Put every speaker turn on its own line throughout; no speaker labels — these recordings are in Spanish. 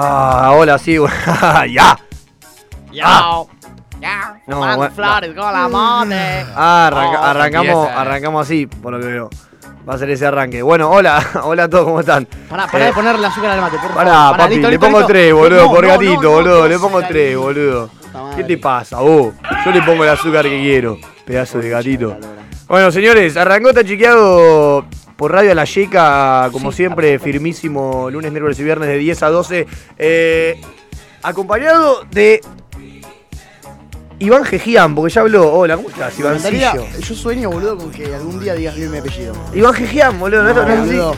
cola así, güey. ¡Ya!
Yo, ya,
No,
Juan
bueno,
Flores con la mote.
Ah, arranca-
Oh,
arrancamos,
empieza.
arrancamos así, por lo que veo. Va a ser ese arranque. Bueno, hola, hola a todos, ¿cómo están?
Pará, pará
Eh,
de ponerle azúcar al mate, por favor.
Pará, papi,
listo,
le
listo,
pongo
listo.
tres, boludo,
No,
por
no,
gatito,
no, no,
boludo.
no,
le pongo
azúcar,
tres, boludo.
madre.
¿Qué te pasa, vos? Yo le pongo el azúcar que quiero. Pedazo de gatito.
calor.
Bueno, señores, arrancó Tachiqueado por Radio La Yeca, como
Sí,
siempre, firmísimo lunes, miércoles y viernes de 10 a 12. eh, acompañado de Iván Gejian, porque ya habló. Hola, ¿cómo estás,
Me encantaría-
Ivancillo?
Yo sueño, boludo, con que algún día digas bien mi apellido.
Iván Gejian, boludo, no, esto no es así.
boludo.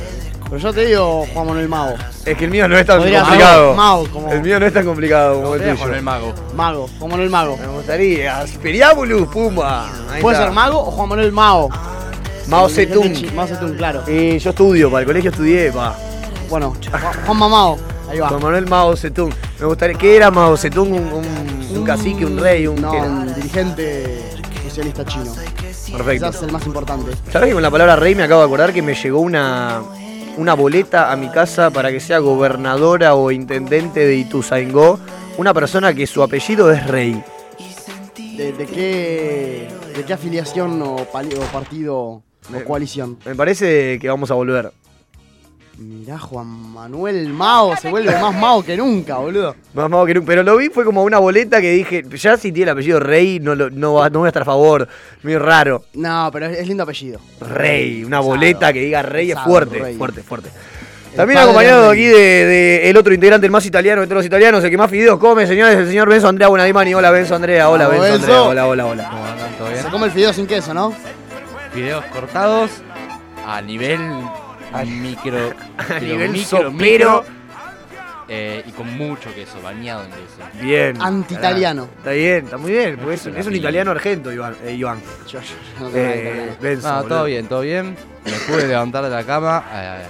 Pero yo te digo Juan Manuel Mago.
Es que el mío no es tan
Podría ser
complicado.
Mao, como-
El mío no es tan complicado como el tuyo.
Con el mago.
Mago, Juan Manuel Mago.
Me gustaría. Periabulus, Pumba. Ahí
Puede
está.
ser Mago o Juan Manuel Mao.
Mao
Gente
Zedong.
chi- Mao Zedong, claro.
Y yo estudio, para el colegio estudié, pa.
Bueno, Ju- Juan Mamao. Ahí va.
Juan Manuel Mao Zedong. Me gustaría. ¿Qué era Mao Zedong? Un, un- un cacique, un rey, un.
No,
¿qué era?
un dirigente socialista chino.
Perfecto.
Quizás el más importante.
¿Sabés que con la palabra rey me acabo de acordar que me llegó una, una boleta a mi casa para que sea gobernadora o intendente de Ituzaingó? Una persona que su apellido es rey.
¿De, de qué, de qué afiliación o, pali- o partido o
Me-
coalición?
Me parece que vamos a volver.
Mirá, Juan Manuel Mao se vuelve más Mao que nunca, boludo.
Más mago que nunca. Pero lo vi, fue como una boleta que dije, ya si tiene el apellido Rey, no, lo- no, va- no voy a estar a favor. Muy raro.
No, pero es, es lindo apellido.
Rey, una boleta que diga Rey es
Pesado,
fuerte,
Rey.
fuerte, fuerte.
El
También
padre
acompañado
Rey.
aquí de, de el otro integrante, el más italiano de todos los italianos, el que más fideos come, señores, el señor Benzo Andrea Bonadimani. Hola Benzo Andrea, hola
Vamos,
Benzo
Benzo.
Andrea, hola, hola, hola.
¿Cómo andan? ¿Todo bien?
Se come el fideo sin queso, ¿no?
Videos cortados a nivel micro.
A
pero
nivel
micro,
sopero.
micro, eh, y con mucho queso, bañado en queso.
Bien.
Anti-italiano.
Está bien, está muy bien, porque es, es un italiano argento, Iván. eh, Iván.
Yo- yo no tengo nada de
Eh,
italiano.
Benzo,
No,
boludo.
todo bien, todo bien. Me pude levantar de la cama eh,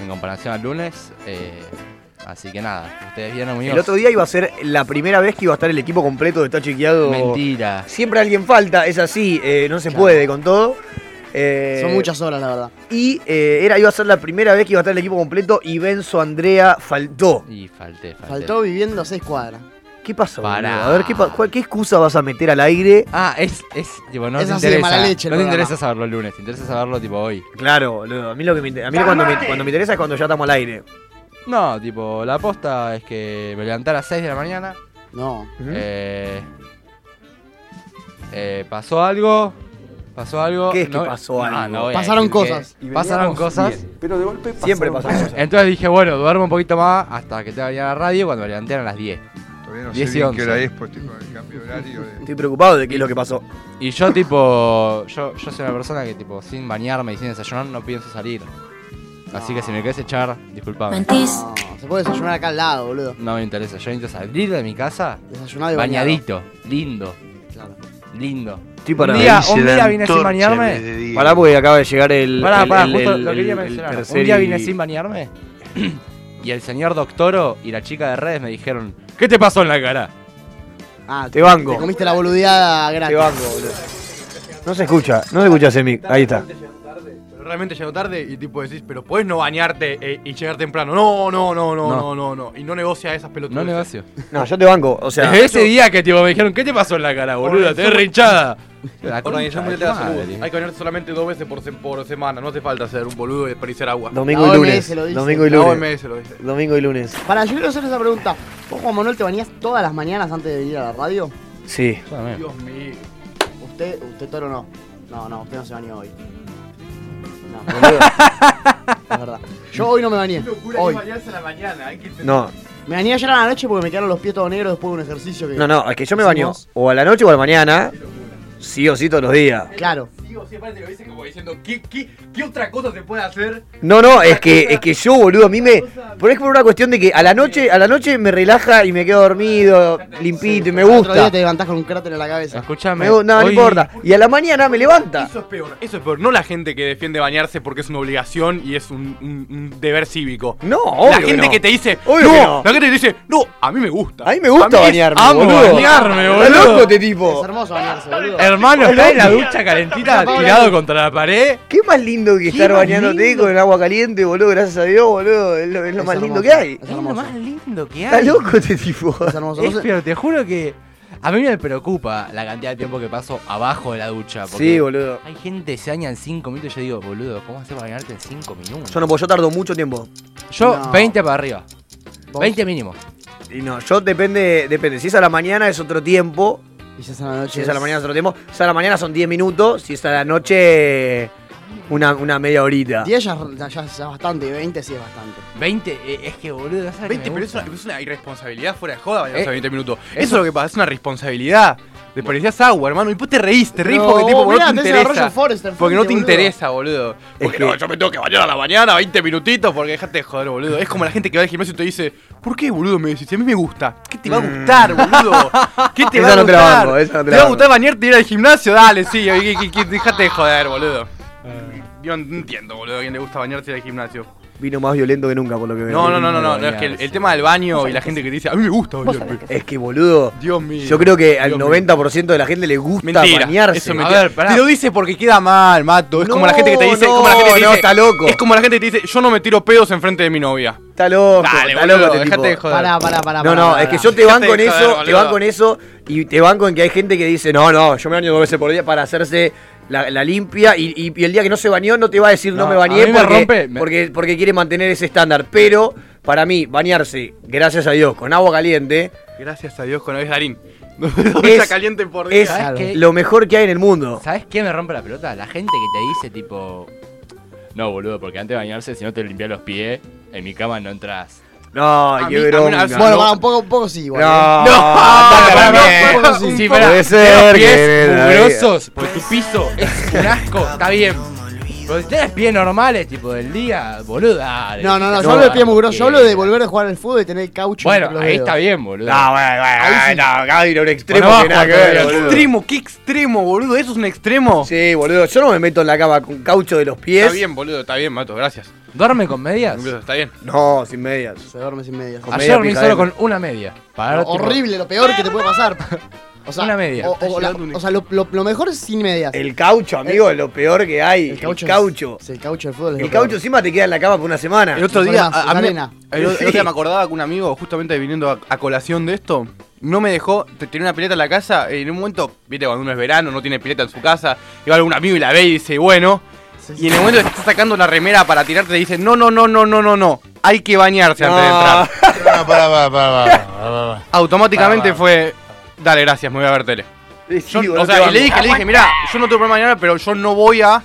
en comparación al lunes. eh, así que nada, ustedes bien amigos.
El otro día iba a ser la primera vez que iba a estar el equipo completo de Está Chequeado.
Mentira.
Siempre alguien falta, es así, eh, no se puede con todo. Eh,
Son muchas horas, la verdad.
Y eh, era, iba a ser la primera vez que iba a estar el equipo completo y Benzo Andrea faltó.
Y falté, falté.
Faltó viviendo a seis cuadras.
¿Qué pasó?
Pará.
boludo? A ver, ¿qué, pa- cuál- qué excusa vas a meter al aire?
Ah, es, es, tipo, no
Es
te
así de mala
interesa.
leche el
no te
programa.
interesa saberlo el lunes, te interesa saberlo tipo hoy.
Claro, boludo, a mí, lo que me, inter- a mí cuando, me, cuando me interesa es cuando ya estamos al aire.
No, tipo, la aposta es que me levanté a las 6 de la mañana.
No.
Ujú.
Eh, eh, pasó algo. Pasó algo.
¿Qué es que pasó
Ah,
algo?
no voy a
Pasaron
decir que-
cosas.
Y
pasaron
veníamos
cosas.
bien, pero de golpe pasaron
Siempre pasa
Ah,
cosas.
cosas.
Entonces dije, bueno, duermo un poquito más hasta que te vaya a la radio cuando me levanté a las 10.
Todavía no
10 y
sé bien
11.
qué hora es, pues tipo, el cambio de horario.
eh.
de-
Estoy preocupado de qué es lo que pasó.
Y yo tipo, yo, yo soy una persona que tipo, sin bañarme y sin desayunar no pienso salir. Así que si me querés echar, disculpame.
Mentís.
No, se puede desayunar acá al lado, boludo.
No me interesa, yo necesito salir de mi casa
Desayunar de bañado.
bañadito, lindo,
Claro.
lindo.
Estoy
Un
para
día,
Hice
un
la
día vine sin
antorcha
bañarme.
en vez de día.
Pará porque acaba de llegar el.
Pará,
el-
pará,
el-
justo
el-
lo quería
el- el
mencionar.
tercer
Un día
y-
vine sin bañarme y el señor Doctoro y la chica de redes me dijeron, ¿qué te pasó en la cara?
Ah,
Te banco.
Te comiste la boludeada
Te
gratis.
banco, boludo. No se escucha, no se escucha ese mic. Ahí está.
Pero realmente llegó tarde y tipo decís, pero puedes no bañarte eh, y llegar temprano. No, no, no, no, no,
No.
no, no. Y no negocia esas pelotas.
No negocio.
No, yo te banco. O sea,
Desde ese día que tipo, me dijeron, ¿qué te pasó en la cara, boludo? Te ves rinchada. La
Organización Mundial de la
concha de tu
Salud.
madre.
Hay que bañarse solamente dos veces por, se- por semana. No hace falta ser un boludo y desperdiciar agua.
domingo
La
y
OMS
lunes.
lo dice.
Domingo y
La
lunes.
OMS lo dice.
Domingo y lunes.
Para, yo quiero hacer esa pregunta. ¿Vos, Juan Manuel, te bañás todas las mañanas antes de venir a la radio?
Sí.
Yo también.
Dios mío.
Usted, usted toro no. No, no, usted no se bañó hoy. No, es verdad. Yo hoy no me bañé. Hoy.
bañarse a la mañana.
No,
Me bañé ayer a la noche porque me quedaron los pies todos negros después de un ejercicio que.
no, no, es que yo me baño
hicimos.
o a la noche o a la mañana. Sí o sí todos los días.
Claro.
Digo, siempre te lo dicen como diciendo, ¿qué, qué, ¿qué otra cosa se puede hacer?
No, no, es que, es que yo, boludo, a mí me. Pero es por una cuestión de que a la noche, a la noche me relaja y me quedo dormido, limpito, y me
El otro día
gusta.
te levantás con un cráter en la cabeza.
Escuchame.
Me gu- no, no
hoy-
importa. Y a la mañana me levanta.
Eso es peor, eso es peor. No la gente que defiende bañarse porque es una obligación y es un, un- un deber cívico.
No,
la
obvio
gente
no.
que te dice,
Obvio que no.
no, la gente que te dice, no, a mí me gusta.
A mí me gusta
es-
bañarme.
amo
boludo.
bañarme,
Está
boludo.
loco este
Es
tipo.
hermoso bañarse, boludo.
Hermano,
Hola,
está en la
Andy.
ducha calentita,
Apago la
tirado
luz.
contra la pared.
Qué más lindo que estar
más
bañándote
lindo.
con agua caliente, boludo, gracias a Dios, boludo. Es lo, es lo
Es
más lindo
hermoso.
que hay.
Es hermoso.
lindo que
Está loco este tipo.
Es hermoso. No
Es,
sé-
pero te juro que a mí me preocupa la cantidad de tiempo que paso abajo de la ducha. Porque
Sí, boludo.
Hay gente que se daña en 5 minutos y yo digo, boludo, ¿cómo haces para bañarte en 5 minutos?
Yo no puedo, yo tardo mucho tiempo.
Yo,
No.
20 para arriba.
vos-
20 mínimo.
Y no, yo depende, depende. Si es a la mañana es otro tiempo.
Y ya es a la noche.
Si es a la mañana es otro tiempo. Si es a la mañana son 10 minutos. Si es a la noche, una, una media horita.
10 ya, ya, ya es bastante, 20 sí es bastante.
20, eh, es que boludo, ¿sabes
20,
que me
pero es una,
gusta?
es una irresponsabilidad fuera de joda bañarse
Eh,
a 20 minutos. Eso es lo que pasa, es una responsabilidad. Te parecías agua, hermano. Y vos te reís, te reís
Pero
porque, tipo,
vos
porque
mirá,
no te
tenés el
interesa.
Roger Forrester
porque no te
frente, boludo.
interesa, boludo. Porque
que-
no, yo me tengo que bañar a la mañana 20 minutitos porque dejate de joder, boludo. Es como la gente que va al gimnasio y te dice, ¿por qué, boludo? Me decís, a mí me gusta. ¿Qué te va a gustar, boludo? ¿Qué Mm. te
Esa
va a
no te la
gustar?
banco, esa no te la
va a
banco.
gustar bañarte y ir al gimnasio? Dale, sí, y- y- y- dejate de joder, boludo. Yo no entiendo, boludo, a quién le gusta bañarse y ir al gimnasio.
Vino más violento que nunca, por lo que veo.
No, Eh, no, no, no, no, no, es que el, el tema del baño y la gente que dice, a mí me gusta bañarme.
Es que, boludo,
Dios mío.
yo creo que al
Dios mío.
90% de la gente le gusta
Mentira,
bañarse.
eso es
A
mentira.
ver, pará.
Te lo dice porque queda mal, Mato. Es
No,
como la gente que te dice, es como la gente que te
no,
dice,
está loco.
Es como la gente que te dice, yo no me tiro pedos enfrente de mi novia.
Está loco,
Dale,
está
boludo,
loco este
dejate
tipo.
de joder.
Pará, pará, pará.
No,
pará,
no,
pará,
es que
pará.
yo te
Dejate
banco en
de joder,
eso, te
boludo.
banco en eso y te banco en que hay gente que dice, no, no, yo me baño dos veces por día para hacerse la, la limpia y, y- y el día que no se bañó no te va a decir no,
No,
me
a
bañé
mí me
porque,
rompe, me-
porque, porque quiere mantener ese estándar. Pero para mí, bañarse, gracias a Dios, con agua caliente
Gracias a Dios con es Darín.
es,
Ducha caliente por
es
día.
¿Sabes qué?
lo mejor que hay en el mundo.
¿Sabes qué me rompe la pelota? La gente que te dice, tipo, no, boludo, porque antes de bañarse, si no te limpias los pies, en mi cama no entras.
No,
A mí-
qué
a mí una
bronca.
vez-
Bueno,
No.
pará, un poco, un poco sí, igual. ¿eh?
No,
Ah,
ataca
pará,
también.
pará, pará,
Sí,
un
sí,
poco.
Puede ser que-
pies mugrosos, porque tu piso es un asco, está bien. Pero si tenés pies normales, tipo del día, boludo, dale.
No, no, no, yo
No,
hablo de pie
porque-
mugroso, yo hablo de volver a jugar al fútbol y tener el caucho. entre
Bueno,
los
ahí
dedos.
está bien, boludo.
No, bueno, bueno,
Ahí sí.
no, Gaby era un extremo
Bueno,
que nada que
abajo,
ver,
Gaby,
boludo.
Extremo, qué extremo, boludo. ¿Eso es un extremo?
Sí, boludo, yo no me meto en la cama con caucho de los pies.
Está bien, boludo, está bien, Mato, gracias.
¿Duerme con medias?
Incluso Está bien.
No, sin medias.
Se duerme sin medias.
Con
Ayer
media
dormí
pija
solo
adentro.
con una media. Para
Lo horrible, lo peor que te puede pasar. O sea,
Una media.
O, o la- o sea, lo, lo- lo mejor es sin medias.
El caucho, amigo, es lo peor que hay. El
caucho.
caucho.
es- sí, el caucho del fútbol. es
El
lo peor.
caucho encima te queda en la cama por una semana.
El otro día,
Arena,
a- a mí-
arena.
el otro día
Sí.
me acordaba que un amigo, justamente viniendo a, a colación de esto, no me dejó, te- tenía una pileta en la casa, y en un momento, viste, cuando uno es verano, no tiene pileta en su casa, y va algún amigo y la ve y dice, bueno, y en el momento que está sacando la remera para tirarte, te dice, no, no, no, no, no, no, no, hay que bañarse antes
Ah.
de entrar.
Pará, pará, pará, pará, pará.
Automáticamente
Ah,
fue, dale, gracias, me voy a ver tele.
Sí,
Yo-
boludo,
o
te
sea, y
banco.
le dije, le dije, mirá, yo no tengo problema mañana, pero yo no voy a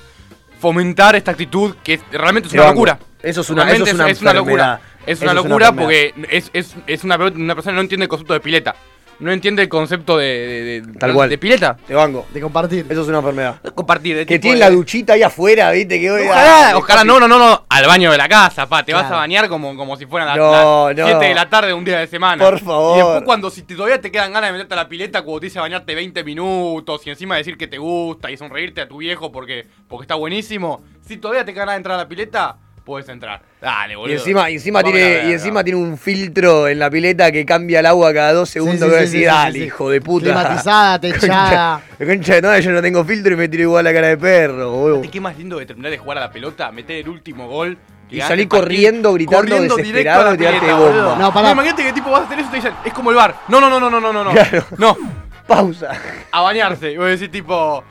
fomentar esta actitud que es- realmente es
Te
una
banco.
locura.
Eso es una-
Realmente
eso es una
locura.
enfermedad.
Es
Eso
una
es una
locura porque
enfermedad.
es, es, es una, pe- una persona que no entiende el concepto de pileta. No entiende el concepto de, de, de-
Tal cual.
de pileta.
Te banco.
De compartir.
Eso es una enfermedad.
Compartir. de
Que
tipo
tiene
de-
la duchita ahí afuera, viste, que hoy.
Ojalá, ojalá, no, no, no, no, al baño de la casa, pa, te vas a
Claro.
bañar como, como si fueran las
No,
las
no.
7 de la tarde de un día de semana.
Por favor.
Y después cuando si te, todavía te quedan ganas de meterte a la pileta, cuando te dice bañarte 20 minutos y encima decir que te gusta y sonreírte a tu viejo porque, porque está buenísimo, si todavía te quedan ganas de entrar a la pileta, puedes entrar. Dale,
Y
boludo.
encima, y encima
Vamos a la
tiene,
verga.
y encima tiene un filtro en la pileta que cambia el agua cada dos
Sí, sí, sí,
segundos. que
sí,
decís,
sí, sí,
dale,
sí.
hijo de puta.
Climatizada, techada.
Concha- Concha, de madre, yo no tengo filtro y me tiro igual la cara de perro, boludo.
Fíjate qué más lindo de terminar de jugar a la pelota, meter el último gol.
Y
llegaste
salir
al partido,
corriendo, gritando
corriendo directo
desesperado
a la
y tirarte
pileta,
bomba.
boludo.
No, pará.
Imagínate que tipo vas a hacer eso y te dicen, es como el bar. No, no, no, no, no, no, no, no.
Claro.
No,
Pausa.
a bañarse. Y vos decís tipo,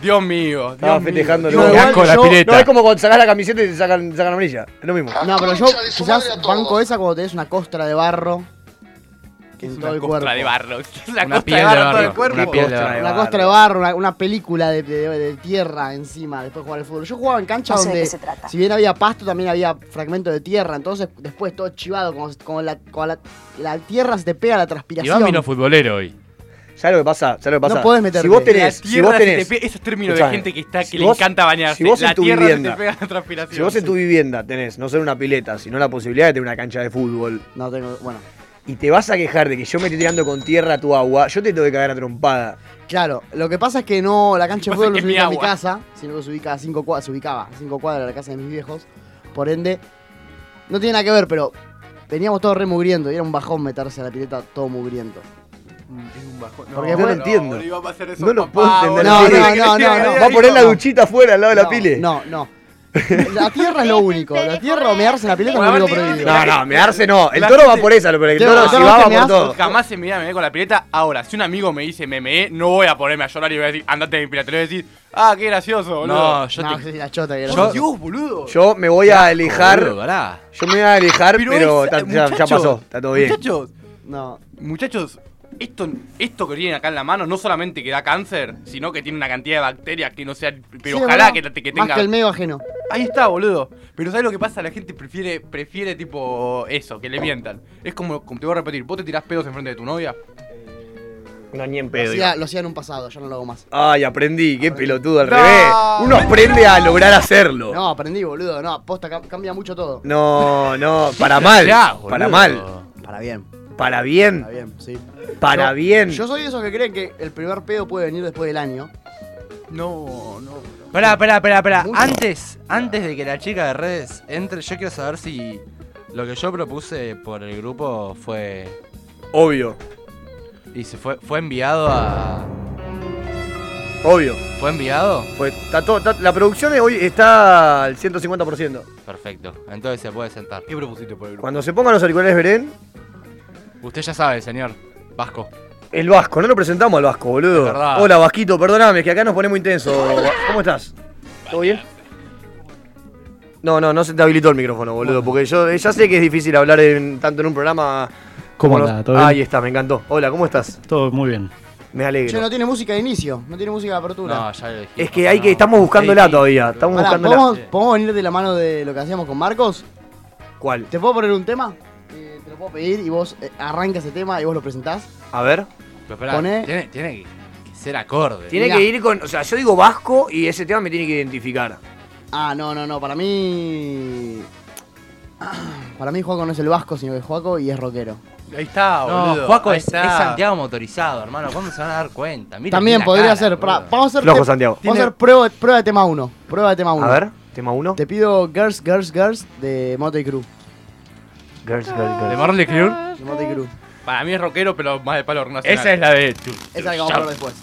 Dios mío, Dios
Estaba
mío.
festejando
Dios
el
mío.
gol.
Asco la
yo-
pileta.
No, es como cuando sacás la camiseta y te sacan, sacan amarilla. Es lo mismo.
No, pero yo
Concha de su madre
quizás
a todos.
banco esa cuando tenés una costra de barro.
¿Qué es
en
una
todo el
costra
cuerpo.
de barro? ¿Qué es una, costra
Una
de
piel de
barro todo
barro,
el cuerpo?
una piel de
Costra
barro.
Una costra de barro, una, una película de, de- de tierra encima, después jugar al fútbol. Yo jugaba en cancha
No sé de
donde,
qué se trata.
si bien había pasto, también había fragmentos de tierra. Entonces, después todo chivado, como, como la, como la, la tierra se te pega la transpiración.
Iván vino futbolero hoy.
¿Sabes lo que pasa? ¿Sabes lo
No
que pasa?
podés meterte.
Si vos tenés,
La
si vos
tierra se
tenés,
este
te pega- Esos términos de
Escuchame,
gente que está que
si
le
vos-
encanta bañarse.
si vos en
la
tu
tierra se
vivienda-
te pega la transpiración.
si vos
este
en tu vivienda tenés no solo una pileta, sino la posibilidad de tener una cancha de fútbol,
No tengo, bueno.
y te vas a quejar de que yo me estoy tirando con tierra a tu agua, yo te tengo que cagar a trompada.
Claro, lo que pasa es que no, la cancha de
Lo que pasa
fútbol
es
no
que
se
es mi
ubica a mi
agua.
casa, sino que se, ubica a cinco cuadras, se ubicaba a cinco cuadras de la casa de mis viejos. Por ende, no tiene nada que ver, pero veníamos todos remugriendo y era un bajón meterse a la pileta todo mugriento.
Mm, es un bajón.
Porque yo no entiendo.
boludo, iba a pasar eso,
No lo
papá,
puedo entender.
boludo.
No,
Sí.
no, no, no, no.
Va a poner la duchita afuera al lado de la
No,
pile.
No, no. La tierra es lo único. La tierra o mearse en la pileta es lo
Bueno,
único
tío,
prohibido.
No, no, mearse no. El
La
toro va
gente-
por esa, pero el
Yo-
toro
yo
si
no
va,
sé
va por
mearse.
todo.
Jamás se me iba a meter con la pileta. Ahora, si un amigo me dice me meé, no voy a ponerme a llorar y voy a decir, andate de mi pileta. Le voy a decir, ah, qué gracioso, boludo.
No, yo
No,
te.
sí, la chota que era.
Yo, Dios, boludo.
Yo me voy a
Boludo,
alejar.
pará.
Yo me voy a alejar, pero,
es-
ta- ya, ya
muchachos,
pasó. Está todo bien.
Muchachos,
No.
muchachos, esto, esto que tienen acá en la mano no solamente que da cáncer, sino que tiene una cantidad de bacterias que no sean. Pero
Sí,
ojalá
boludo.
que, te- que
Más
tenga.
que el medio ajeno.
Ahí está, boludo. Pero ¿sabes lo que pasa? La gente prefiere, prefiere tipo eso, que le mientan. Es como, como te voy a repetir, vos te tirás pedos enfrente de tu novia.
No, ni en
Lo
pedo.
hacía, lo hacía en un pasado, ya no lo hago más.
Ay, aprendí, qué pelotudo al
No,
revés. Uno aprende a lograr hacerlo.
No, aprendí, boludo. No, posta, cam- cambia mucho todo.
No, no, para mal.
Ya, boludo.
Para mal.
Para bien,
Para
para
bien.
bien, sí.
Para
Yo-
bien.
Yo soy de esos que creen que el primer pedo puede venir después del año.
No, no.
Pará, pará, pará, pará.
Mucho.
Antes, antes de que la chica de redes entre, yo quiero saber si lo que yo propuse por el grupo fue.
Obvio,
Y se fue, fue enviado a.
obvio.
¿Fue enviado?
Pues está todo, está- la producción de hoy está al 150%.
Perfecto. Entonces se puede sentar.
¿Qué propusiste por el grupo?
Cuando se pongan los auriculares Berén,
Usted ya sabe, señor. Vasco.
el Vasco, no lo presentamos al Vasco, boludo.
Es verdad.
Hola Vasquito, perdóname, que acá nos ponemos intenso. ¿Cómo estás? ¿Todo bien? No, no, no se te habilitó el micrófono, boludo, porque yo eh, ya sé que es difícil hablar en- tanto en un programa
¿Cómo
los-
anda? ¿Todo bien?
Ahí está, me encantó. Hola, ¿cómo estás?
Todo muy bien.
Me alegro.
Che, no tiene música de inicio, no tiene música de apertura.
No, ya lo dijimos,
Es que hay
no.
que estamos buscándola
Sí, sí.
todavía, estamos
Pará,
buscándola.
¿podemos, podemos venir de la mano de lo que hacíamos con Marcos?
¿Cuál?
¿Te puedo poner un tema? Eh, te lo puedo pedir y vos eh, arrancas ese tema y vos lo presentás.
A ver.
Pero pará,
Poné-
tiene, tiene que, que ser acorde.
Tiene
Mirá.
que ir con, o sea, yo digo vasco y ese tema me tiene que identificar.
Ah, no, no, no, para mí... Para mí Juaco no es el vasco, sino que es Juaco y es rockero.
Ahí está, boludo.
No, Juaco
Ahí
es, es
está.
Santiago motorizado, hermano. ¿Cuándo se van a dar cuenta? Mira,
También
mira
podría
cara,
ser... pará,
boludo.
vamos a hacer,
Flojo,
te-
Santiago.
vamos a hacer prueba, prueba de tema 1. Prueba de tema 1.
A ver, tema 1.
Te pido Girls, Girls, Girls de Motley Crue.
Girls, girls, girls.
¿De Marley Crew?
De Motley Crue.
Para mí es rockero, pero más de palo nacional.
Esa es la de.
Esa es la que vamos a probar después.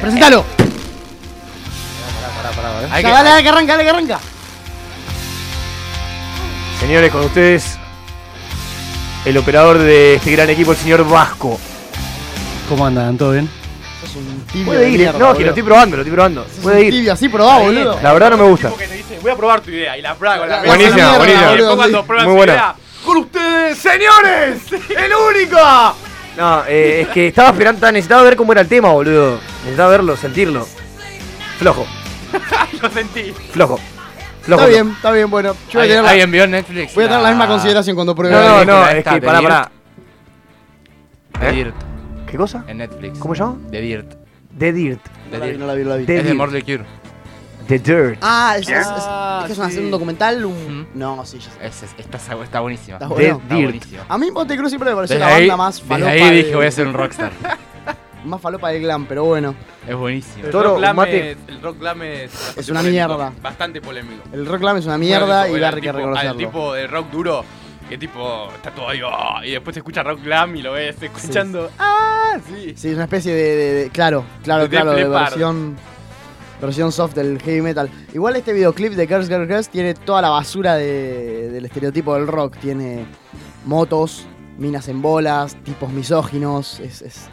¡Presentalo!
Hay
Ya,
que-
dale, dale, que arranca, dale, que arranca.
Señores, con ustedes el operador de este gran equipo, el señor Vasco.
¿Cómo andan? ¿Todo bien?
Sos un tibio.
Puede
de
ir, eh.
mierda,
no, que
boludo.
lo estoy probando, lo estoy probando.
Sos
Puede
un
ir.
Tibio, así probá, boludo.
La verdad no me gusta.
tipo que te dice, voy a probar tu idea. Y la prueba con la
La- Buenísima,
mierda,
buenísima.
Y después cuando
Sí.
pruebas
Muy
su
buena.
idea, con ustedes, señores, el único.
No, eh, es que estaba esperando, estaba- necesitaba ver cómo era el tema, boludo. Necesitaba verlo, sentirlo. Flojo,
Lo sentí.
flojo. Flojo.
Está bien, está bien, bueno. Yo voy a tener, la,
Ahí envió en Netflix. Ah.
voy a tener la misma consideración cuando pruebe.
No, no, no,
película
es
esta,
que
de
pará,
Dirt.
pará.
The
¿Eh?
Dirt
¿Qué cosa?
en Netflix.
¿Cómo se llama?
The Dirt.
The Dirt.
No
The
la vi,
Dirt.
no la vi, no la vi.
The
Es de
Dirt.
Morley Cure.
The Dirt.
Ah, es, es, es,
Ah,
es que es una-
sí.
un documental. un-
Ujú.
No, sí, ya sé.
Es, es- está, sa- está buenísima.
Está
Está
bueno. Ah,
The Dirt.
buenísima.
A mí Motley Crue siempre me pareció
Desde
la
ahí,
banda más
desde
falopa.
ahí
de-
dije voy a ser un rockstar.
Más falopa del glam, pero bueno.
es buenísimo.
El
Toro,
rock glam
mate.
es- El rock glam es.
Es una
bastante
mierda.
polémico, Bastante polémico.
El rock glam es una mierda
Bueno, tipo,
y
era
va a que
tipo- Al
reconocerlo.
tipo de rock duro, que tipo, está todo ahí, "Oh", y después se escucha rock glam y lo ves escuchando. Ah, sí.
Sí, es una especie de, de- de- claro, claro,
De Def
claro, de
Leppard.
versión versión soft del heavy metal. Igual este videoclip de Girls Girls Girls tiene toda la basura de- del estereotipo del rock, tiene motos, minas en bolas, tipos misóginos, es, es,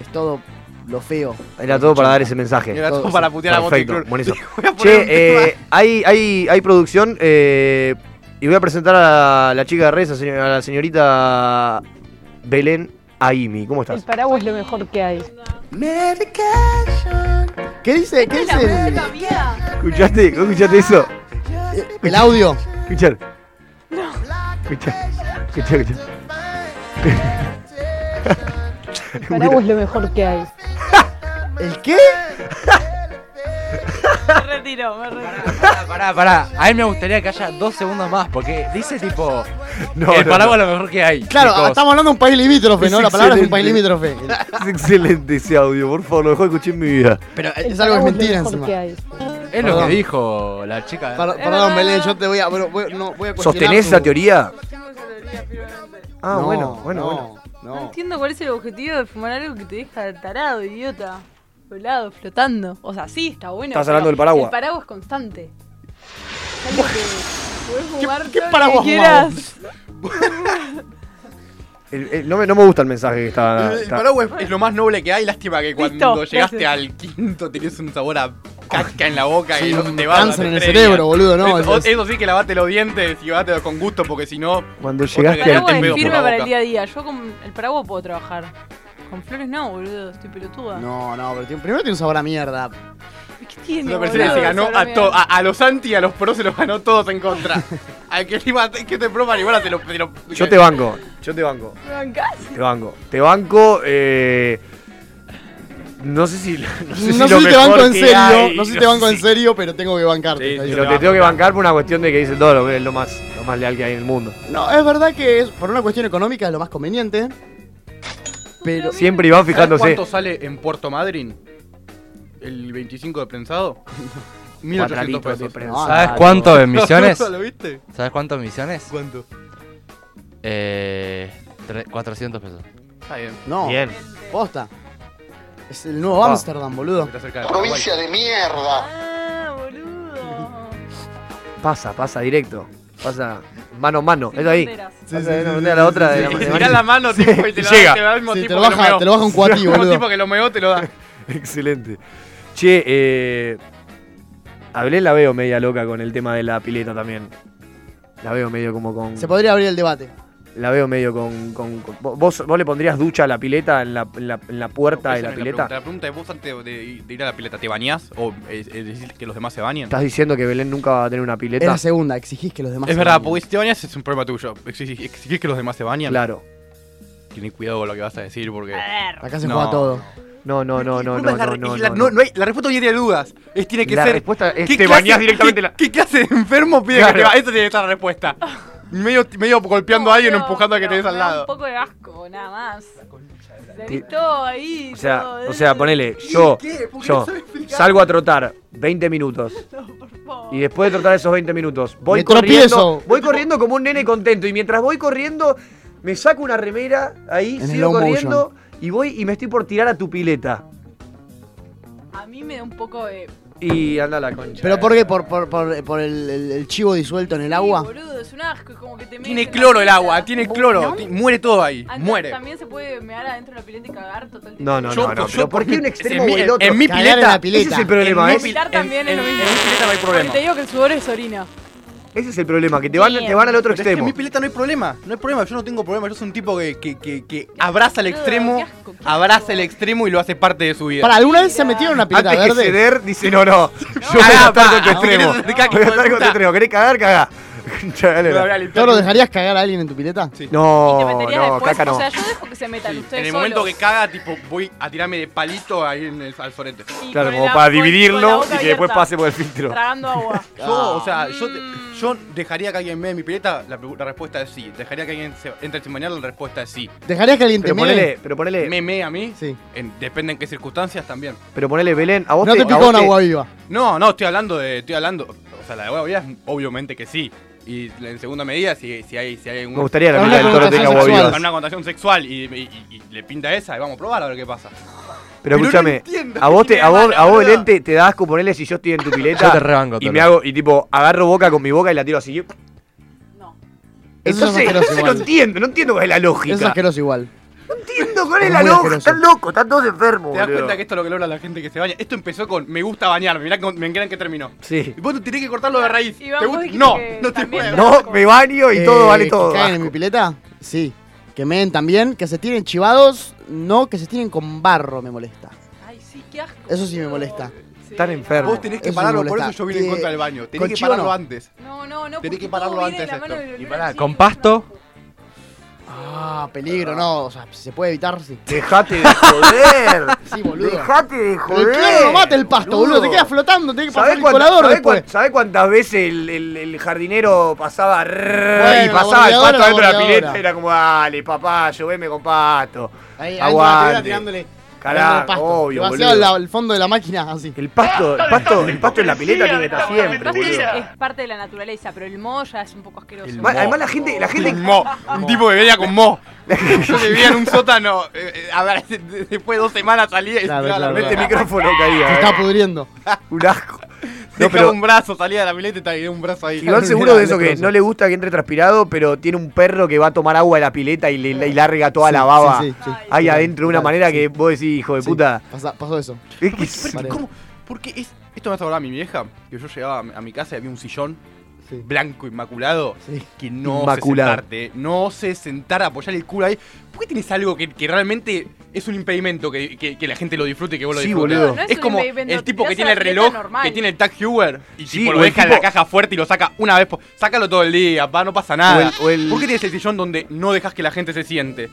es todo lo feo.
Era todo para dar ese mensaje.
Era todo
todo,
para putear a Motley
Perfecto,
Crue.
buenísimo.
Voy a poner un
Che, eh,
tema.
hay, hay, hay producción eh, y voy a presentar a la chica de redes, a señor- a la señorita Belén Aimi. ¿Cómo
El
estás?
paraguas es lo mejor que hay.
¿Qué dice, qué dice el,
¿Escuchaste? ¿Escuchaste eso?
el audio?
Escuchar. Escuchar. Escuchar,
El paraguas es lo mejor que hay.
¿El qué?
Me retiro, me retiro.
Pará, pará, pará. A mí me gustaría que haya dos segundos más porque dice tipo.
No,
el
no,
paraguas es lo mejor que hay.
Claro,
chicos.
estamos hablando de un país limítrofe, ¿no?
Es
La palabra es un país
excelente.
limítrofe.
no. Es excelente ese audio, por favor, lo dejó escuché en mi vida.
Pero eh,
El
es algo que
paraguas
es
lo
mentira
mejor
encima.
que hay.
Es lo
Perdón.
que dijo Oh, la chica.
Par- Perdón, Belén, yo te voy a... bueno, voy- no, voy a cuestionar
¿Sostenés
tu-
esa teoría? Ah,
No,
bueno, bueno,
no.
bueno.
No. entiendo cuál es el objetivo de fumar algo que te deja tarado, idiota. Volado, flotando. O sea, sí, está bueno.
Estás
pero
hablando del paraguas.
El paraguas constante. Es algo que podés fumar
qué
todo lo
paraguas
que quieras.
El- el- no, me, no me gusta el mensaje que está.
El
está-
paraguas es lo más noble que hay. Lástima que cuando
Listo,
llegaste
gracias.
al quinto tenías un sabor a casca en la boca y
Sí,
no se
un
te va. no
cáncer
te
en el
previa.
cerebro, boludo, no,
Eso,
es-
eso sí que lavate los dientes y lavate con gusto porque si no.
Cuando
El
llegaste
Otra
al
paraguas
te
es
pedo
templo.
por
firme
la
para el
boca.
día a día. Yo con el paraguas puedo trabajar. Con flores no, boludo. Estoy pelotuda.
No, no, pero tiene- primero tiene un sabor a mierda.
¿Qué tiene,
Esa persona
boludo?
se ganó
Sabrá
a,
bien.
to-
ah,
a, a los anti y a los pro se los ganó todos en contra. Al que, le iba a- que te pro marihuana te lo. te lo-
Yo te banco, yo te banco,
¿Me bancás?
te banco. Te banco, eh. No sé si. No sé si,
no
lo
sé si te banco
mejor
en
que
serio,
hay,
no sé si te banco en serio, pero tengo que bancarte.
Sí,
está
sí,
Pero
diciendo.
te tengo que bancar por una cuestión de que dicen todo lo que es lo más, lo más leal que hay en el mundo.
No, es verdad que es, por una cuestión económica es lo más conveniente. Pero
Siempre Iván
¿Sabés
fijándose.
¿Cuánto sale en Puerto Madryn? ¿El 25 de prensado? 1800
cuadraditos de
pesos. Ah,
prensa.
¿Sabes
cuánto en misiones?
¿Lo viste?
¿Sabes cuánto en misiones?
¿Cuánto?
Eh, tre- 400 pesos.
Está bien.
no,
Bien.
posta. Es el nuevo
Ah.
Ámsterdam, boludo.
Está cerca de Paraguay.
de mierda.
Ah, boludo.
Pasa, pasa directo. Pasa mano a mano. Es ahí.
Banderas.
Pasa de una bandera a la otra. de la
Y
mano a
tirás
mano.
la mano, tipo, y te la
llega.
te da el mismo
Sí, te
tipo
lo
que lo
baja,
meó.
te lo baja un cuatí,
El mismo
boludo.
tipo que lo meó te lo da.
Excelente. Che, eh. Hablé, la veo media loca con el tema de la pileta también. La veo medio como con.
Se podría abrir el debate.
La veo medio con. con- con- ¿vos, ¿Vos le pondrías ducha a la pileta en la, en la- en la puerta de
Esa
la
no es
pileta?
pregunta. La pregunta es, ¿vos antes de, de ir a la pileta te bañás? ¿O es, es decir que los demás se bañan?
¿Estás diciendo que Belén nunca va a tener una
Es
pileta?
la segunda, exigís que los demás.
Es
se
verdad,
bañen.
porque si te bañas es un problema tuyo. Exigís exigís que los demás se bañan.
Claro.
Tené cuidado con lo que vas a decir porque...
A ver.
Acá se
No.
juega todo.
No, no, no, no, no,
Disculpa, es la
no,
re-
no,
es la-
no,
no,
no.
no hay- La respuesta no tiene dudas. Es, tiene que
La
ser...
respuesta es
¿qué
te
clase-
bañás directamente
qué-
la.
¿Qué clase de enfermo pide que te
Claro.
bañes? Esa tiene que estar la respuesta. Medio, medio golpeando a alguien o
No,
empujando a que
pero
tenés al
me da
lado.
Un poco de asco, nada más. Se gritó ahí.
O sea,
todo,
o sea,
eh.
ponele, yo,
¿Qué? ¿Por qué
yo
no sabe explicar?
salgo a trotar 20 minutos
No, por favor.
y después de trotar esos 20 minutos voy
Me
corriendo,
tropiezo.
voy corriendo como un nene contento y mientras voy corriendo me saco una remera ahí,
En
sigo
slow
corriendo y voy y me estoy por tirar a tu pileta
A mí me da un poco de.
y anda la concha.
¿Pero por qué? ¿Por, por, eh, por, por el, el- el chivo disuelto en el
Sí,
agua?
boludo, es un asco. Es como que te
Tiene cloro el agua, tiene cloro.
¿No?
ti- Muere todo ahí. Muere.
También se puede mear adentro de la pileta y cagar total.
No, no,
Yo-
no, no,
yo
pero ¿por qué un
mi-
extremo
en mi-
o el otro?
en mi
Cagar en
pileta-
la pileta.
Ese es el problema,
en
¿eh?
mi-
Pilar
en-
también es lo
en-
mismo.
en mi pileta no hay
Porque
problema.
te digo que el sudor es orina.
Ese es el problema, que te van, te van al otro
Pero es que en
extremo.
mi pileta no hay problema, no hay problema, yo no tengo problema, yo soy un tipo que, que, que, que abraza el
Boludo, qué
extremo,
asco, qué asco.
abraza el extremo y lo hace parte de su vida.
Para, ¿alguna vez se metieron en una pileta
Antes que
verde?
ceder, dice, "Ah, no, no, yo voy a
Cagá,
estar con tu
pa,
extremo.
querés acercar,
Voy a estar con tu
puta.
extremo. ¿Querés cagar? Cagá. Concha de la lora.
¿Toro, dejarías cagar a alguien en tu pileta?
Sí.
Y te
No,
meterías
no,
después.
caca no.
O sea, yo dejo que se metan
Sí,
ustedes.
En el momento que
solos.
caga, tipo, voy a tirarme de palito ahí en el, al sorete.
Y
Claro,
con
como
el agua- con
para
la
dividirlo
boca
y que después
abierta,
pase por el filtro.
Tragando agua.
Yo, o sea, yo, te-
Mm.
yo dejaría que alguien me en mi pileta, la, pre- la respuesta es sí. Dejaría que alguien se, entre sin bañar, la respuesta es sí.
¿Dejarías que alguien te
Pero
mire?
ponele, pero ponele,
Me me a mí,
Sí.
en- depende en qué circunstancias también.
pero ponele Belén, a vos
No te
a
picó
vos
una
te-
agua viva.
No, no, estoy hablando de, estoy hablando, o sea, la de agua vida es obviamente que sí. Y en segunda medida, si, si hay, si hay algún...
Me gustaría que la
Habla
mitad del
con
toro
vocación
tenga agua
sexual.
viva.
Con una contación sexual y, y- y- y le pinta esa y vamos a probar a ver qué pasa.
Pero
no
escúchame,
entiendo
a vos
qué
te, a vos,
tiene de
a
malo,
vos
boludo.
Belén te, te da asco ponerle si yo estoy en tu
Yo te
pileta
rebanco.
y
Tolo.
me hago, y tipo, agarro boca con mi boca y la tiro así.
No.
Eso es
Entonces,
asqueroso
entonces no
igual.
entiendo, no entiendo cuál es
Eso
la
es
lógica.
asqueroso igual.
No entiendo cuál es
Es
la
muy
lógica,
asqueroso.
están locos, están todos enfermos.
Te das
boludo.
cuenta que esto es lo que logra la gente que se baña. Esto empezó con me gusta bañarme, mirá cómo- me encanta que terminó.
Sí.
Y vos tenés que cortarlo de raíz.
Iván,
¿Te
vos
gusta?
dijiste
No,
que
no te
también.
puedo.
No, me baño y todo
Eh,
vale todo.
¿Que caguen en mi
asco.
pileta? Sí. Que meen también, que se tiren chivados, no, que se tiren con barro me molesta.
Ay, sí, qué asco.
Eso sí me
boludo.
molesta.
Sí.
Están enfermos.
Vos tenés que
Eso me
pararlo, por
molesta.
eso yo vine en
Eh,
contra del baño.
con
Tenés que
chivo
pararlo
no.
antes.
No, no, no.
Tenés que
porque
pararlo
todo
antes
viene de la
esto.
mano del
Y
olor
pará,
al
¿Con
chivo,
pasto?
Ah, peligro, no. O sea, se puede evitar, sí.
Dejate de joder.
Sí, boludo.
Dejate de
Pero
joder.
el clavo no mata el pasto, boludo. Te quedas flotando, tenés que pasar
¿Sabés,
el
cuánta-
colador
sabés
después.
cuán- sabés cuántas veces el, el- el jardinero pasaba rrrr
Bueno,
y pasaba el
la
pasto
bordeadora,
dentro de la
la
pileta?
bordeadora.
Era como, dale, papá, lloveme con pasto.
Ahí, adentro de la pileta
Aguante.
tirándole- tirándole el
Carajo, obvio,
Demasiado
boludo.
la- el fondo de la máquina, así.
El pasto, el pasto, el pasto en la pileta tiene que estar
El
siempre,
pasto es,
boludo.
es parte de la naturaleza, pero el moho ya es un poco asqueroso.
Ma- Además la gente, la gente,
Con mo. Un tipo que venía con mo. Yo vivía en un sótano. eh, eh, a ver, después de dos semanas salía y
Claro,
se iba a la
claro,
pileta.
Este micrófono
Se
caía. eh.
está pudriendo.
Un asco. No,
Dejaba
pero
un brazo, salía de la pileta y tenía un brazo ahí.
Iván seguro de eso que no le gusta que entre transpirado, pero tiene un perro que va a tomar agua de la pileta y, le, y larga toda
Sí,
la baba.
sí, sí, sí.
Ahí adentro de una
Total,
manera
sí.
que vos decís, hijo de
Sí,
puta.
pasa- pasó eso.
Es que
Pero,
Vale.
¿Cómo? Porque es, esto me hace acordar a mi vieja, que yo llegaba a mi- a mi casa y había un sillón
Sí.
blanco inmaculado
Sí.
que no
Inmaculado.
sé sentarte, no sé sentar, apoyar el culo ahí. ¿Por qué tienes algo que, que realmente es un impedimento que, que- que la gente lo disfrute y que vos lo
Sí,
disfrutes?
boludo. No,
no es
es
un
como
impedimento,
el tipo que
tirás
tiene
a
el
la pileta
reloj,
normal.
que tiene el Tag Heuer y
Sí,
tipo,
o
lo
el
deja en la
tipo-
caja fuerte y lo saca una vez. po- Sácalo todo el día, pa, no pasa
O
nada.
el- o el-
¿Por qué tienes el sillón donde no dejas que la gente se siente?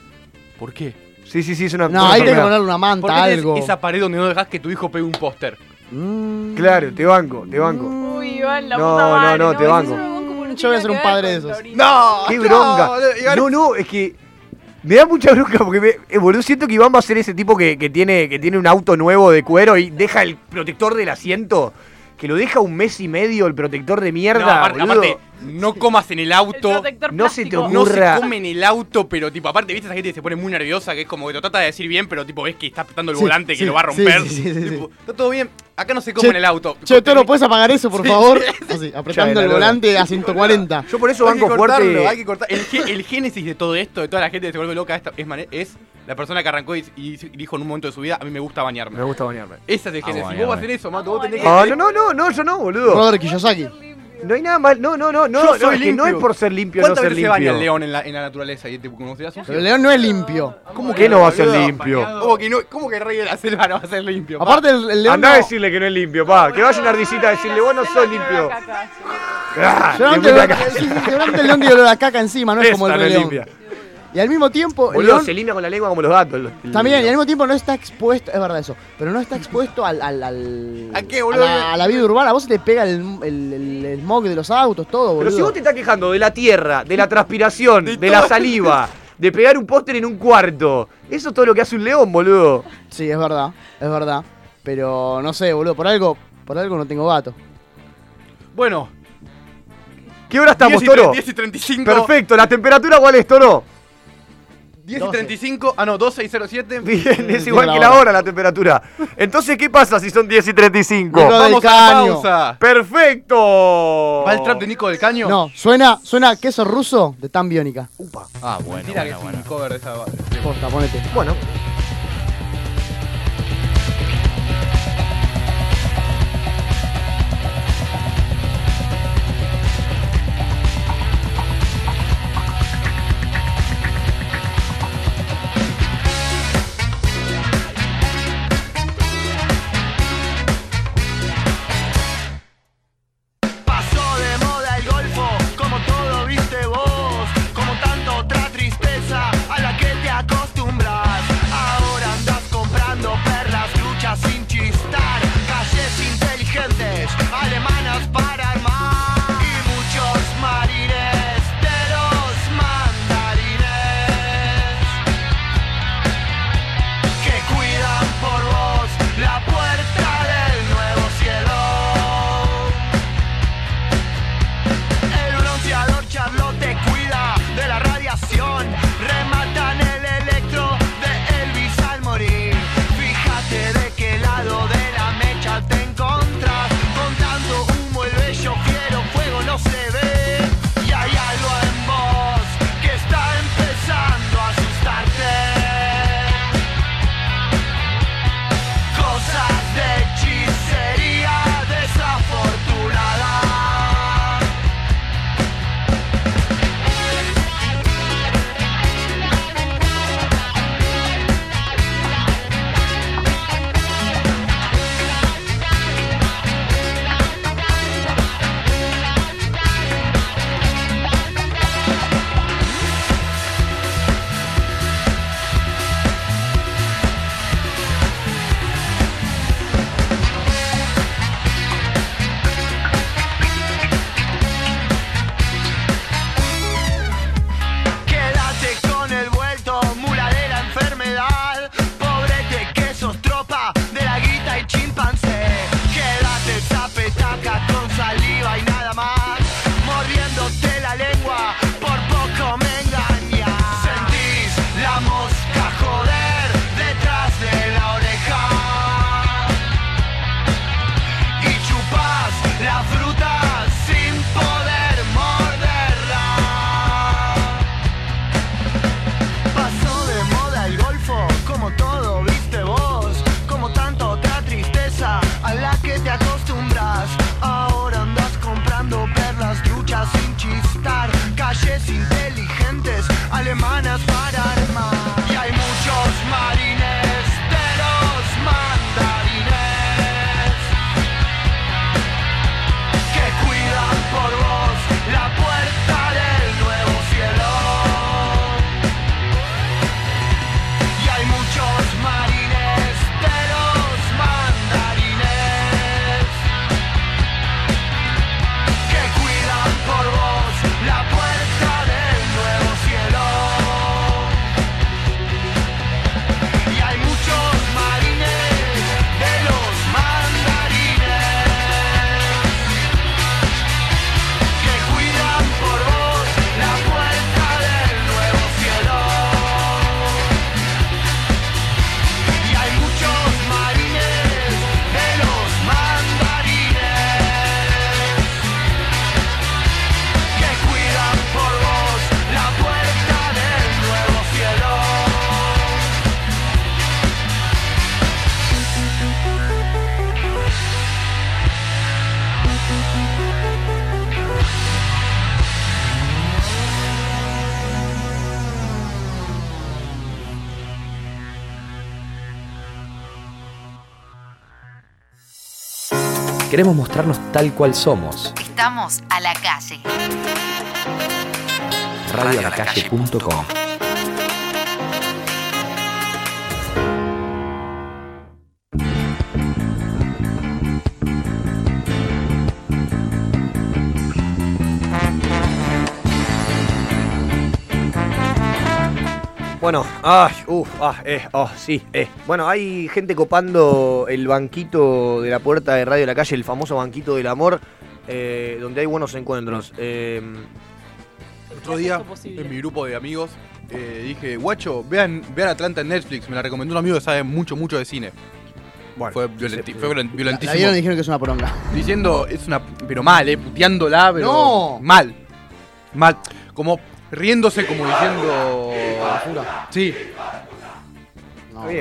¿Por qué?
Sí, sí, sí, es una.
No,
una
ahí tengo que
enfermedad.
ponerle una
¿Por
manta,
qué
algo.
tienes esa pared donde no dejas que tu hijo pegue un póster?
Mm.
Claro, te banco, te banco.
Uy, Iván, Mm, la
No,
puta
no,
madre,
no, te
eso
banco.
es un como no
Yo voy a
tiene
ser un
nada que
padre
ver
de
con
esos.
Torino.
¡Qué bronca! No, no, es que. Me da mucha bronca porque me, eh, boludo, siento que Iván va a ser ese tipo que, que tiene, que tiene un auto nuevo de cuero y deja el protector del asiento, que lo deja un mes y medio el protector de mierda.
No, aparte,
boludo.
aparte, no comas en el auto.
El protector
no se te
plástico.
ocurre.
No se
Burra.
come en el auto, pero tipo, aparte, viste, esa gente que se pone muy nerviosa, que es como que lo trata de decir bien, pero tipo, ves que está apretando el
Sí,
volante que
sí,
lo va a
sí,
romper.
sí, sí, sí,
Tipo,
sí.
Está todo bien. Acá no se come
Che,
en el auto.
Che, Toro, ¿puedes apagar eso, por
Sí,
favor? Así, apretando
la
el
lora.
volante a 140.
Yo por eso
Hay que
banco
cortarlo,
fuerte.
hay que cortar. El, gé- el génesis de todo esto, de toda la gente que se vuelve loca, esta- es, mane- es la persona que arrancó y, y dijo en un momento de su vida, a mí me gusta bañarme.
Me gusta bañarme.
Ese es el génesis.
bañarme.
vos vas a hacer eso, Mato, vos tenés que...
Ah, no, no, no, no, yo no, boludo.
Robert Kiyosaki.
No hay nada mal. No, no, no, no.
Yo
no,
soy
es que no es
limpio.
por ser limpio, no
¿Cuántas
ser
veces se baña el
limpio.
león en la, en la naturaleza? Y te consideras sucio?
Pero el león no es limpio.
¿Cómo
que no va a ser limpio?
¿Cómo que, no, ¿Cómo que el rey de la selva no va a ser limpio? pa?
Aparte, el, el león.
Andá
no-
a decirle que no es limpio, pa. Que vaya una ardillita a decirle, vos no sos limpio. Ah,
Seguramente el,
de puta
león-
ca-
sí, sí, seguramente el león tiene olor a caca encima, no es como el
Esta no
rey
es
león.
limpia.
Y al mismo tiempo, el
Boludo,
león
se limpia con la lengua como los gatos. el- el-
también, eh, y al mismo tiempo no está expuesto, es verdad eso, pero no está expuesto al, al, al-
¿A qué, boludo?
A la, a la vida urbana, vos se te pega el, el, el- el smog de los autos, todo, boludo.
Pero si vos te estás quejando de la tierra, de la transpiración, de, la saliva, de pegar un póster en un cuarto, eso es todo lo que hace un león, boludo.
Sí, es verdad, es verdad, pero no sé, boludo, por algo, por algo no tengo gato.
Bueno,
¿Qué hora estamos,
10 y
Toro?
10 y 35.
Perfecto, ¿la temperatura cuál es, Toro?
10 y
Doce.
35. Ah, no, 12 y 07.
Bien, es
Digo
igual
la
que la
hora.
hora la temperatura. Entonces, ¿qué pasa si son 10 y 35?
Nico
Vamos
del
a la
Caño.
pausa.
¡Perfecto!
¿Va el trap de Nico del Caño?
No, suena, suena queso ruso de tan biónica.
Ah, bueno,
Mira que
bueno,
es
bueno.
un cover de esa banda.
Posta, ponete.
Bueno,
Pasó de moda el golfo, como todo viste vos, como tanta otra tristeza a la que te acostumbras. Ahora
Queremos mostrarnos tal cual somos.
Estamos a la calle.
Radioalacalle.com
Bueno, ay, uff, ah, eh, ah, sí, eh. Bueno, hay gente copando el banquito de la puerta de Radio de la Calle, el famoso banquito del amor, eh, donde hay buenos encuentros. Eh,
Otro día, en mi grupo de amigos, eh, dije, guacho, vean, vean Atlanta en Netflix. Me la recomendó un amigo que sabe mucho, mucho de cine. fue, violenti- fue violen-
La
violentísimo.
vieron y dijeron que es una poronga.
Diciendo, es una. Pero mal, eh, puteándola, pero.
No.
Mal. Mal. Como riéndose, como diciendo. Sí.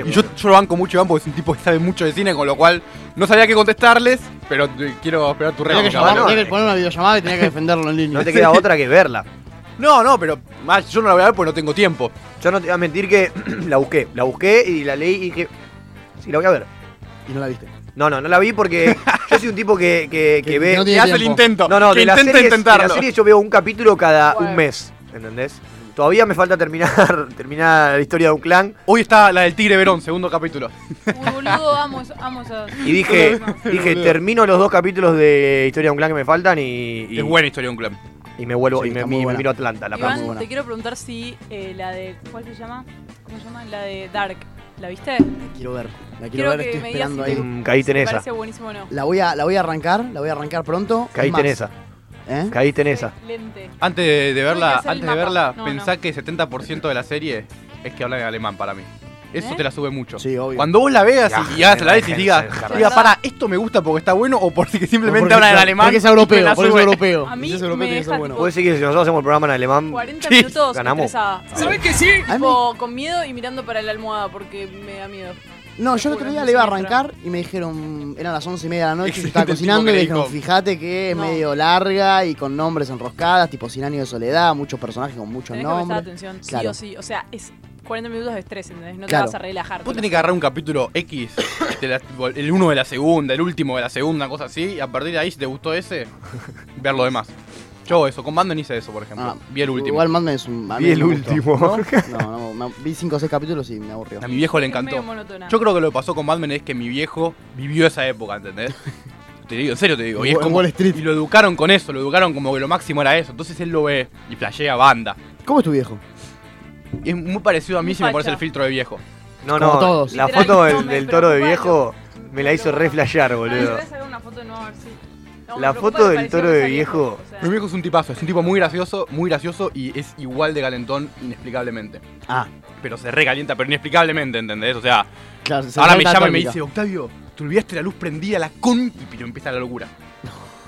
Y yo, yo lo banco mucho, Iván, porque es un tipo que sabe mucho de cine, con lo cual no sabía qué contestarles, pero eh, quiero esperar tu
Tenía que,
réplica.
llamar-
boludo.
tenía que poner una videollamada y tenía que defenderlo en línea.
no te queda otra que verla.
No, no, pero más, yo no la voy a ver porque no tengo tiempo.
Yo no te voy a mentir que la busqué, la busqué y la leí y dije, sí, la voy a ver.
Y no la viste.
No, no, no la vi porque yo soy un tipo que, que, que
Que
ve...
no
Que
tiene
hace el
tiempo.
intento.
No, no,
que
de la,
intenta
serie,
intentarlo.
yo veo un capítulo cada
Bueno.
un mes, ¿entendés? Todavía me falta terminar, terminar la historia de un clan
Hoy está la del Tigre Verón, segundo capítulo.
Uy, boludo, amo, eso- amo esas.
y dije, dije
Boludo.
termino los dos capítulos de Historia de un clan que me faltan y, y,
Es buena historia un club.
y me vuelvo
Sí,
y me,
está muy
y me
buena.
miro a Atlanta,
verdad,
la
Iván,
próxima.
muy buena.
te quiero preguntar si eh, la de. ¿Cuál se llama? ¿Cómo se llama? La de Dark. ¿La viste?
La quiero ver. La quiero,
Quiero
ver,
que
estoy
me digas
esperando
si te
ahí.
Mm, Caíste en
Me
esa,
parece buenísimo o no.
La voy, a, la voy a arrancar, la voy a arrancar pronto. Es
caíste en
más,
esa,
¿eh?
caíste en esa.
Excelente.
Antes de, de
Uy, que
verla,
hacer el
antes de
mapa.
verla,
No,
pensá
no.
que 70% de la serie es que hablan en alemán para mí. Eso
¿Eh?
te la sube mucho.
Sí, obvio.
Cuando vos la veas y- y
Ya,
hagas la vez y
Hensen,
digas,
Hensen,
diga,
Hensen.
para, esto me gusta porque está bueno o porque simplemente
Porque-
hablan en alemán.
Porque es
y me
europeo,
la
porque es
sube.
europeo.
A mí
Si es
me
europeo, tiene que
deja
ser bueno.
tipo-
Puede decir que si nosotros hacemos el programa en alemán,
40
Sí,
minutos
ganamos. Ah.
estresada.
¿Sabés
que sí?
A mí-
Tipo, con miedo y mirando para la almohada porque me da miedo.
No, yo el otro día le iba a arrancar y me dijeron, eran las once y media de la noche, yo estaba
Excelente el tipo
cocinando
que
y me
le
dijeron,
dijo.
fíjate que es
No.
medio larga y con nombres enroscadas, tipo Sin años de Soledad, muchos personajes con muchos
Tenés que prestar
nombres.
atención, sí
Claro.
o sí. O sea, es 40 minutos de estrés, ¿entendés? No
Claro.
te vas a relajar.
Vos tenés que agarrar un capítulo X, de la- tipo, el uno de la segunda, el último de la segunda, cosa así, y a partir de ahí, si te gustó ese, ver lo demás. Yo hago eso, con Banden hice eso, por ejemplo.
Ah,
Vi el último.
Igual Mad Men es un... a mí
Vi el
me gustó.
último.
No, no, no, vi cinco o seis capítulos y me aburrió.
A mi viejo le
Es medio
encantó.
monótona.
Yo creo que lo que pasó con Mad Men es que mi viejo vivió esa época, ¿entendés? Te digo, en serio te digo. Y,
En
es
Wa- en
como-
Wall Street.
y lo educaron con eso, lo educaron como que lo máximo era eso. Entonces él lo ve y flashea banda.
¿Cómo es tu viejo?
Y es muy parecido a mí
Muy
si me parece
facha.
el filtro de viejo.
No,
Como
no,
todos.
la
Literal,
foto
no,
del,
me
del toro de
preocupa,
viejo me la hizo re flashear,
Ah, le
boludo.
voy a sacar una foto de nuevo a ver si. No, me
La
preocupa
foto
que
del
pareció
toro de
Rosalía,
viejo.
o sea,
Mi viejo es un tipazo, es un tipo muy gracioso, muy gracioso y es igual de calentón inexplicablemente.
Ah,
Pero se recalienta, pero inexplicablemente, ¿entendés? O sea,
claro. se- se
ahora me
salta la
llama y me
térmica.
dice, Octavio, te olvidaste la luz prendida, la con... Y pero empieza la locura.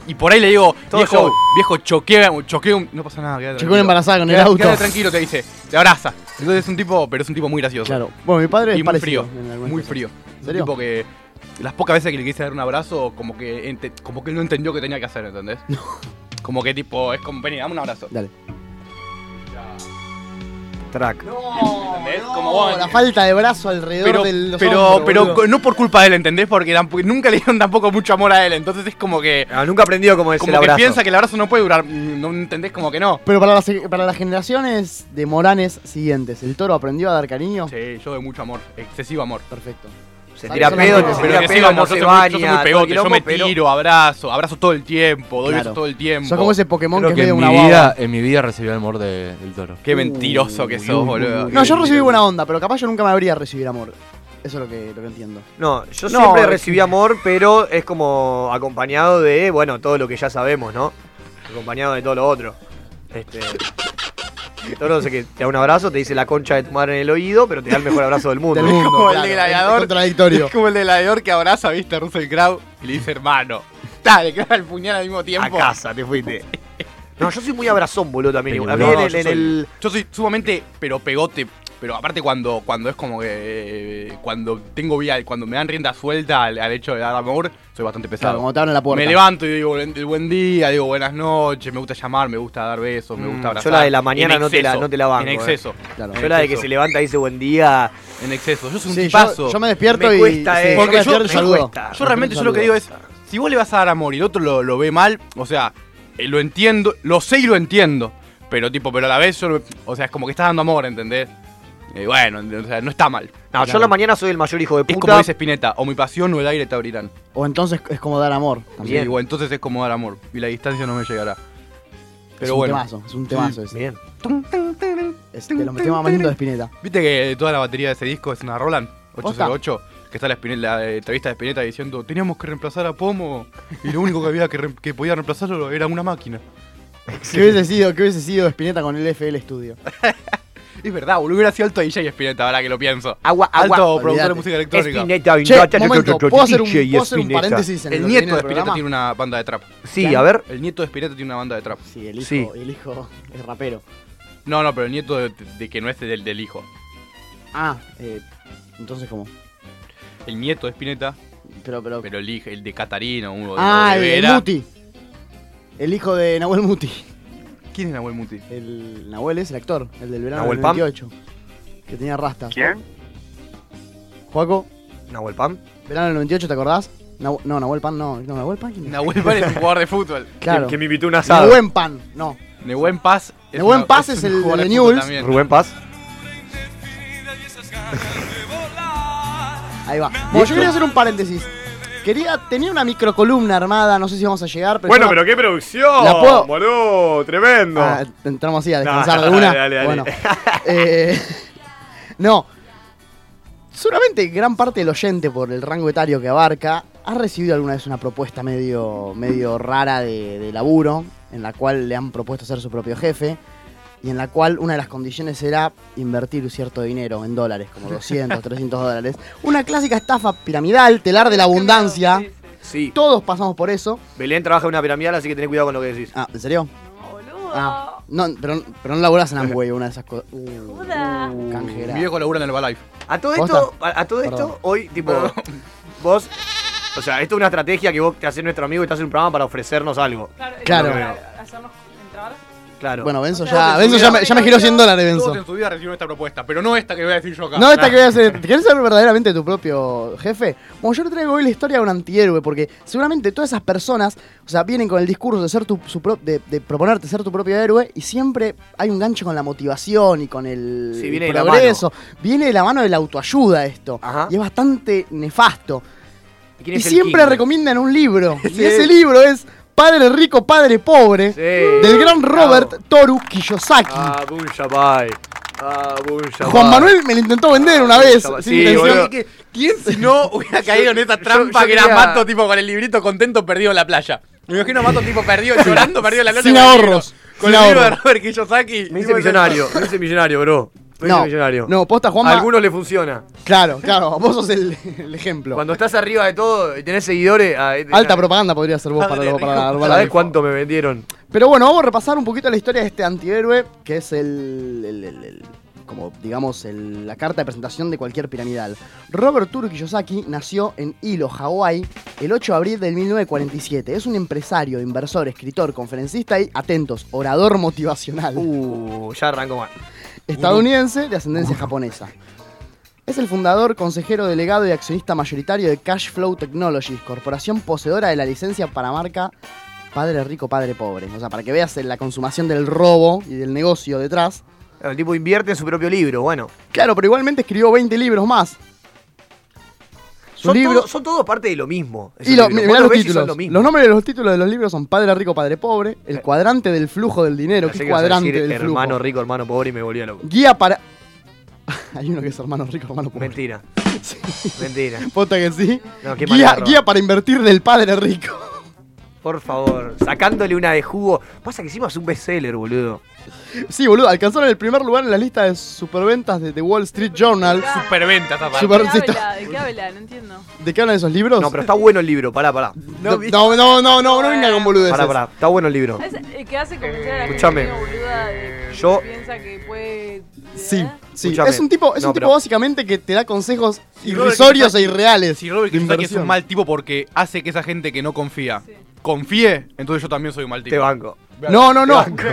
Y por ahí le digo,
Todo show.
viejo, viejo, choquea, choquea un... No pasa nada, quédate
Llegó
tranquilo.
una embarazada con el
Queda-
auto.
quédate tranquilo, te dice. Te abraza. Entonces es un tipo, pero es un tipo muy gracioso.
Claro. Bueno, mi padre
Y
es
muy
parecido.
frío.
en algunas
Muy
cosas.
frío. Es un
serio?
tipo que. Las pocas veces que le quise dar un abrazo, como que ente- como que él no entendió que tenía que hacer, ¿entendés? Como que tipo, es como, vení, dame un abrazo.
Dale.
Track.
¿Entendés? como vos.
Oh, la falta de brazo alrededor
pero,
de los
pero,
hombros,
pero
boludo.
no por culpa de él, ¿entendés? Porque tampoco- nunca le dieron tampoco mucho amor a él. Entonces es como que.
No, Ah, nunca aprendió cómo es el
Como que
abrazo.
piensa que el abrazo no puede durar. mm, No entendés como que no.
Pero para las, para las generaciones de moranes siguientes, ¿el toro aprendió a dar cariño?
Sí, yo doy mucho amor, excesivo amor.
Perfecto.
Se tira pedo,
Pero
se tira
que
pedo,
siga,
no
yo, soy
se
muy, yo soy muy
baña, todo
pegote,
el
yo me
quilombo, pero-
tiro, abrazo, abrazo todo el tiempo, doy
Claro.
besos todo el tiempo.
Sos como ese Pokémon que,
Creo
es
que
medio
en
una
mi,
baba.
vida, en mi vida recibí el amor de- del toro.
Qué mentiroso que sos, boludo.
No, yo recibí buena onda, pero capaz yo nunca me habría recibido amor. Eso es lo que, lo que entiendo.
No, yo
No,
siempre
es-
recibí amor, pero es como acompañado de, bueno, todo lo que ya sabemos, ¿no? Acompañado de todo lo otro. Este. El toro sé que te da un abrazo, te dice la concha de tu madre en el oído, pero te da el mejor abrazo del mundo.
Del mundo,
como el
claro,
de gladiador.
es contradictorio.
Es como el de gladiador que abraza, viste, a Russell Crowe y le dice hermano. Dale, le clava el puñal al mismo
A
tiempo.
casa, te fuiste. No, yo soy muy abrazón, boludo, también.
Pero
A mí
no,
en
yo
el- en
soy-
el-
Yo soy sumamente pero pegote. Pero aparte cuando, cuando es como que. eh, Cuando tengo vía, cuando me dan rienda suelta al, al hecho de dar amor, soy bastante
Claro,
pesado.
como te abren la puerta.
Me levanto y digo buen, buen día, digo buenas noches, me gusta llamar, me gusta dar besos, me
Mm,
gusta
yo
abrazar.
la de la mañana
En
no te la-
exceso,
no te la banco,
En
eh.
exceso,
Claro.
Yo la de que se levanta y dice buen día.
en exceso. Yo soy un
Sí, yo,
tipazo.
yo me despierto
Me
y.
cuesta, eh.
sí,
Porque
yo, me despierto y
yo-
saludo.
me cuesta.
Yo realmente yo lo que digo es, si vos le vas a dar amor y el otro lo, lo ve mal, o sea, eh, lo entiendo, lo sé y lo entiendo. Pero tipo, pero a la vez, yo no- o sea, es como que estás dando amor, ¿entendés? Y bueno, o sea, no está mal.
No, yo en la mañana soy el mayor hijo de
Es
puta.
como dice Spinetta, o mi pasión o el aire te abrirán.
O entonces es como dar amor.
Sí,
También.
o entonces es como dar amor y la distancia no me llegará. Pero
es un
bueno.
temazo, es un temazo ese.
Bien.
Es de los temas más lindos de Spinetta.
¿Viste que toda la batería de ese disco es una Roland
Posta.
808? Que está la, Spine- la entrevista de Spinetta diciendo, teníamos que reemplazar a Pomo y lo único que había que, re- que podía reemplazarlo era una máquina.
¿Qué hubiese sido, qué hubiese sido Spinetta con el FL Studio?
Es verdad, boludo, hubiera sido alto DJ Spinetta, ahora que lo pienso.
Agua, agua.
alto
olvidate.
productor de música electrónica.
Spinetta,
Che,
Vinata,
momento,
Chochocho,
¿puedo hacer un,
Tiche y
puedo hacer un
Spinetta.
paréntesis en
El
lo que
nieto
viene
de
del
Spinetta
programa?
tiene una banda de trap.
Sí, a ver.
El nieto de Spinetta tiene una banda de trap.
Sí, el hijo,
Sí.
el hijo es rapero.
No, no, pero el nieto de, de que no es del, del hijo.
Ah, eh, entonces ¿cómo?
El nieto de Spinetta,
Pero, pero...
pero el, hij- el de Catarino, uno de-
ah,
de
el,
Vera.
Muti. El hijo de Nahuel Muti.
¿Quién es Nahuel Muti?
El Nahuel es el actor, el del verano
¿Nahuel
del
Pam?
98. Que tenía rastas.
¿Quién?
Juaco,
Nahuel Pam.
verano del 98, ¿te acordás? Nahu- no, Nahuel Pan no. No, Nahuel Pan. ¿quién es?
Nahuel Pan es un jugador de fútbol.
Claro.
Que me invitó un asado.
Nahuel Pan, no.
Nehuen Paz.
Nehuen
una-
Paz es
un
el de
jugador
Newell's.
fútbol también.
Rubén Paz.
Ahí va. Bueno, yo quería hacer un paréntesis. Quería, tenía una microcolumna armada, no sé si vamos a llegar, pero. yo la-
qué producción.
La puedo-
Boludo, tremendo.
Ah, entramos así a
No,
descansar de
dale,
una.
dale, dale.
Bueno. Eh, no. Seguramente gran parte del oyente, por el rango etario que abarca, ha recibido alguna vez una propuesta medio, medio rara de, de laburo, en la cual le han propuesto ser su propio jefe, y en la cual una de las condiciones era invertir cierto dinero en dólares, como 200, 300 dólares. Una clásica estafa piramidal, telar de la abundancia.
Sí, sí.
Sí,
Todos pasamos por eso.
Belén trabaja en una piramidal, así que tenés cuidado con lo que decís.
Ah, ¿en serio?
No, boludo.
Ah, no, pero, pero no laburás en Amway, una de esas cosas. Uh,
Joda.
uh, canjera.
Mi viejo labura en el Balife.
A todo
¿Posta?
esto, a, a todo
Perdón.
esto, hoy, tipo, vos. O sea, esto es una estrategia que vos te haces nuestro amigo y te haces un programa para ofrecernos algo.
Claro.
Claro.
es para Hacernos entrar.
Claro.
Bueno, Benzo
Todos en
ya,
su
Benzo
vida.
ya, me, ya me giró 100 dólares,
Todos
Benzo.
en su vida recibieron esta propuesta, pero no esta que voy a decir yo acá.
No, esta
Ah.
que voy a hacer. ¿Querés ser verdaderamente tu propio jefe? Bueno, yo le traigo hoy la historia de un antihéroe, porque seguramente todas esas personas, o sea, vienen con el discurso de ser tu, su pro- de, de proponerte ser tu propio héroe, y siempre hay un gancho con la motivación y con el,
Sí, viene
el
de la
progreso. Viene de la mano de la autoayuda esto.
Ajá.
Y es bastante nefasto.
¿Quién
Y
es el
siempre
king?
recomiendan un libro.
Sí.
Y ese libro es Padre Rico, Padre Pobre,
Sí.
del gran
Bravo.
Robert Toru Kiyosaki.
Abu Shabai. Abu Shabai.
Juan Manuel me lo intentó vender una vez.
Sí,
sin intención.
boludo.
¿Quién si no hubiera caído en esa trampa
yo
que era
quería-
Mato, tipo, con el librito contento perdido en la playa? Me imagino Mato, tipo, perdido, llorando, perdido en la playa.
Sin
con el
ahorros,
libro. Con
sin
el libro de
ahorros.
Robert Kiyosaki.
Me hice millonario, me hice millonario, bro. Me hice
No,
millonario.
no, posta Juan
A algunos le funciona.
Claro, claro, vos sos el, el ejemplo.
Cuando estás arriba de todo y tenés seguidores. ah, eh,
Alta propaganda podría ser vos para,
Padre
para, para
¿Sabés
Herbalife.
cuánto me vendieron?
Pero bueno, vamos a repasar un poquito la historia de este antihéroe, que es el, el- el- el- como digamos, el- la carta de presentación de cualquier piramidal. Robert Turo Kiyosaki nació en Hilo, Hawái, el 8 de abril del 1947. Es un empresario, inversor, escritor, conferencista y, atentos, orador motivacional.
Uh, ya arrancó mal.
estadounidense de ascendencia japonesa. Es el fundador, consejero delegado y accionista mayoritario de Cash Flow Technologies, corporación poseedora de la licencia para marca Padre Rico, Padre Pobre. O sea, para que veas la consumación del robo y del negocio detrás.
El tipo invierte en su propio libro, bueno.
Claro, pero igualmente escribió 20 libros más. Su
Son,
libro-
todos- son todos parte de lo mismo. esos
Y lo-
libros.
mirá
Vos
los
ves y son
títulos.
lo mismo.
los nombres de los títulos de los libros son Padre Rico, Padre Pobre, El
Eh.
cuadrante del flujo del dinero.
Pensé
¿Qué
que ibas a
cuadrante
decir
del flujo?
hermano rico, hermano pobre y me volvía loco.
Guía para... Hay uno que es hermano rico, hermano pobre.
Mentira. Mentira.
Posta que sí.
No, qué
guía,
macarro.
guía para invertir del padre rico.
Por favor, sacándole una de jugo. Pasa que encima es un bestseller, boludo.
Sí, boludo, alcanzaron el primer lugar en la lista de superventas de The Wall Street Journal.
Superventa, esa parte.
¿De qué
Barcito.
habla? ¿De qué habla? No entiendo.
¿De qué hablan esos libros?
No, pero está bueno el libro, pará, pará.
no, no, no, no, no, no venga con boludeces.
Pará, pará, está bueno el libro.
Es el que hace convencer a la
Escuchame. Eh,
gente medio boluda de que
Yo-
piensa que puede...
Sí,
¿Eh?
sí.
Escuchame.
Es un tipo, es
No,
un tipo
pero-
básicamente que te da consejos
Si Robert
irrisorios e
Kiyosaki-
irreales.
Si Robert
de
Kiyosaki es
inversión.
un mal tipo porque hace que esa gente que no confía
Sí.
confíe, entonces yo también soy un mal tipo.
Te banco.
No, no, no.
Te banco.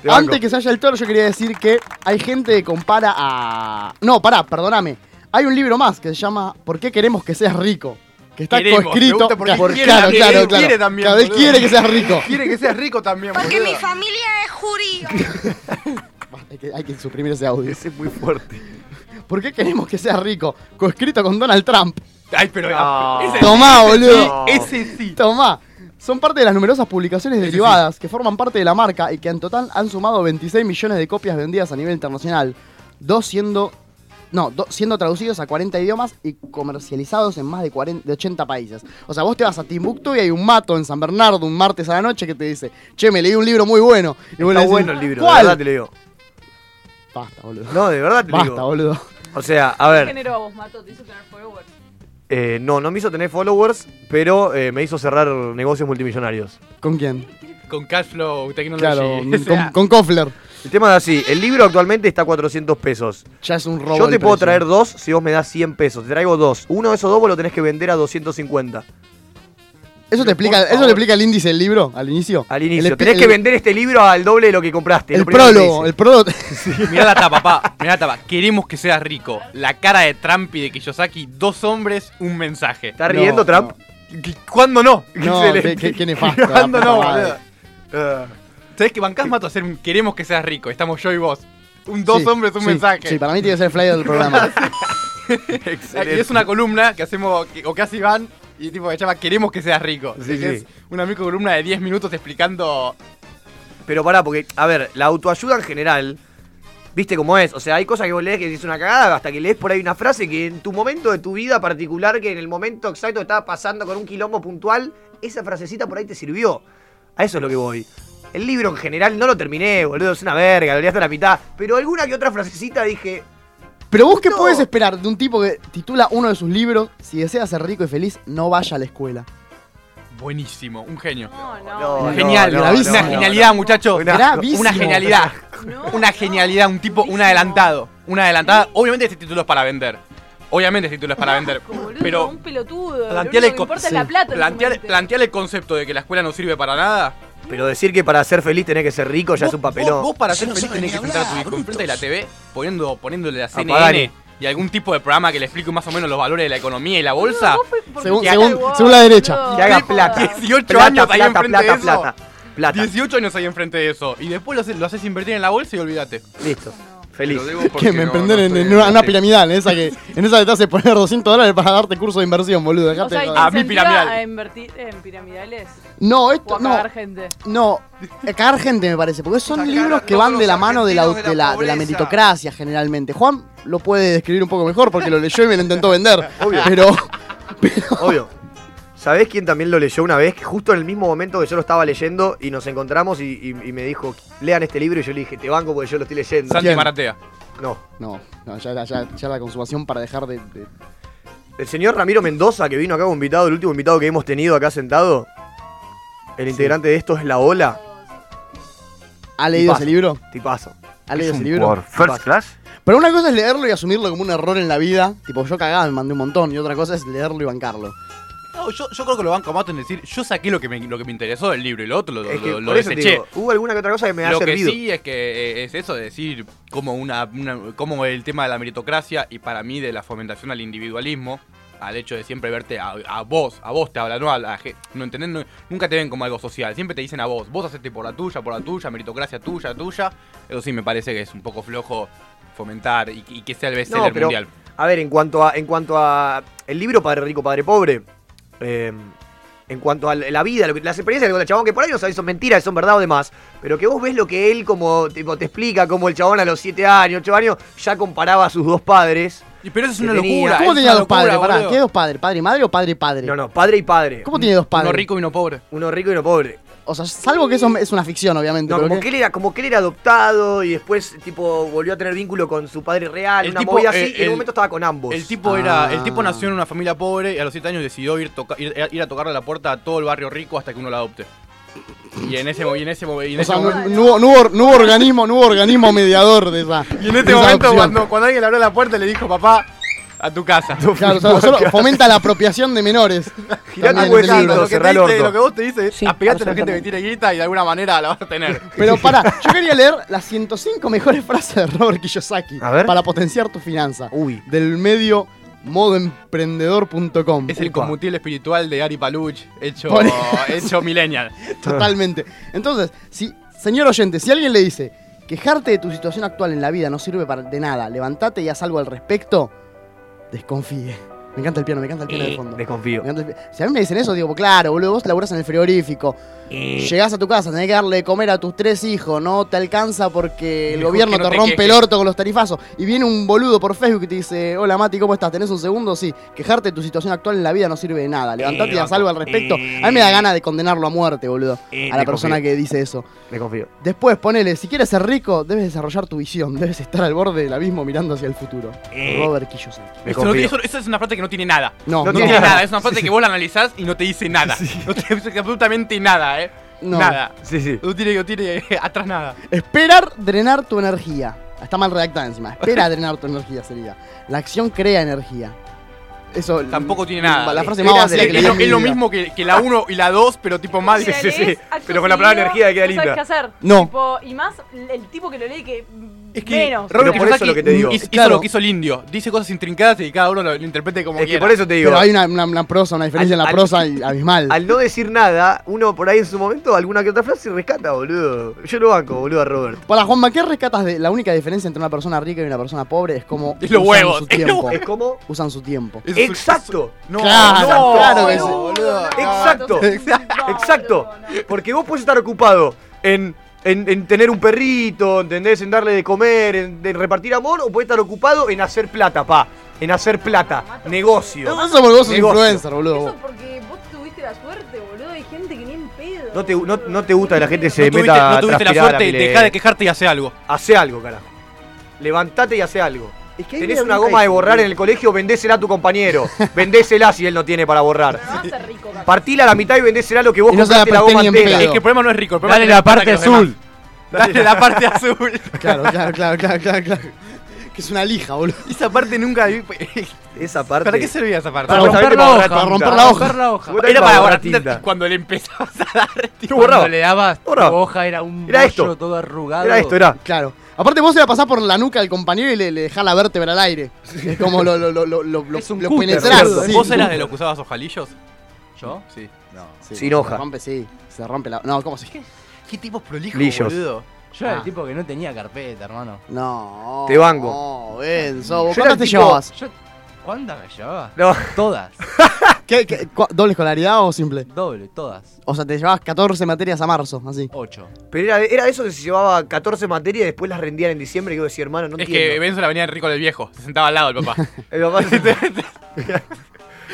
Te banco.
Antes que se haya el toro, yo quería decir que hay gente que compara a. No, pará, perdóname. Hay un libro más que se llama ¿Por qué queremos que seas rico? Que está
Queremos, me
conscrito.
gusta porque
por-
quiere
claro,
también,
claro,
él
claro.
quiere también,
Claro, él
boludo.
quiere que seas rico.
Quiere que seas rico también,
Porque
boludo.
mi familia es judío.
Hay que, hay que suprimir ese audio.
Ese es muy fuerte.
¿Por qué queremos que seas rico? Coescrito con Donald Trump.
Ay, pero.
No.
ese-
Tomá, boludo.
Ese sí.
Tomá. Son parte de las numerosas publicaciones derivadas que forman parte de la marca y que en total han sumado 26 millones de copias vendidas a nivel internacional. Dos siendo. No, do- siendo traducidos a 40 idiomas y comercializados en más de, 40 de 80 países. O sea, vos te vas a Timbuktu y hay un mato en San Bernardo un martes a la noche que te dice, che, me leí un libro muy bueno. Y vos le
Está
decís,
bueno el libro,
¿Cuál?
de verdad te lo digo.
Basta, boludo.
No, de verdad te lo
Basta,
digo.
boludo.
O sea, a
¿Qué
ver.
género a vos, Mato? Te hizo tener followers.
Eh, no, no me hizo tener followers, pero eh, me hizo cerrar negocios multimillonarios.
¿Con quién?
Con Cashflow Technology.
Claro,
O sea,
con, con Kofler.
El tema es así, el libro actualmente está a 400 pesos.
Ya es un robo.
Yo
el
te puedo
precio.
traer dos si vos me das 100 pesos. Te traigo dos. Uno de esos dos vos lo tenés que vender a 250.
Eso te explica, eso
favor.
te explica el índice del libro al inicio.
Al
El
inicio.
espi-
Tenés
el-
que vender este libro al doble de lo que compraste.
El
lo primero que te
prólogo,
dice.
el prólogo.
Mirá la tapa, papá. Mirá la tapa. Queremos que seas rico. La cara de Trump y de Kiyosaki. Dos hombres, un mensaje.
¿Está
No,
riendo Trump?
¿Cuándo no?
No,
Excelente.
qué, qué- qué nefasto. la
¿Cuándo
puta
no,
madre.
boludo? ¿Sabés que bancás mato a hacer un queremos que seas rico? Estamos yo y vos. Un dos
Sí,
hombres, un
sí,
mensaje.
Sí, para mí tiene que ser el flyer del programa.
Y es una columna que hacemos, que- o que hace Iván, y tipo que se llama Queremos que seas rico.
Sí,
Y que
sí.
Es una microcolumna de 10 minutos explicando.
Pero pará, porque, a ver, la autoayuda en general, viste cómo es. O sea, hay cosas que vos lees que es una cagada, hasta que lees por ahí una frase que en tu momento de tu vida particular, que en el momento exacto estaba pasando con un quilombo puntual, esa frasecita por ahí te sirvió. A eso es lo que voy. El libro en general no lo terminé, boludo, es una verga, lo leí hasta la mitad. Pero alguna que otra frasecita dije,
Pero vos qué
No.
podés esperar de un tipo que titula uno de sus libros, si desea ser rico y feliz, no vaya a la escuela.
Buenísimo, un genio.
No,
No,
no.
no,
Genial,
no,
una
no, no,
genialidad, muchachos.
Una-
Gravísimo.
Una genialidad.
No,
Una
no.
genialidad, un tipo, un
Buenísimo.
adelantado. Una adelantada. Obviamente este título es para vender. Obviamente este título es para vender.
Como, boludo,
Pero
Un pelotudo. Lo único
planteale
que
co-
importa es
sí,
la plata. en su
plantear,
mente.
plantear el concepto de que la escuela no sirve para nada.
pero decir que para ser feliz tenés que ser rico ya
vos,
es un papelón.
Vos, vos para ser
no
feliz
saben
tenés que
ni
sentar a tu
hablar,
hijo enfrente de la
brutos.
TV poniendo, poniéndole
Ah,
la CNN
Apagale.
y algún tipo de programa que le explique más o menos los valores de la economía y la
Boludo,
bolsa.
vos fui- porque
Según-
fuiste
según-
al Wall,
según la derecha.
boludo.
Que haga
No
plata.
jodas.
18
Plata,
años ahí
plata,
enfrente
plata,
de eso.
plata, plata.
18 años ahí enfrente de eso. Y después lo haces, lo haces invertir en la bolsa y olvídate.
Listo.
Te
Feliz.
lo digo
Que
porque
me
no-
emprenden
no
en,
estoy-
en una,
sí.
una piramidal, en esa que, en esa que te hace poner 200 dólares para darte curso de inversión, boludo.
O
Dejate
sea,
de
y te
joder.
Ah, mi
incentiva
piramidal.
a invertir en piramidales
No,
o a
esto, no,
cagar gente.
No, eh, cagar gente me parece, porque son
Sacar a
libros que
todos
van de
los
la mano de la,
argentinos de
de
la
la- de la
pobreza.
meritocracia generalmente. Juan lo puede describir un poco mejor porque lo leyó y me lo intentó vender. Pero
Obvio. ¿Sabés quién también lo leyó una vez? Que Justo en el mismo momento que yo lo estaba leyendo y nos encontramos y, y- y me dijo, lean este libro y yo le dije, te banco porque yo lo estoy leyendo.
Santi
¿Quién?
Maratea.
No.
no, no ya, era- ya- ya la consumación para dejar de, de-
El señor Ramiro Mendoza, que vino acá como invitado, el último invitado que hemos tenido acá sentado, el integrante de esto es La Ola.
¿Ha leído
Tipazo.
ese libro?
Tipazo.
¿Ha leído ese libro?
First class.
Pero una cosa es leerlo y asumirlo como un error en la vida. Tipo, yo cagaba, me mandé un montón. Y otra cosa es leerlo y bancarlo.
No, yo, yo creo que lo banco a Mato en decir, yo saqué lo que me, lo que me interesó del libro y lo otro lo,
Es que,
lo- lo
por eso te
deseché.
digo, hubo alguna que otra cosa que me ha
lo que
servido.
sí es que eh, es eso de decir como una, una- como el tema de la meritocracia y para mí de la fomentación al individualismo al hecho de siempre verte a, a vos a vos te hablan no a la gente no entendés No- nunca te ven como algo social siempre te dicen a vos vos hacete por la tuya por la tuya meritocracia tuya tuya eso sí me parece que es un poco flojo fomentar y, y que sea el bestseller
No, pero-
mundial
A ver, en cuanto a, en cuanto a el libro Padre Rico, Padre Pobre, eh, en cuanto a la la vida, lo que- las experiencias que cuenta el chabón, que por ahí no sabes si son mentiras, si son verdad o demás, pero que vos ves lo que él como tipo, te explica, como el chabón a los 7 años, 8 años, ya comparaba a sus dos padres.
y, pero eso es
que
una
tenía-
locura
¿Cómo
es
tenía
una
dos padres?
locura,
Pará,
boludo.
¿qué dos padres? ¿Padre y madre o padre y padre?
No, no, padre y padre.
¿Cómo tiene dos
uno
padres?
rico y uno pobre
Uno rico y uno pobre.
O sea, salvo que eso es una ficción, obviamente.
No,
pero
como
que-
que, él era, como que él era adoptado y después tipo volvió a tener vínculo con su padre real,
El
una
tipo,
movida así,
eh,
y en
el-
un momento estaba con ambos.
El tipo era,
Ah.
el tipo nació en una familia pobre y a los 7 años decidió ir, toca- ir, eh, ir a tocarle la puerta a todo el barrio rico hasta que uno lo adopte. Y en ese, mo- y en ese, mo- y en
O
ese
sea, no,
momento,
no hubo, no hubo- no hubo organismo, no hubo organismo mediador de esa.
y en
de
este
esa
momento
adopción.
cuando, cuando alguien le abrió la puerta le dijo, papá, a tu casa.
Claro, o sea, solo fomenta la apropiación de menores.
Girá
También es
tu huesito,
lindo.
lo, que
cerrá
te
el
dice,
orto.
lo que vos te dices,
Sí,
apegate a la gente que
absolutamente.
tiene guita y de alguna manera la vas a tener.
Pero pará, yo quería leer las 105 mejores frases de Robert Kiyosaki
A ver.
para potenciar tu finanza.
Uy.
Del medio modoemprendedor.com.
Es el
Upa.
combustible espiritual de Ari Paluch, hecho,
Pone-
hecho millennial.
Totalmente. Entonces, si, señor oyente, si alguien le dice quejarte de tu situación actual en la vida no sirve para, de nada, levantate y haz algo al respecto, desconfíe. Me encanta el piano, me encanta el piano de fondo.
Desconfío.
Me encanta el pi- Si a mí me dicen eso, digo, claro, boludo, vos laburás en el frigorífico. Llegás a tu casa, tenés que darle de comer a tus tres hijos, no te alcanza porque el
Mejor que
gobierno
no
te,
te
rompe el
quejes.
orto con los tarifazos. Y viene un boludo por Facebook y te dice, hola Mati, ¿cómo estás? ¿Tenés un segundo? Sí, quejarte de tu situación actual en la vida no sirve de nada. Levantate y haz algo al respecto. A mí me da ganas de condenarlo a muerte, boludo.
Eh,
A la
te
persona
confío.
que dice eso.
Desconfío.
Después, ponele, si quieres ser rico, debes desarrollar tu visión. Debes estar al borde del abismo mirando hacia el futuro.
Eh.
Robert Kiyosaki.
Me
Eso no-
confío.
eso- esa es una frase que no tiene nada.
No,
No,
no,
tiene nada, es una frase que vos la analizás y no te dice nada. No te dice absolutamente nada, eh.
no.
Nada.
Sí, sí.
No tiene, no tiene atrás nada.
Esperar drenar tu energía. Está mal redactada encima. Espera drenar tu energía sería. La acción crea energía. Eso
Tampoco tiene nada.
La frase
Espera
más
Es,
vacía que
es
leí
lo,
en mi
es lo
vida.
mismo que, que la 1 y la 2, pero tipo más.
Sí,
La
sí, sí.
lees, acto
Pero con la palabra
seguido,
energía queda
no sabes
linda.
qué hacer.
No.
Tipo, y más el tipo que lo lee que
Es que
menos.
Pero por eso
Kiyosaki
lo que te digo.
Hizo, hizo
Claro.
lo que hizo el indio. Dice cosas intrincadas y cada uno lo, lo interprete como
Es que
quiera.
por eso te digo.
Pero hay una, una- una prosa, una diferencia
Al-
en la
al-
prosa y- abismal.
Al no decir nada, uno por ahí en su momento alguna que otra frase rescata, boludo. Yo lo banco, boludo, a Robert.
Para Juanma, ¿qué rescatas de la única diferencia entre una persona rica y una persona pobre? Es como
Es los
usan
huevos,
su
es los
tiempo.
Es como.
Usan su tiempo.
Eso es-
Exacto.
No,
Claro,
no,
claro que sí.
boludo, boludo, no.
Exacto.
No,
Exacto.
boludo, no.
Porque vos puedes estar ocupado en, en- en tener un perrito, ¿entendés? En darle de comer, en, en repartir amor, o puedes estar ocupado en hacer plata, pa. En hacer plata. Negocio.
Eso porque vos sos
Negocio.
influencer, boludo.
Eso porque vos tuviste la suerte, boludo. Hay gente que ni en pedo.
No te- no-
boludo.
no te gusta que la gente se-
No tuviste,
meta
no tuviste la
transpirar a
suerte,
Milei.
dejá de quejarte y hace algo.
Hace algo, carajo. Levantate y hace algo.
Es que hay
Tenés una
bronca
goma
ahí,
de borrar
boludo.
en el colegio, vendésela a tu compañero. Vendésela si él no tiene para borrar.
Pero no vas a ser rico, capaz.
Partila a la mitad y vendésela lo que vos
Y no se la
compraste la
presté
goma
ni en
entera.
pedo.
Es que el problema no es rico, el problema
Dale
es que
la
plata
parte
que los demás.
azul.
Dale la parte azul.
Claro, claro, claro, claro, claro, claro. Que es una lija, boludo.
Esa parte nunca vi.
Esa parte.
¿Para qué servía esa parte?
Para
Justamente
romper la
borrar
hoja, para
tinta.
romper la hoja.
Justamente
Era para
borrar
borrar tinta.
tinta.
Cuando le empezabas a dar tipo,
borraba.
Cuando le dabas tu
Borraba.
hoja era un
Era
bollo
esto.
todo arrugado.
Era esto, era.
Claro. Aparte vos se la pasás por la nuca al compañero y le, le dejás la vértebra al aire. Es como lo, lo, lo, lo, lo, lo-
Es un
lo
cúter,
penetrás.
boludo.
sí.
¿Vos eras de los que usabas ojalillos?
¿Yo?
Sí.
Sí,
Sin
se
hoja.
rompe, sí. Se rompe la... No, ¿cómo se...?
¿Qué tipos prolijos,
Lillos.
boludo?
Yo era
Ah.
el tipo que no tenía carpeta, hermano.
No.
Te banco.
No, Enzo. ¿Vos
Yo era
¿Cuántas te
tipo-
llevabas?
Yo, ¿Cuántas me llevaba?
No.
Todas.
¿Qué, qué, cua- doble escolaridad o simple?
Doble, todas.
O sea, te llevabas 14 materias a marzo, así.
Ocho.
Pero era, era eso que se llevaba 14 materias y después las rendían en diciembre. Y yo decía, hermano, no
Es que
entiendo.
Benzo la venía en rico del viejo. Se sentaba al lado el papá.
El papá-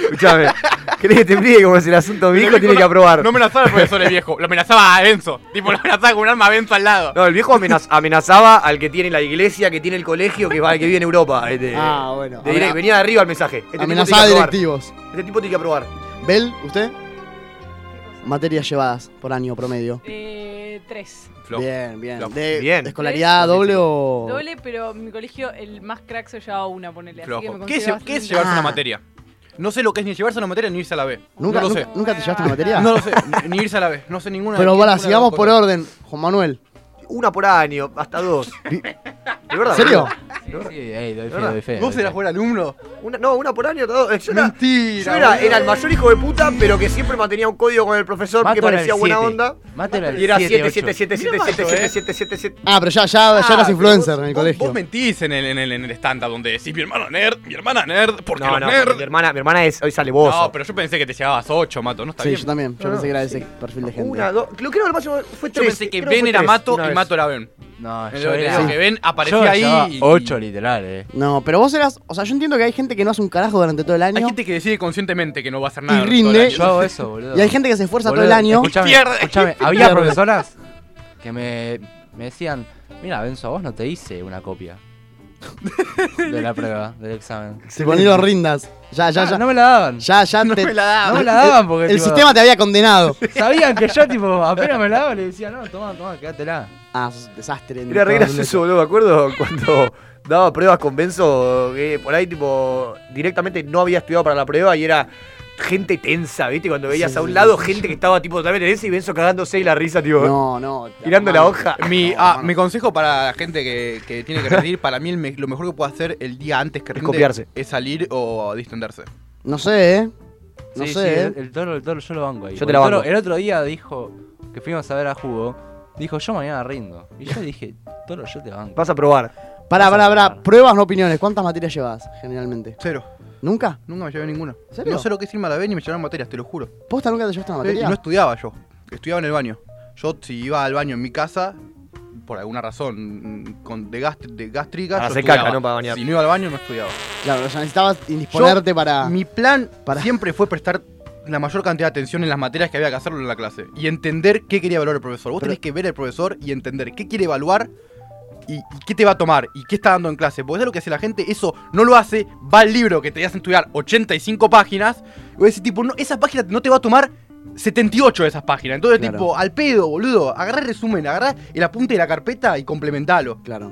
Escuchame, ¿querés que te explique cómo es el asunto? Mi hijo
Pero
tiene
no-
que aprobar.
No amenazaba al profesor el viejo, lo amenazaba a Benzo. Tipo, lo amenazaba con un arma a Benzo al lado.
No, el viejo amenaz- amenazaba al que tiene la iglesia, que tiene el colegio, que, va, que vive en Europa. este.
Ah, bueno.
De dire-
Amena-
venía de arriba el mensaje. Este tipo
Amenazaba
tiene que aprobar.
directivos.
Este tipo tiene que aprobar.
Bel, ¿usted? Materias llevadas por año promedio.
Eh, tres.
Flojo.
Bien, bien.
Flojo.
De,
Bien.
de escolaridad doble o...?
Doble, pero en mi colegio el más crack se llevaba una, ponele. Así que
Flojo.
me
¿Qué es,
considero
qué es
bastante-
llevarse una
Ah.
materia? No sé lo que es ni llevarse una materia ni irse a la B.
¿Nunca,
no lo sé.
nunca, nunca te llevaste una materia?
No lo sé, ni- ni irse a la B. No sé ninguna.
Pero
ninguna
bueno,
de las
sigamos
dos
por
cosas.
orden. Juan Manuel.
Una por año, hasta dos. ¿De
¿En
verdad?
serio?
Sí, ey, doy fe,
¿Verdad?
doy fe.
¿Vos
doy
eras
fe.
buen alumno?
Una- no, una por año, hasta dos. Yo era,
Mentira.
yo era,
boludo.
era el mayor hijo de puta, pero que siempre mantenía un código con el profesor
Mato
que
era el
parecía buena
siete.
onda.
Mato era el
Y era
siete,
7,
ocho.
7, 7, 7, 7, 7, 7, 7, 7.
Ah, pero ya, ya, ya
Ah,
eras
pero
influencer
vos-
en el
vos-
colegio.
Vos mentís en el, en el, en el stand-up donde decís mi hermano nerd, mi hermana nerd, porque
No,
los
no,
nerd.
mi hermana, mi hermana es, hoy sale vos.
No, pero yo pensé que te llevabas 8, Mato, no está
sí,
bien.
yo también. Yo
No, no,
pensé que era ese perfil de gente.
Una, dos. Creo que lo máximo fue
Yo
tres.
pensé que
creo
Ben
fue
era
tres,
Mato
una
y
vez.
Mato era Ben.
No,
Yo
yo era.
que Ben aparecía
yo llevaba
ahí. y-
Ocho literal, eh.
No, pero vos eras. O sea, yo entiendo que hay gente que no hace un carajo durante todo el año.
Hay gente que decide conscientemente que no va a hacer nada.
Y rinde.
todo el año.
Yo-
Yo hago eso, boludo.
Y hay gente que se esfuerza todo el
Boludo,
año.
Escuchame,
Pierde.
escuchame, había
Pierde.
profesoras que me, me decían, mira, Benzo, a vos no te hice una copia de la prueba, del examen.
Se ponieron rindas. Ya, ya,
Ah,
ya.
no me la daban.
Ya, ya.
No
te-
me la daban.
No me la daban porque
El
tipo,
sistema te había condenado.
sabían que yo tipo apenas me la daban le decía, no, toma, toma, quédatela.
Ah, sos un desastre. en
Era re
todas las
gracioso, boludo. Me acuerdo cuando daba pruebas con Benzo, que por ahí, tipo, directamente no había estudiado para la prueba y era. gente tensa, ¿viste? Cuando veías
Sí,
a un
sí,
lado
sí,
gente que estaba tipo totalmente tensa y Benzo cagándose y la risa, tipo.
No, no.
Tirando la hoja.
Mi, ah, mi consejo para la gente que, que tiene que rendir, para mí el me- lo mejor que puedo hacer el día antes que rinde
copiarse.
es salir o distenderse.
No sé, ¿eh? No
Sí,
sé,
sí,
¿eh?
el, el toro, el toro, yo lo banco ahí.
Yo
El
te la
Toro
banco.
el otro día dijo que fuimos a ver a Jugo. Dijo, yo mañana rindo. Y yo dije, toro, yo te banco.
Vas a probar.
Pará, pará, pará.
Pasar.
Pruebas, no opiniones. ¿Cuántas materias llevas generalmente?
Cero.
¿Nunca?
Nunca me llevé ninguna.
¿En serio?
No sé lo que es irme a la B ni me llevaron materias, te lo juro.
¿Posta nunca te llevaste una
Eh,
materia?
No estudiaba yo. Estudiaba en el baño. Yo si iba al baño en mi casa, por alguna razón, mm, con de, gast- de gástrica,
Para
yo
hacer
estudiaba.
caca, no para bañarte.
Si no iba al baño, no estudiaba.
Claro, o sea, necesitabas indisponerte para.
Mi plan
Pará.
siempre fue prestar la mayor cantidad de atención en las materias que había que hacerlo en la clase. Y entender qué quería evaluar el profesor. Vos
Pero-
tenés que ver al profesor y entender qué quiere evaluar y, y qué te va a tomar y qué está dando en clase. Porque es lo que hace la gente, eso no lo hace, va al libro que te hacen estudiar 85 páginas. Y vos decís, tipo, no, esa página no te va a tomar 78 de esas páginas. Entonces,
Claro.
tipo, al pedo, boludo. Agarrá el resumen, agarrá el apunte de la carpeta y complementalo.
Claro.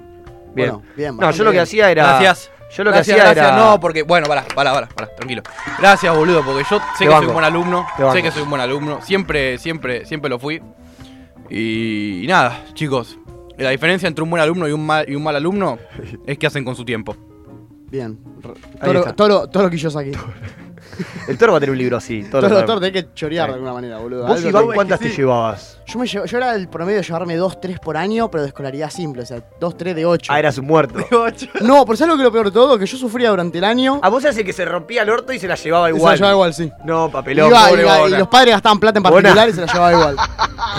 Bien.
Bueno, bien.
No, yo lo que
bien.
hacía era.
Gracias.
Yo lo que
gracias,
hacía
gracias.
era.
No, porque, bueno, pará, pará, pará, pará, tranquilo. Gracias, boludo, porque yo sé que soy
banco.
un buen alumno.
Te banco.
Sé que soy un buen alumno. Siempre, siempre, siempre lo fui. Y, y nada, chicos. La diferencia entre un buen alumno y un mal, y un mal alumno es que hacen con su tiempo.
Bien. R-
Ahí
Toro,
está.
toro, toro Kiyosaki.
El toro va a tener un libro así. todo lo
Toro,
sabe.
toro, tenés que chorear de alguna manera, boludo.
¿Vos,
Algo
Iván,
tenés-
cuántas te llevabas?
Yo, me llevo- yo era el promedio de llevarme 2, 3 por año, pero de escolaridad simple, o sea, 2, 3 de 8.
Ah, eras un muerto.
No, pero ¿sabes lo que es lo peor de todo? Que yo sufría durante el año.
A vos eras el que se rompía el orto y se la llevaba
y se la
Ah, igual.
llevaba igual, sí.
No, papelón,
Iba-
pobre
iba- y
Bona.
los padres gastaban plata en
Bona.
particular y se la llevaba igual.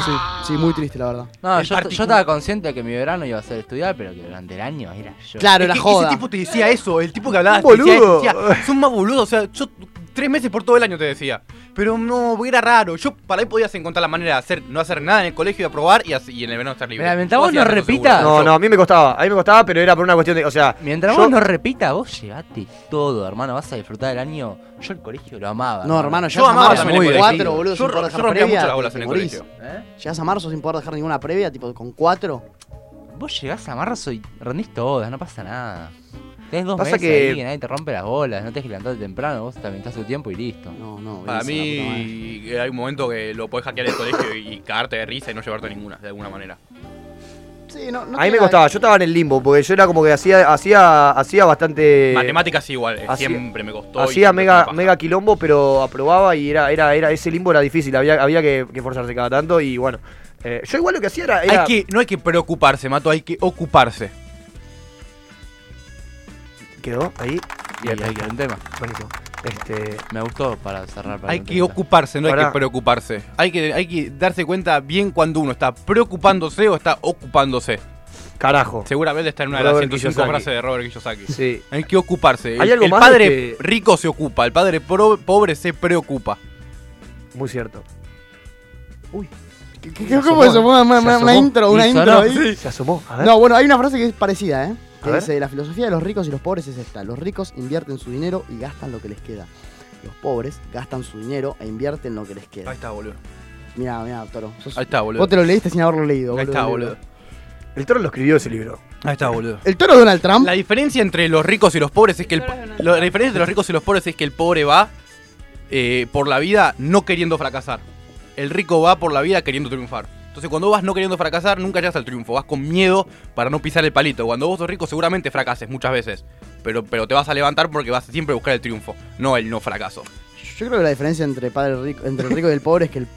Sí, sí, muy triste, la verdad.
No,
El
yo, yo
particu-
estaba consciente de que mi verano iba a ser estudiar, pero que durante el año era yo.
Claro,
Es
la
que
joda.
Ese tipo te decía eso, el tipo que hablaba.
Un
te decía-
boludo.
te decía, son más boludos, o sea, yo tres meses por todo el año te decía. Pero no, porque era raro. Yo para ahí podías encontrar la manera de hacer, no hacer nada en el colegio, de aprobar y, así- y en el verano estar libre.
Mira, mientras vos
hacías
no
eso seguro.
repitas.
No, no, a mí me costaba. Ah, A mí me costaba, pero era por una cuestión de. O sea.
Mientras
yo-
vos no repita, vos llevate todo, hermano. Vas a disfrutar del año. Yo el colegio lo amaba.
No, hermano,
Yo
llegas a
amaba
marzo
también el
muy
colegio.
cuatro, boludo,
Yo
sin poder
ro- yo
dejar
rompía
previa.
mucho las bolas
te
en el
morís.
colegio.
¿Eh?
Llegas a marzo sin poder dejar ninguna previa, tipo con cuatro.
Vos llegás a marzo y rendís todas, no pasa nada. Tenés dos
Pasa
meses
que-
ahí que nadie te rompe las bolas, no tenés que levantarte temprano, vos te aumentás tu tiempo y listo.
No, no.
Para
esa, la puta madre.
mí hay un momento que lo podés hackear el colegio y cagarte de risa y no llevarte ninguna, de alguna manera.
Sí, no, no
a mí
tiene
me
nada-
costaba, yo estaba en el limbo, porque yo era como que hacía, hacía, hacía bastante.
Matemáticas igual, eh,
hacía-
siempre me costó. y
Hacía
siempre
mega,
fue una paja.
mega quilombo, pero aprobaba y era, era, era, ese limbo era difícil, había, había que, que forzarse cada tanto y bueno. eh, yo igual lo que hacía era. era-
Hay que, no hay que preocuparse, Mato, hay que ocuparse.
Quedó ahí.
Y
Bien,
hay un tema.
buenísimo. Este.
Me gustó para cerrar. Para
Hay
la
que
entrevista.
ocuparse, no hay
Pará.
que preocuparse. Hay que, hay que darse cuenta bien cuando uno está preocupándose o está ocupándose.
Carajo.
Seguramente está en una
Robert
de las 105
Kiyosaki.
frases de Robert Kiyosaki.
Sí.
Hay que ocuparse.
¿Hay
El-
algo
el
más
padre
de que-
rico se ocupa, el padre pro- pobre se preocupa.
Muy cierto.
¿Qué- qué- qué- ¿Cómo eso? Fue Una, una-
Se
una
asomó.
intro, una
Y
intro
sonó.
ahí.
Se asomó. A ver.
No, bueno, hay una frase que es parecida, ¿eh?
A
Que
ver.
dice, la filosofía de los ricos y los pobres es esta. Los ricos invierten su dinero y gastan lo que les queda. Los pobres gastan su dinero e invierten lo que les
Ahí
queda.
está, boludo.
Mira, mira, Toro. sos-
Ahí está, boludo.
Vos te lo leíste sin haberlo leído,
Ahí está,
el
boludo.
libro.
El toro lo escribió ese libro.
Ahí está, boludo.
El Toro Donald Trump.
La diferencia entre los ricos y los pobres es que el,
Yo las
lo- la diferencia entre los ricos y los pobres es que el pobre va eh, por la vida no queriendo fracasar. El rico va por la vida queriendo triunfar. Entonces cuando vas no queriendo fracasar, nunca llegas al triunfo, vas con miedo para no pisar el palito. Cuando vos sos rico seguramente fracases muchas veces, pero, pero te vas a levantar porque vas siempre a buscar el triunfo, no el no fracaso.
Yo creo que la diferencia entre, padre rico, entre el rico y el pobre es que el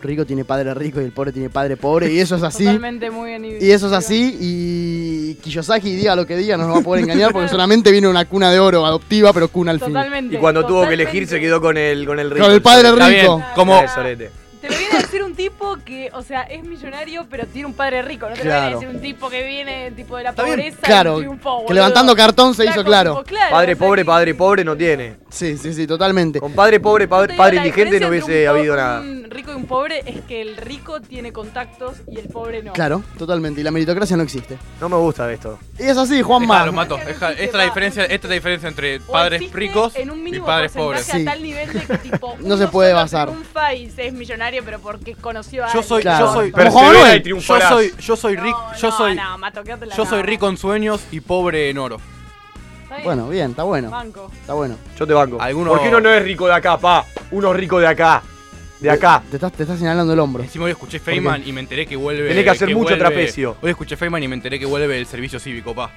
rico tiene padre rico y el pobre tiene padre pobre. Y eso es así.
Totalmente muy bien.
Y eso es así, y Kiyosaki diga lo que diga, no nos va a poder engañar porque solamente viene una cuna de oro adoptiva, pero cuna al fin.
Totalmente.
Y cuando tuvo que
totalmente.
elegir se quedó con el con el rico.
Con el padre
sorete.
Está bien,
rico.
como
Eh, sorete.
Te lo viene a decir un tipo que, o sea, es millonario, pero tiene un padre rico. No te lo viene
Claro.
a decir un tipo que viene tipo de la
bien,
pobreza
Claro,
y triunfó, boludo.
que levantando cartón se
Flaco,
hizo claro.
tipo, claro,
Padre
o sea,
pobre,
que-
padre pobre no tiene.
Sí, sí, sí, totalmente.
Con padre pobre,
Yo te
padre,
digo,
padre
la
indigente no
diferencia
hubiese
entre un po-
habido nada.
Un rico y un pobre es que el rico tiene contactos y el pobre no.
Claro, totalmente. Y la meritocracia no existe.
No me gusta esto.
Y es así,
Dejalo,
Juanma.
mato. Deja- esta, es la diferencia, esta es la diferencia entre
O
padres
existe
ricos
en un
y
mínimo
padres pobres.
porcentaje
pobres.
a tal nivel de que tipo
No se
uno
puede
solo
basar.
triunfa y se es millonario pero porque conoció a
Yo soy,
Claro.
yo soy,
Como Juan
persevera
Manuel.
y triunfarás. yo soy, yo soy rico,
No,
yo
no,
soy,
no, Mato, quédatela,
Yo
no.
soy rico en sueños y pobre en oro.
Está bien.
Bueno, bien, está bueno.
Banco.
Está bueno.
Yo te banco. Porque uno no es rico de acá, pa. Uno es rico de acá. De acá.
Te estás, te estás señalando el hombro.
Encima hoy escuché Feynman y me enteré que vuelve.
Tenés que hacer mucho
vuelve-
trapecio.
Hoy escuché Feynman y me enteré que vuelve el servicio cívico, pa.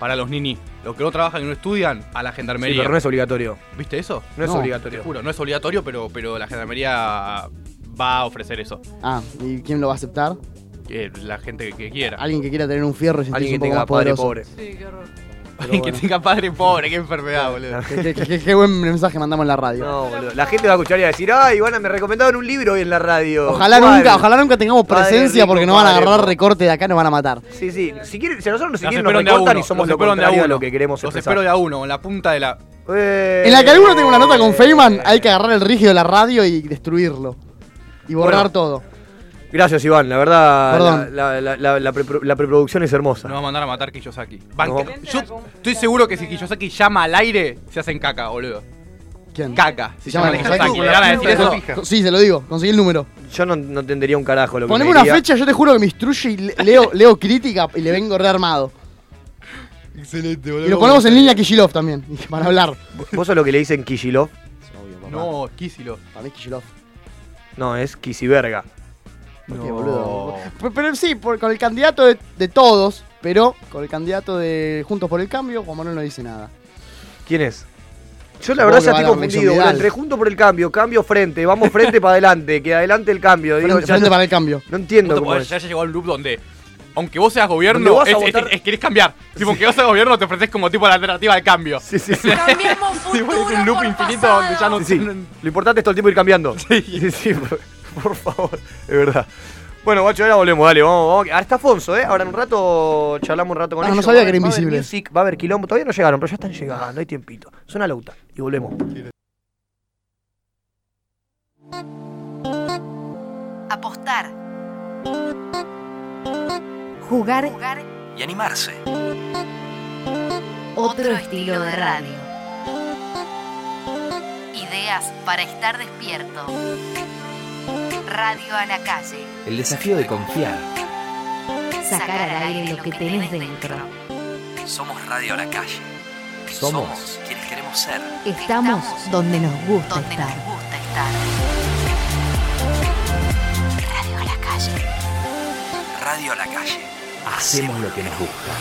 Para los nini. Los que no trabajan y no estudian, a la gendarmería.
Sí, pero no es obligatorio.
¿Viste eso?
No es No. obligatorio.
Te juro, no es obligatorio, pero, pero la gendarmería va a ofrecer eso.
Ah, ¿y quién lo va a aceptar?
Que eh, la gente que, que quiera.
Alguien que quiera tener un fierro y sentirse un poco más poderoso.
Sí, qué horror.
Alguien que tenga padre pobre, qué enfermedad, boludo.
Qué, qué- qué- qué buen mensaje mandamos en la radio.
No, boludo. La gente va a escuchar y va a decir, ay, Ivana, me recomendaron un libro hoy en la radio.
Ojalá
¿Cuál?
nunca, ojalá nunca tengamos
Padre
presencia
rico,
porque nos van a
padre
agarrar
pobre.
recorte de acá y nos van a matar.
Sí, sí. Si, quieren, si a nosotros nos, si
Los
quieren, nos
espero de a
recortan
uno,
y
los
somos lo
espero de a
contrario de
uno.
lo que queremos
Los
expresar.
espero de a uno, en la punta de la.
Eh,
En la que alguno tengo una nota con Feynman, hay que agarrar el rígido de la radio y destruirlo. Y borrar
Bueno.
todo.
Gracias, Iván. La verdad,
Perdón.
la, la- la- la pre- la preproducción es hermosa.
Nos va a mandar a matar Kiyosaki. Banca-
No.
Yo estoy seguro que si Kiyosaki llama al aire, se hacen caca, boludo.
¿Quién?
Caca. Se
Llama
llama
a
Kiyosaki.
Kiyosaki.
¿Le van a decir eso?
Co- Sí, se lo digo, conseguí el número.
Yo no, no entendería un carajo lo que
Poneme
me
una
diría.
fecha, yo te juro que me instruye y le- leo, leo crítica y le vengo rearmado.
Excelente,
Y lo ponemos en línea a Kishilov también, y van a hablar.
¿Vos sos lo que le dicen Kishilov?
No, Kicillof.
Para mí es Kishilov.
Oh. No, es Kisiberga.
¿Por qué, boludo? Pero, pero sí, por- con el candidato de, de todos, pero con el candidato de Juntos por el Cambio, Juan Manuel no dice nada.
¿Quién es? Yo
Supongo
la verdad
que
ya
va a
estoy
la reelección
confundido. boludo.
Vidal.
Entre junto por el cambio, cambio frente, vamos frente para adelante, que adelante el cambio. Digo,
Frente,
ya
frente
no,
para el cambio.
no entiendo
Puta,
cómo
poder,
es.
ya, ya llegó a un loop donde, aunque vos seas
Donde
gobierno,
vas a
es- es-
votar-
es- querés cambiar. Tipo, aunque vos seas gobierno, te ofreces como tipo la alternativa al cambio.
Sí, sí, sí.
Cambiemos
Tipo, es un loop infinito donde ya no.
Sí, sí. Lo importante es todo el tiempo ir cambiando. Sí, sí, por, por favor. Es verdad. Bueno, guacho, ahora volvemos, dale, vamos, vamos. Ahora está Afonso, ¿eh? Ahora en un rato charlamos un rato con
Ah, no
ellos.
sabía
Va a
que era
haber- va a haber
invisible.
music, Va a haber quilombo, todavía no llegaron, pero ya están llegando, hay tiempito. Suena lauta y volvemos.
Apostar. Jugar
Y animarse.
otro estilo de radio. Ideas para estar despierto. Radio a la calle.
El desafío de confiar.
Sacar al aire lo que tenés dentro.
Somos Radio a la Calle. Somos, quienes queremos ser.
Estamos
donde nos gusta
donde nos gusta estar. Radio a la calle.
Radio a la Calle. Hacemos lo que nos gusta.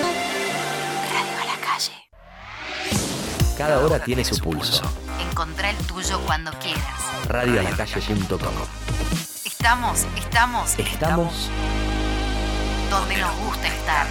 Radio a la calle.
Cada hora tiene su pulso.
Encontrá el tuyo cuando quieras.
Radioalacalle.com.
Estamos, estamos
Estamos
donde nos gusta estar.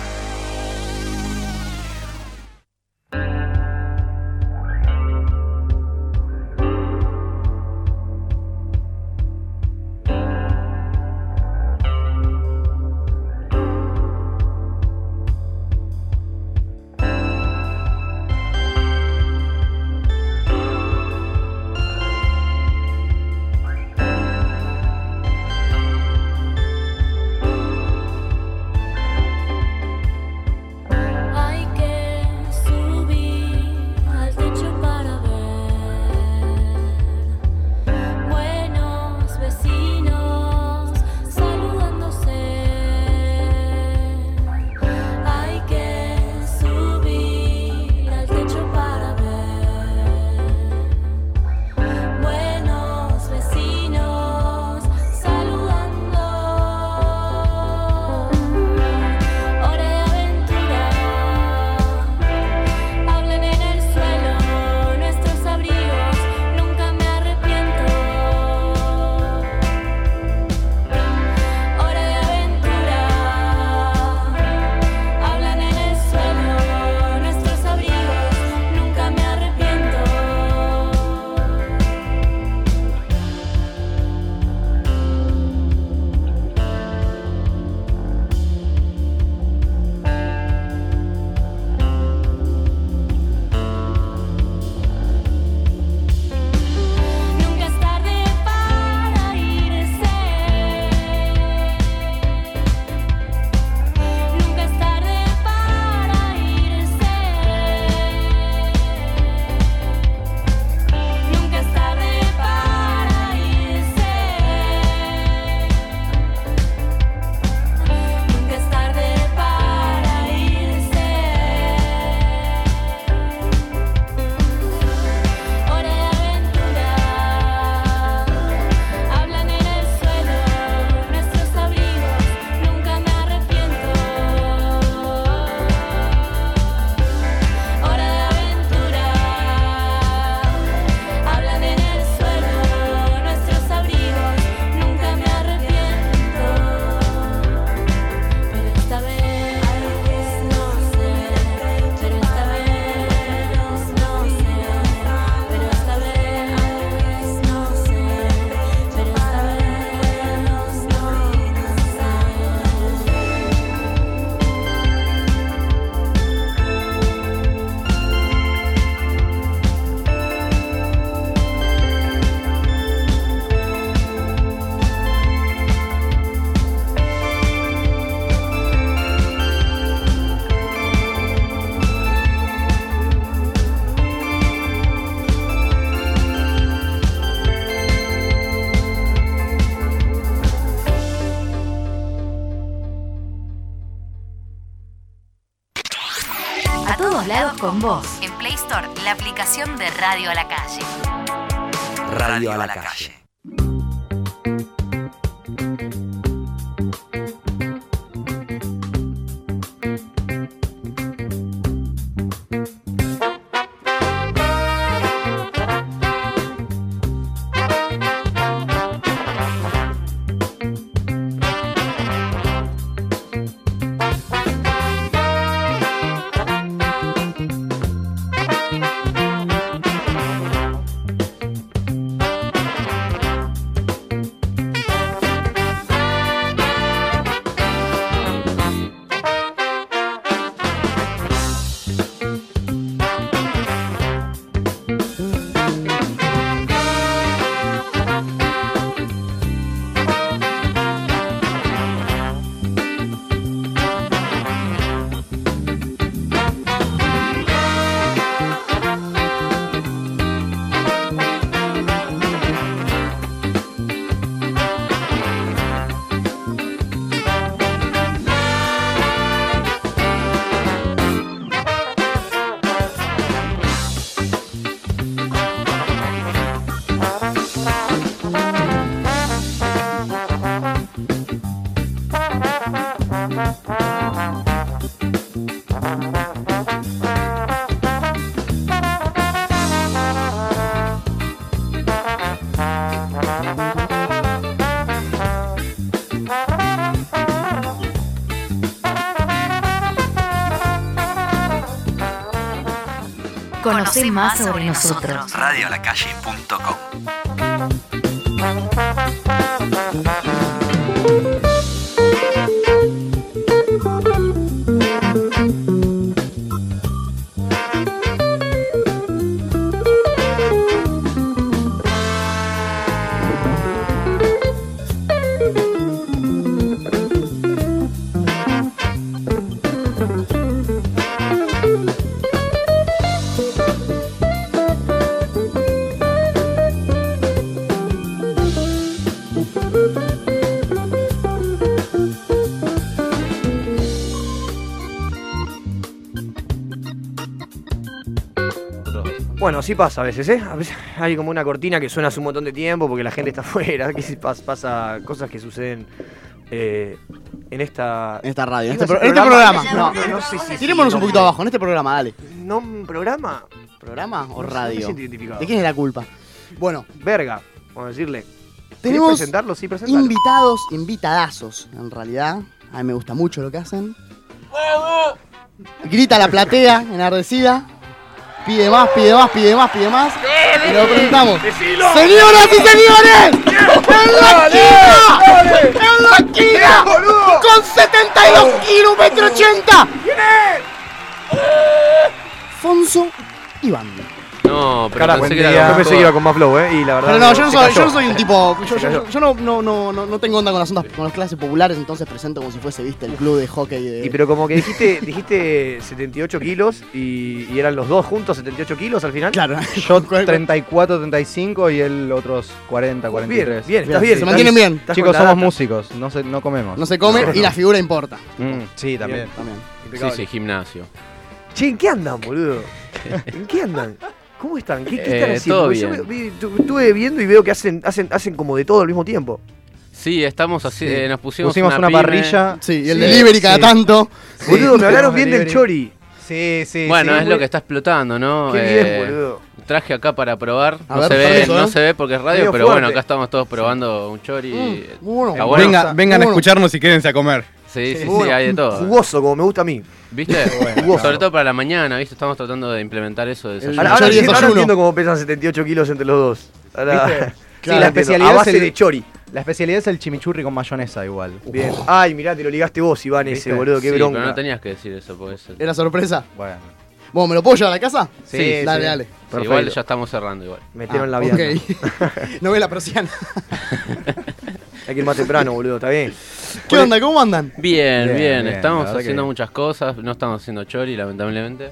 todos lados con vos. En Play Store, la aplicación de Radio a la Calle.
Radio a la calle.
Conoce más sobre nosotros.
Radioalacalle.com
Bueno, así pasa a veces, ¿eh? A veces hay como una cortina que suena hace un montón de tiempo porque la gente está afuera, que se pas- pasa, cosas que suceden eh, en esta...
En esta radio, en este,
Iba a
pro- en
decir
este programa.
No, no, sé si...
Tirémonos un poquito abajo, en este programa, dale.
¿No un programa?
¿Programa o
No sé, me
radio?
siento identificado.
¿De quién es la culpa? Bueno,
Verga, vamos a decirle. ¿Querés
Tenemos
presentarlo? Sí, presentarlo.
invitados, invitadazos, en realidad. A mí me gusta mucho lo que hacen. Grita la platea, enardecida. Pide más, pide más, pide más, pide más. Y lo presentamos. ¡Señoras y señores! ¡En la esquina! ¡En la esquina! ¡Con 72 kilos, metro 80! Fonso Iván.
No, pero
Carajo,
pensé que
buen
era
día.
lo
Yo pensé que
mejor.
iba con más flow, ¿eh? Y la verdad...
Pero no, yo no,
se
soy,
cayó.
yo no soy un tipo. Yo,
Se
yo-
cayó.
yo no, no, no, no, no tengo onda con las ondas, con las clases populares, entonces presento como si fuese, viste, el club de hockey de.
Y pero como que dijiste, dijiste 78 kilos y, y eran los dos juntos 78 kilos al final.
Claro.
Yo 34, 35 y él otros 40, 43.
bien, estás bien,
Se
estás
mantienen bien.
Estás
Chicos,
con la
somos
data.
músicos, no, se- no comemos.
No se come y la figura importa.
Mm, sí, también.
También.
Sí, sí, gimnasio.
Che, ¿en qué andan, boludo? ¿En qué andan? ¿Cómo están? ¿Qué, qué están
Eh,
haciendo?
todo
Porque Yo
bien.
vi- vi- tu- estuve viendo y veo que hacen, hacen, hacen como de todo al mismo tiempo.
Sí, estamos así,
Sí.
eh, nos pusimos,
Pusimos una,
pyme.
parrilla.
Sí, y el
Sí,
delivery cada
sí.
tanto.
Sí,
boludo, me hablaron
tenemos
bien del
delivery.
chori.
Sí, sí.
Bueno,
sí.
es lo que está explotando, ¿no?
Qué
Eh,
bien, boludo.
Traje acá para probar.
A
no
ver,
se ve,
permiso,
no
¿eh?
se ve porque es radio,
Medio
pero bueno,
fuerte.
acá estamos todos probando un chori.
Mm, muy bueno.
Está bueno.
Venga, vengan a
Bueno.
escucharnos y quédense a comer.
Sí, sí, sí,
Bueno,
hay de todo. ¿eh?
Jugoso, como me gusta a mí.
¿Viste?
Jugoso.
Sobre todo para la mañana, ¿viste? Estamos tratando de implementar eso de desayuno.
Ahora, ahora
chori
entiendo, ahora
desayuno.
entiendo cómo pesan 78 kilos entre los dos. Ahora-
¿Viste?
Sí, la especialidad a base de chori.
La especialidad es el chimichurri con mayonesa igual.
Bien. Ay, mirá, te lo ligaste vos, Iván, ese,
¿Viste?
boludo, qué
Sí,
bronca.
pero no tenías que decir eso, porque es el-
Era sorpresa.
Bueno.
Bueno, ¿me lo puedo llevar a la casa?
Sí,
Dale,
sí.
dale.
Sí,
Perfecto.
igual ya estamos cerrando igual.
Metieron
Ah,
la vida.
Ok. Novela persiana.
Hay que ir más temprano, boludo, está bien.
¿Qué onda? ¿Cómo andan?
Bien, bien,
Bien, bien, la
estamos
verdad que
haciendo
bien.
muchas cosas, no estamos haciendo chori, lamentablemente.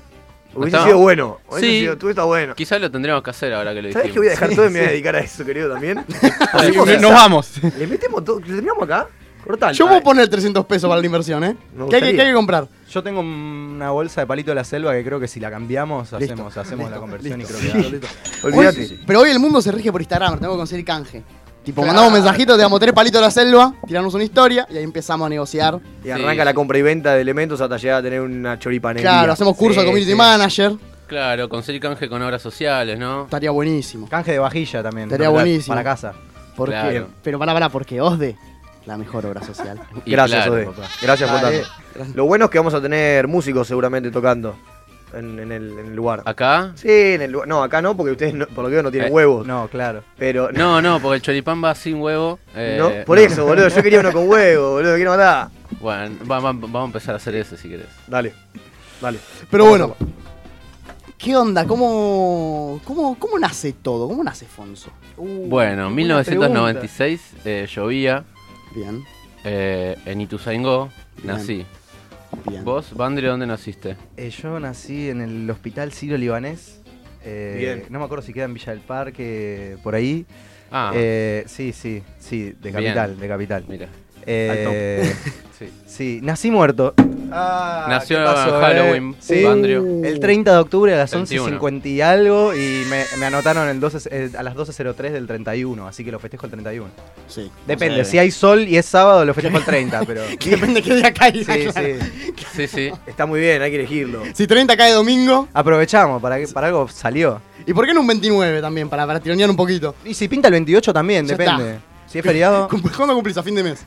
No
Hubiese
estamos-
sido bueno. Hubiese
Sí.
sido, tú estás bueno.
Quizás lo tendríamos que hacer ahora que lo
¿Sabés
dijimos.
que voy a dejar todo y me voy a dedicar a eso, querido, también?
Nos
Hacemos-
vamos.
Le metemos todo. ¿Lo terminamos acá?
Brutal.
Yo puedo poner 300 pesos para la inversión, ¿eh?
Me
¿Qué hay, que-
gustaría.
qué hay que comprar?
Yo tengo una bolsa de palito de la selva que creo que si la cambiamos hacemos, hacemos la conversión y creo que da.
Olvídate. Pero hoy el mundo se rige por Instagram, tengo que conseguir canje. Tipo,
Claro.
mandamos mensajitos, digamos, tres palitos a la selva, tirarnos una historia y ahí empezamos a negociar.
Y arranca la compra y venta de elementos hasta llegar a tener una choripanería.
Claro, hacemos curso de
Sí,
community
sí.
manager.
Claro, conseguir canje con obras sociales, ¿no?
Estaría buenísimo.
Canje de vajilla también.
Estaría
para-
buenísimo.
Para casa.
¿Por qué?
Claro.
Pero pará, pará, porque OSDE, la mejor obra social.
Y Gracias, Ode. Gracias por
Dale.
tanto. Lo bueno es que vamos a tener músicos seguramente tocando en, en el, en el lugar.
¿Acá?
Sí, en el lugar. No, acá no, porque ustedes, no- por lo que veo, no tienen
Eh,
huevos.
No, claro.
Pero.
No, no, porque el choripán va sin huevo. eh,
No, por eso, boludo. Yo quería uno con huevo, boludo. Quiero matar.
Bueno, va- va- vamos a empezar a hacer ese si querés.
Dale. Dale.
Pero bueno. ¿Qué onda? ¿Cómo, cómo, cómo nace todo? ¿Cómo nace Fonso?
Uh,
Bueno,
buena
1996 eh, llovía. eh,
Bien.
en Ituzaingó
Bien.
nací. ¿Vos, Bandri, dónde naciste?
Eh, yo nací en el hospital Ciro Libanés. Eh,
Bien.
No me acuerdo si queda en Villa del Parque, por ahí.
Ah.
Eh, sí, sí, sí, de
Bien.
capital, de capital.
Mira.
Eh,
Al top.
sí.
Sí.
nací muerto.
Nació
Ah,
¿qué pasó,
en Halloween,
eh? Sí.
Andrew.
El 30 de octubre a las
31.
11.50 y algo y me, me anotaron el 12, eh, a las 12.03 del 31, así que lo festejo el 31.
Sí.
Depende,
Sí.
si hay sol y es sábado lo festejo el 30, pero...
Depende qué día caiga.
Sí,
claro.
sí.
Sí, sí.
Está muy bien, hay que elegirlo.
Si 30 cae domingo.
Aprovechamos, para, que- para algo salió.
¿Y por qué no un 29 también? Para, para tironear un poquito.
Y si pinta el 28 también,
Ya
depende.
está.
Si es feriado...
¿Cu- ¿Cuándo cumplís? A fin de mes.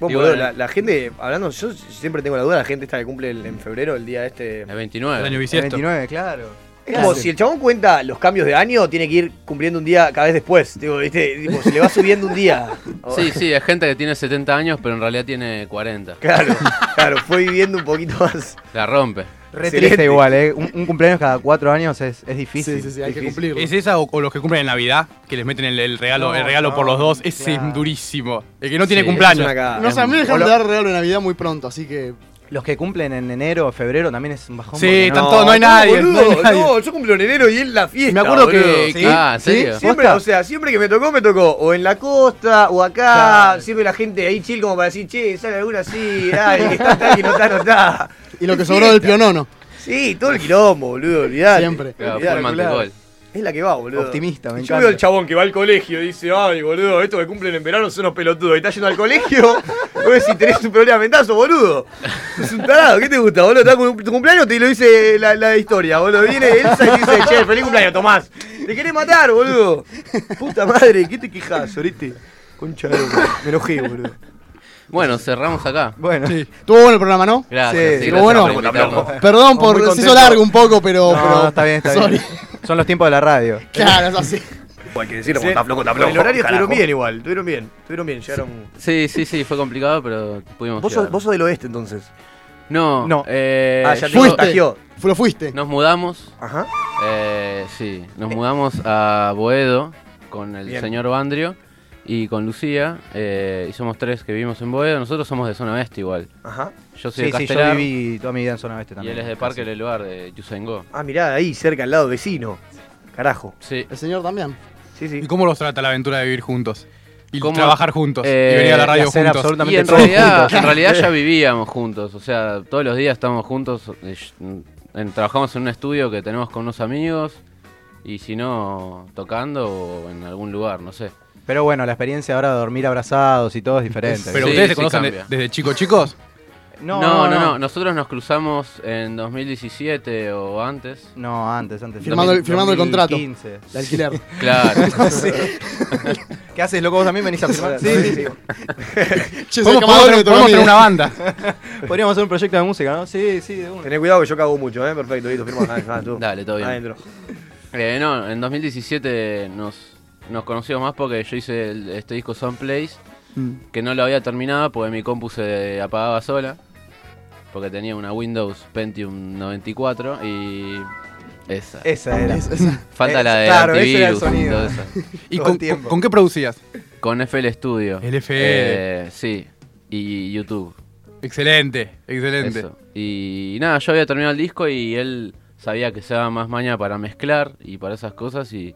Vos,
Y
boludo,
bueno.
la, la gente, hablando, yo siempre tengo la duda, la gente esta que cumple el- en febrero, el día este. El
29.
El año bisiesto. El 29, claro.
Es como
Claro.
si el chabón cuenta los cambios de año, tiene que ir cumpliendo un día cada vez después. Digo, ¿viste? Tipo, se le va subiendo un día.
Sí,
Oh.
sí, hay gente que tiene 70 años, pero en realidad tiene 40.
Claro, claro, fue viviendo un poquito más.
La rompe.
Re triste igual, ¿eh? Un, un cumpleaños cada cuatro años es, es difícil. Difícil.
¿Es esa o, o los que cumplen en Navidad? Que les meten el, el regalo,
No,
el regalo por
no,
los dos. Ese
claro.
es durísimo. El que no tiene
Sí,
cumpleaños.
es una cagada.
No sé, a mí me dejaron de dar regalo de Navidad muy pronto, así que.
Los que cumplen en enero o febrero también es un bajón.
Sí,
porque
están todos- no hay nadie, no hay nadie.
No, yo cumplo en enero y en la fiesta.
Me acuerdo que-
boludo.
¿Sí? Ah, ¿en
Sí,
serio?
Siempre,
¿Posta?
o sea, siempre que me tocó, me tocó. O en la costa, o acá. Siempre la gente ahí chill como para decir, che, sale alguna así, dale, que está, está, que no está, no está.
Y lo que sobró del pionono.
Sí, todo el quilombo, boludo, olvidate.
Siempre.
Claro,
Olvidate,
fue el mantecol.
Es la que va, boludo.
Optimista, me
Yo
encanta.
veo el chabón que va al colegio y dice, ay, boludo, estos que cumplen en verano son unos pelotudos. Y está yendo al colegio. Vos si tenés un problema mental, sos boludo. Es un tarado, ¿qué te gusta, boludo? Está cum- tu cumpleaños te lo dice la, la historia, boludo. Viene Elsa y te dice, che, feliz cumpleaños, Tomás. Te querés matar, boludo. Puta madre, ¿qué te quejas, orete? Concha de lora. Me enojé, boludo.
Bueno, cerramos acá.
Bueno.
Estuvo bueno el programa, ¿no?
Gracias, sí,
Estuvo
gracias
bueno.
por invitarnos.
Perdón
Muy
por. Se
contento.
hizo largo un poco, pero.
No,
pero-
está bien, está
sorry.
bien. Son los tiempos de la radio.
Claro, es así.
hay que
decirlo, porque está flojo, está
Con El
flojo,
horario estuvieron
carajo.
bien igual, estuvieron bien, estuvieron bien, llegaron.
Sí, sí, sí, fue complicado, pero pudimos.
¿Vos sos,
llegar.
vos sos del oeste entonces.
No,
No.
eh,
Ah, ya te
yo-
contagió.
Fu- Lo fuiste.
Nos mudamos.
Ajá.
Eh, sí, nos mudamos a Boedo con el
Bien.
señor Bandrio y con Lucía. eh, y somos tres que vivimos en Boedo. Nosotros somos de zona oeste igual.
Ajá.
Yo soy de
sí, sí, yo
Castelar
viví toda mi vida en zona
y
oeste también.
él es de Parque del Lugar, de Yusengo.
Ah, mirá, ahí cerca, al lado vecino. Carajo.
Sí.
El señor también.
Sí, sí.
¿Y cómo los trata la aventura de vivir juntos? Y
¿Cómo?
trabajar juntos.
Eh,
y venir a la radio
hacer
juntos.
Y en realidad, en realidad ya vivíamos juntos, o sea, todos los días estamos juntos, eh, sh- en- trabajamos en un estudio que tenemos con unos amigos y si no, tocando o en algún lugar, no sé.
Pero bueno, la experiencia ahora de dormir abrazados y todo es diferente.
Pero
Sí,
ustedes se
sí
conocen de-
cambia.
desde chicos chicos.
No no, no, nosotros nos cruzamos en 2017 o antes.
No, antes, antes.
Firmando el- firmando el contrato
2015.
de alquiler.
Claro.
Sí. ¿Qué haces, loco? Vos también venís a firmar.
Sí, sí, sí. Che, soy
Podemos-
camarón, me tocó
podemos-
a
podemos
mí,
tener
eh.
una banda. Podríamos hacer un proyecto de música, ¿no? Sí, sí, de una.
Tené cuidado que yo cago mucho, ¿eh? Perfecto, listo, firma. Ah, ah, tú.
Dale, todo bien.
Adentro.
Eh, no, en 2017 nos, nos conocimos más porque yo hice el- este disco Soundplace,
Mm.
que no lo había terminado porque mi compu se apagaba sola, porque tenía una Windows Pentium 94 y... Esa.
Esa era. Es- esa.
Falta la de
Claro, ese era el
antivirus y
sonido.
todo eso.
¿Y con, con- con qué producías?
Con FL Studio.
El FL.
Eh, sí, y YouTube.
Excelente, excelente.
Eso. Y nada, yo había terminado el disco y él sabía que se daba más maña para mezclar y para esas cosas y,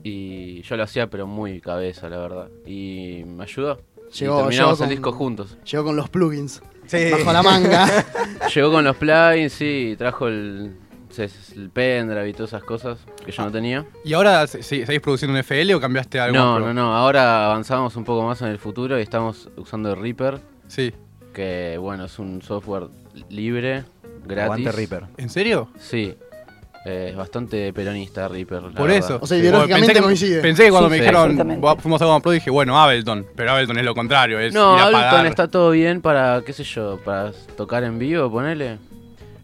y yo lo hacía pero muy cabeza, la verdad. Y me ayudó. y terminamos
con-
el
Eh,
disco juntos.
Llegó con los plugins.
Sí.
Bajo la manga.
Llegó con los plugins, sí, trajo el, se- el pendrive y todas esas cosas que yo no tenía.
¿Y ahora se- se- seguís produciendo un FL o cambiaste algo?
No, no, no. Ahora avanzamos un poco más en el futuro y estamos usando el Reaper.
Sí.
Que bueno, es un software libre, gratis.
Aguante Reaper.
¿En serio?
Sí. Eh, es bastante peronista Reaper. la
Por
verdad.
eso.
Pensé que-
Pensé que cuando me
Sí.
dijeron, "Vos fuimos a Gama Pro, dije, bueno, Ableton. Pero Ableton es lo contrario, es
No,
ir a
Ableton
pagar.
está todo bien para, qué sé yo, para tocar en vivo, ponele.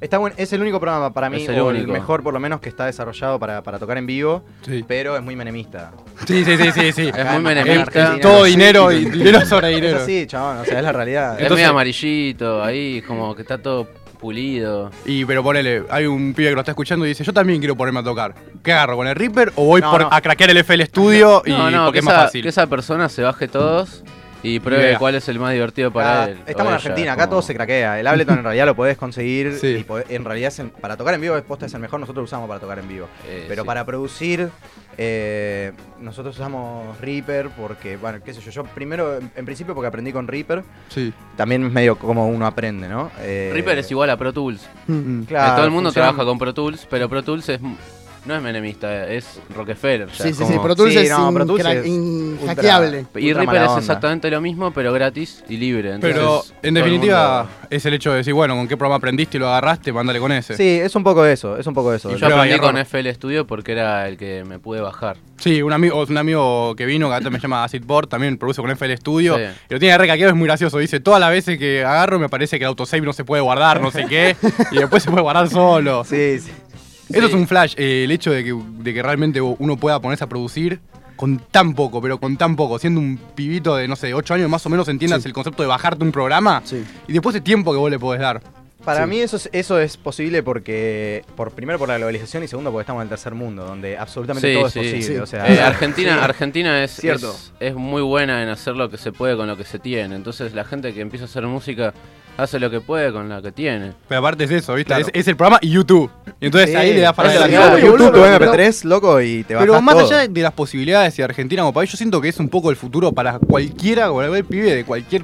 Está buen- es el único programa para mí,
Es el
o
único.
mejor por lo menos que está desarrollado para, para tocar en vivo, pero es muy menemista.
Sí, sí, sí, sí, sí.
Acá
Es muy
en
menemista.
Argentina,
Todo
sí,
dinero y
sí.
dinero sobre dinero.
Es así, chabón, o sea, es la realidad.
Es medio amarillito, ahí como que está todo pulido.
Y pero ponele, hay un pibe que lo está escuchando y dice, yo también quiero ponerme a tocar. ¿Qué agarro? ¿Con el Reaper o voy
No,
por-
no.
a craquear el FL Studio y
No, no,
porque
que
es más
esa,
fácil?
que esa persona se baje todos y pruebe
Idea.
cuál es el más divertido para
Acá-
él. o
Ah, estamos
ella,
en Argentina, acá
como-
todo se craquea. El Ableton en realidad lo podés conseguir. Y po- en realidad es el- para tocar en vivo, es posta es el mejor, nosotros lo usamos para tocar en vivo. Pero
Eh, sí.
para producir, eh, nosotros usamos Reaper porque, bueno, qué sé yo, yo primero, en, en principio porque aprendí con Reaper.
Sí.
También es medio como uno aprende, ¿no? Eh,
Reaper es igual a Pro Tools.
Mm.
Eh,
Claro,
todo el mundo
funciona-
trabaja con Pro Tools, pero Pro Tools es m- no es menemista, es Rockefeller. ya,
Sí, sí,
como-
sí, Pro Tools
Sí,
es,
no, Pro Tools
incra-
es
in-
ultra-
hackeable.
Y
Ultra
Reaper
mala
es
onda.
exactamente lo mismo, pero gratis y libre. entonces,
Pero en
todo el
definitiva
mundo-
es el hecho de decir, bueno, con qué programa aprendiste y lo agarraste, mándale con ese.
Sí, es un poco eso, es un poco eso.
Y yo aprendí con FL Studio porque era el que me pude bajar.
Sí, un amigo, un amigo que vino, que ahora me llama Acid Board, también produce con FL Studio.
Sí.
Y lo tiene re caqueado, es muy gracioso. Dice, todas las veces que agarro me parece que el autosave no se puede guardar, no sé qué. y después se puede guardar solo.
Sí, sí.
Eso es un flash, eh, el hecho de que, de que realmente uno pueda ponerse a producir con tan poco, pero con tan poco. Siendo un pibito de, no sé, 8 años más o menos entiendas el concepto de bajarte un programa. Y después el tiempo que vos le podés dar.
Para
Sí.
mí eso es, eso es posible porque, por primero por la globalización y segundo porque estamos en el tercer mundo, donde absolutamente todo es posible. O sea,
Eh, Argentina,
Sí.
Argentina es,
Cierto.
es- es muy buena en hacer lo que se puede con lo que se tiene. Entonces la gente que empieza a hacer música hace lo que puede con lo que tiene.
Pero aparte es eso, ¿viste? Es, es el programa y YouTube. Y entonces
Sí.
ahí le das para
Es lo
adelante.
que hago, YouTube, tu MP3, loco, y te
Pero
bajás
más
todo.
allá de las posibilidades de Argentina como país, yo siento que es un poco el futuro para cualquiera, cualquier pibe de cualquier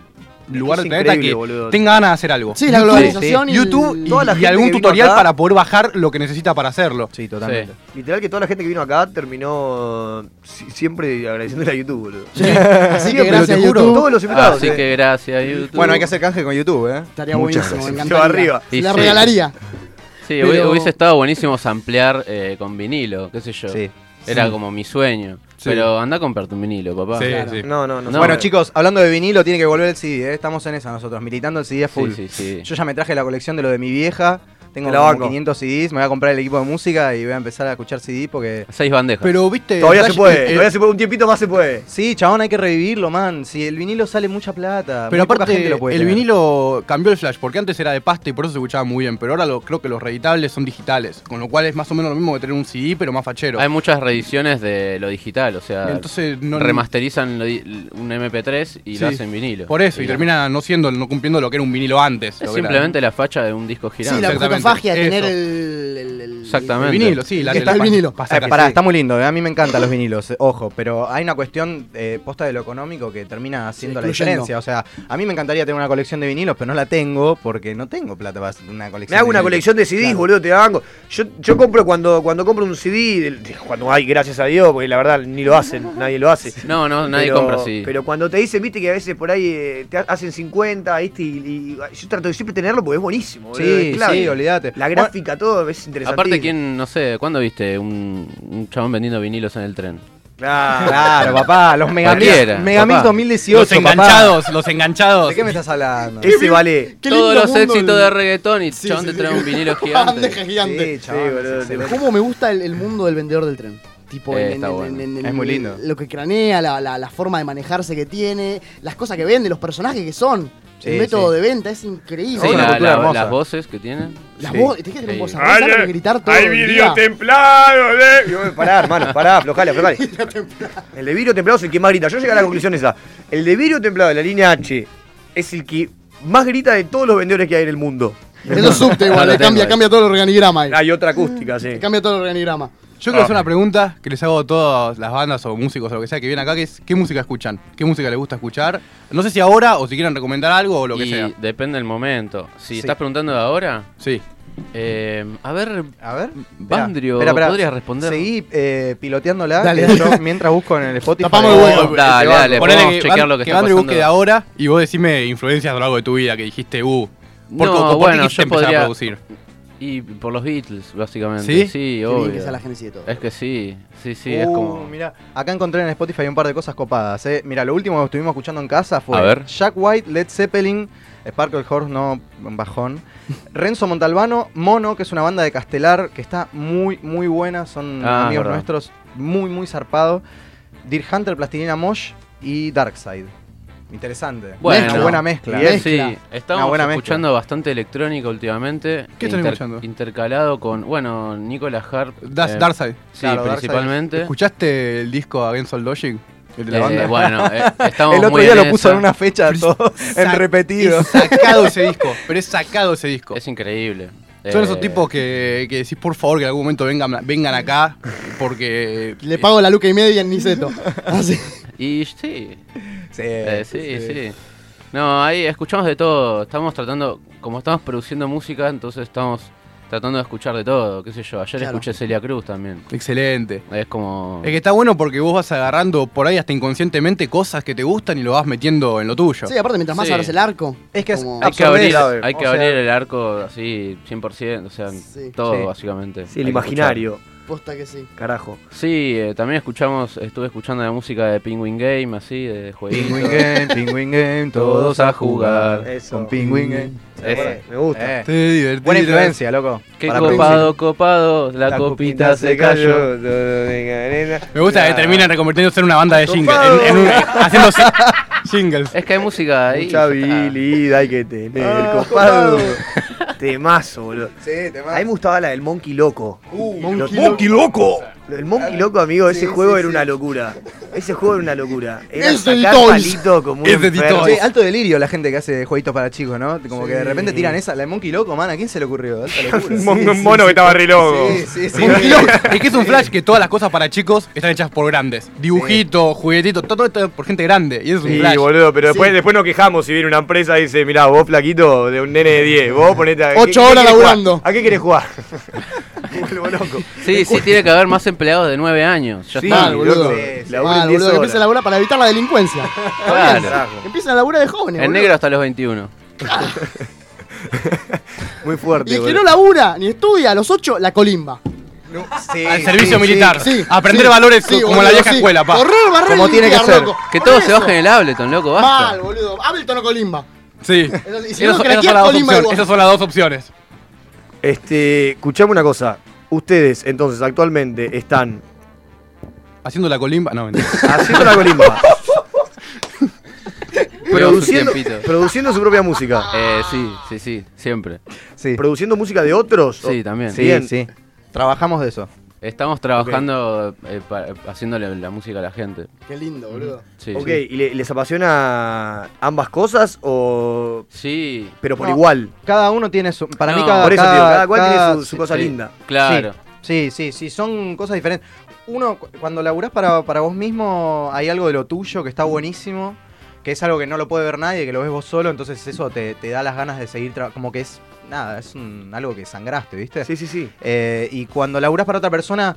lugar
Es
del planeta
increíble,
que
boludo.
tenga ganas de hacer algo.
Sí, la
YouTube-
globalización y el-
YouTube y,
toda la
y
gente
algún
que vino
tutorial
acá.
para poder bajar lo que necesita para hacerlo.
Sí,
Sí. Literal que toda la gente que vino acá terminó si- siempre agradeciéndole a YouTube, boludo.
Así que
Siempre,
gracias,
te juro,
YouTube.
Todos los invitados.
Así
eh.
que gracias YouTube.
Bueno, hay que hacer canje con YouTube, ¿eh?
Estaría buenísimo, me
Se va arriba.
Y
La
sí.
regalaría.
Sí,
Pero-
hubi- hubiese estado buenísimo samplear eh, con vinilo, qué sé yo.
Sí.
Era
Sí.
como mi sueño.
Sí.
Pero anda a comprarte un vinilo, papá.
Sí, Claro. sí. bueno, chicos, hablando de vinilo, tiene que volver el CD, ¿eh? Estamos en esa nosotros, militando el CD a full.
Sí, sí, sí.
Yo ya me traje la colección de lo de mi vieja. Tengo
Te la
como
banco.
500 CDs, me voy a comprar el equipo de música y voy a empezar a escuchar CD porque...
Seis bandejas.
Pero, viste...
Todavía se
Flash-
puede,
eh,
todavía se puede, un tiempito más se puede.
Sí, chabón, hay que revivirlo, man. Si el vinilo sale mucha plata.
Pero
muy poca
aparte,
gente lo puede
el
tener.
vinilo cambió el flash, porque antes era de pasta y por eso se escuchaba muy bien, pero ahora lo- creo que los reeditables son digitales, con lo cual es más o menos lo mismo que tener un CD, pero más fachero.
Hay muchas reediciones de lo digital, o sea,
Entonces, no-
remasterizan lo di- un MP3 y lo
Sí.
hacen vinilo.
Por eso, y, termina no siendo, no cumpliendo lo que era un vinilo antes.
Es simplemente la facha de un disco girando.
Sí, la Exactamente.
Fagia,
Eso.
tener el, el- el-
Exactamente.
El vinilo, sí, la-
Está el
pa-
vinilo.
Eh, pará, está muy lindo, eh, a mí me encantan los vinilos, eh, ojo, pero hay una cuestión eh, posta de lo económico que termina haciendo la
excluyendo.
diferencia. O sea, a mí me encantaría tener una colección de vinilos, pero no la tengo porque no tengo plata para hacer una colección.
Me hago
de
una
vinilos.
colección de CDs,
Claro.
boludo, te banco. Yo, yo compro cuando, cuando compro un CD, del- de- cuando hay, gracias a Dios, porque la verdad ni lo hacen, nadie lo hace.
No, no, nadie
Pero-
compra CD.
Pero cuando te dicen, viste, que a veces por ahí eh, te ha- hacen 50, ¿viste? Y, y- y yo trato de siempre tenerlo porque es buenísimo, boludo,
Sí,
es clave.
sí, olvídate.
La gráfica, todo es interesante.
Aparte, ¿quién, no sé, cuándo viste un, un chabón vendiendo vinilos en el tren?
Claro,
Ah, Claro, papá, los
Cualquiera,
Megamix Megamix
papá.
2018.
Los
papá.
enganchados,
los enganchados.
¿De qué me estás hablando?
Ese vale.
Qué
Todos
lindo
los
mundo
éxitos
el-
de reggaetón y chabón te trae un vinilo gigante.
Bandeja gigante.
Sí, chabón, Sí, boludo, es excelente.
Cómo me gusta el, el mundo del vendedor del tren. Tipo,
Eh,
en-
está
en-
bueno.
en- en-
Es muy lindo.
Lo que cranea, la, la- la forma de manejarse que tiene, las cosas que vende, los personajes que son.
Sí,
el método
sí.
de venta es increíble.
Sí,
Una
la-
cultura
la-
hermosa.
las voces que tienen.
Las
Sí.
voces, tenés que tener un
Sí.
vozarrón, ¿sabes? Para gritar todo. el día.
templado, eh. Pará, hermano, pará, aflojale, aflojale. El de vidrio templado es el que más grita. Yo llegué a la conclusión esa. El de vidrio templado de la línea H es el que más grita de todos los vendedores que hay en el mundo.
Es lo subte
No
igual,
lo
le
tengo
cambia,
ahí.
cambia todo el organigrama ahí.
Hay otra acústica, sí.
Le Cambia todo el organigrama.
Yo quiero hacer una pregunta que les hago a todas las bandas o músicos o lo que sea que vienen acá, que es ¿qué música escuchan? ¿Qué música les gusta escuchar? No sé si ahora o si quieren recomendar algo o lo que
Y
sea.
depende del momento. Si
Sí.
estás preguntando de ahora. eh,
Sí.
a ver.
A ver.
Bandrio,
espera, espera.
podrías responder.
Seguí eh, piloteándola.
Dale,
que
dale.
yo mientras busco en el Spotify.
Tapamos el huevo.
Dale,
Esteban, ponele
dale, podemos
que
chequear
Van-
lo que
que
está
Andrew
pasando.
busque de ahora y vos decime influencias a lo largo de tu vida que dijiste, uh, ¿por,
No,
co- por
bueno,
qué quisiste
yo
empezar
podría-
a producir?
Y por los Beatles, básicamente.
¿Sí?
Sí,
Qué bien que
obvio.
sea la génesis de todo.
Es que sí, sí, sí,
Uh,
es como.
mirá, acá encontré en Spotify un par de cosas copadas. Eh. Mira, lo último que estuvimos escuchando en casa fue
A ver.
Jack White, Led Zeppelin, Sparkle Horse, no, un bajón. Renzo Montalbano, Mono, que es una banda de Castelar que está muy, muy buena. Son
Ah,
amigos
verdad.
nuestros, muy, muy zarpado. Deer Hunter, Plastilina Mosh y Darkside. Interesante. una buena mezcla.
Bien,
Mezcla.
Sí,
Una
estamos
buena mezcla.
escuchando bastante electrónica últimamente.
¿Qué están escuchando?
Intercalado con, bueno, Nicolas Hart.
Das,
eh,
Darkseid.
Sí, principalmente.
¿Escuchaste el disco Against All Logic? El de la
Eh,
banda.
bueno, eh, estamos
El otro
muy
día
en
lo puso
esa.
en una fecha todo en
Sac-
repetido.
es sacado ese disco, pero es sacado ese disco.
Es increíble.
Son
Eh,
esos tipos que, que decís, por favor, que en algún momento vengan, vengan acá, porque...
Le pago la luca y media y el niceto. Así.
Y sí.
Sí,
Eh, sí, sí. No, ahí escuchamos de todo. Estamos tratando, como estamos produciendo música, entonces estamos tratando de escuchar de todo. ¿Qué sé yo? Ayer
Claro.
escuché Celia Cruz también.
Excelente.
Es como.
Es que está bueno porque vos vas agarrando por ahí hasta inconscientemente cosas que te gustan y lo vas metiendo en lo tuyo.
Sí, aparte, mientras más
Sí.
abras el arco.
Es que
como-
Hay que abrir, hay
o
que
sea-
abrir el arco así 100%, o sea, todo
Sí.
básicamente.
Sí, el
Hay que
imaginario.
escuchar.
Posta que sí.
Carajo.
Sí, eh, también escuchamos, estuve escuchando la música de Penguin Game, así, de jueguitos.
Penguin Game, Penguin Game, todos a jugar.
Eso.
Con Penguin Game.
Esa.
Eh, me gusta.
Eh.
Te divertirás. Buena influencia, loco.
Qué
Para
copado,
producir.
copado, la,
La
copita,
copita
se cayó.
Me gusta que terminan reconvirtiéndose en una banda de jingles.
Copado.
en- en un- haciendo si- jingles.
Es que hay música ahí.
Mucha habilidad hay que tener,
Ah,
copado.
copado.
Temazo, boludo.
Sí, temazo.
A mí me gustaba la del Monkey Loco.
Uh, Monkey
Los-
Monkey Loco.
Lo del Monkey Loco, amigo, ese juego era una locura. Ese juego era una locura. Era
Es de
sacar
Ditoys.
palito como un enfermo.
Sí, alto delirio la gente que hace jueguitos para chicos, ¿no? Como que de
Sí.
repente tiran esa, la de Monkey Loco, man, ¿a quién se le ocurrió? Alta locura.
Un mon-
Sí,
un
sí,
mono
sí.
que estaba re loco.
Sí, sí, sí.
Monkey Loco. Es que es un flash que todas las cosas para chicos están hechas por grandes. Dibujitos, juguetitos, todo esto por gente grande. Y eso es un
Sí,
flash.
boludo, pero después,
Sí.
después nos quejamos si viene una empresa y dice, mirá, vos flaquito de un nene de 10, vos ponete a...
Ocho
¿qué- qué
horas
querés
laburando.
jugar? ¿A qué querés jugar?
Sí, sí, tiene que haber más empleados de 9 años. Ya
Sí,
está.
mal, boludo. Laburen
Mal,
10
Ah, boludo, que
horas.
empiecen a laburar para evitar la delincuencia.
Claro.
Que empiecen a laburar de jóvenes.
En
boludo.
negro hasta los 21.
Muy fuerte.
Y el que
boludo.
no labura ni estudia, a los 8, la colimba.
Al servicio militar. Aprender
sí,
valores
sí,
como
boludo,
la vieja
sí.
escuela, pa.
Correr, barrer y limpiar, loco.
Que
Por
todos se
eso.
bajen el Ableton, loco, basta.
Mal, boludo. Ableton o colimba.
Sí.
Y si no lo craqueas,
las dos
colimba
opciones,
igual.
esas son las dos opciones.
Este, escuchame una cosa. Ustedes, entonces, actualmente están
Haciendo la colimba. No, mentira.
haciendo la colimba.
Pegó su
produciendo,
tiempito.
produciendo su propia música.
Eh, sí, sí, sí, siempre.
¿Produciendo música de otros?
Sí, también.
Sí, Bien.
sí. Trabajamos de eso.
Estamos trabajando eh, pa- haciéndole la música a la gente.
Qué lindo, boludo.
Sí,
ok,
sí.
¿y le- les apasiona ambas cosas o...?
Sí.
Pero por
No,
igual.
Cada uno tiene su. Para mí,
No.
cada.
Por eso, tío, cada cual tiene su- su cosa
sí.
linda.
Claro.
Sí, sí, sí, sí, son cosas diferentes. Uno, cu- cuando laburás para, para vos mismo, hay algo de lo tuyo que está buenísimo, que es algo que no lo puede ver nadie, que lo ves vos solo, entonces eso te, te da las ganas de seguir trabajando. Como que es. Nada, es un- algo que sangraste, ¿viste? Eh,
Sí, sí, sí.
y cuando laburás para otra persona.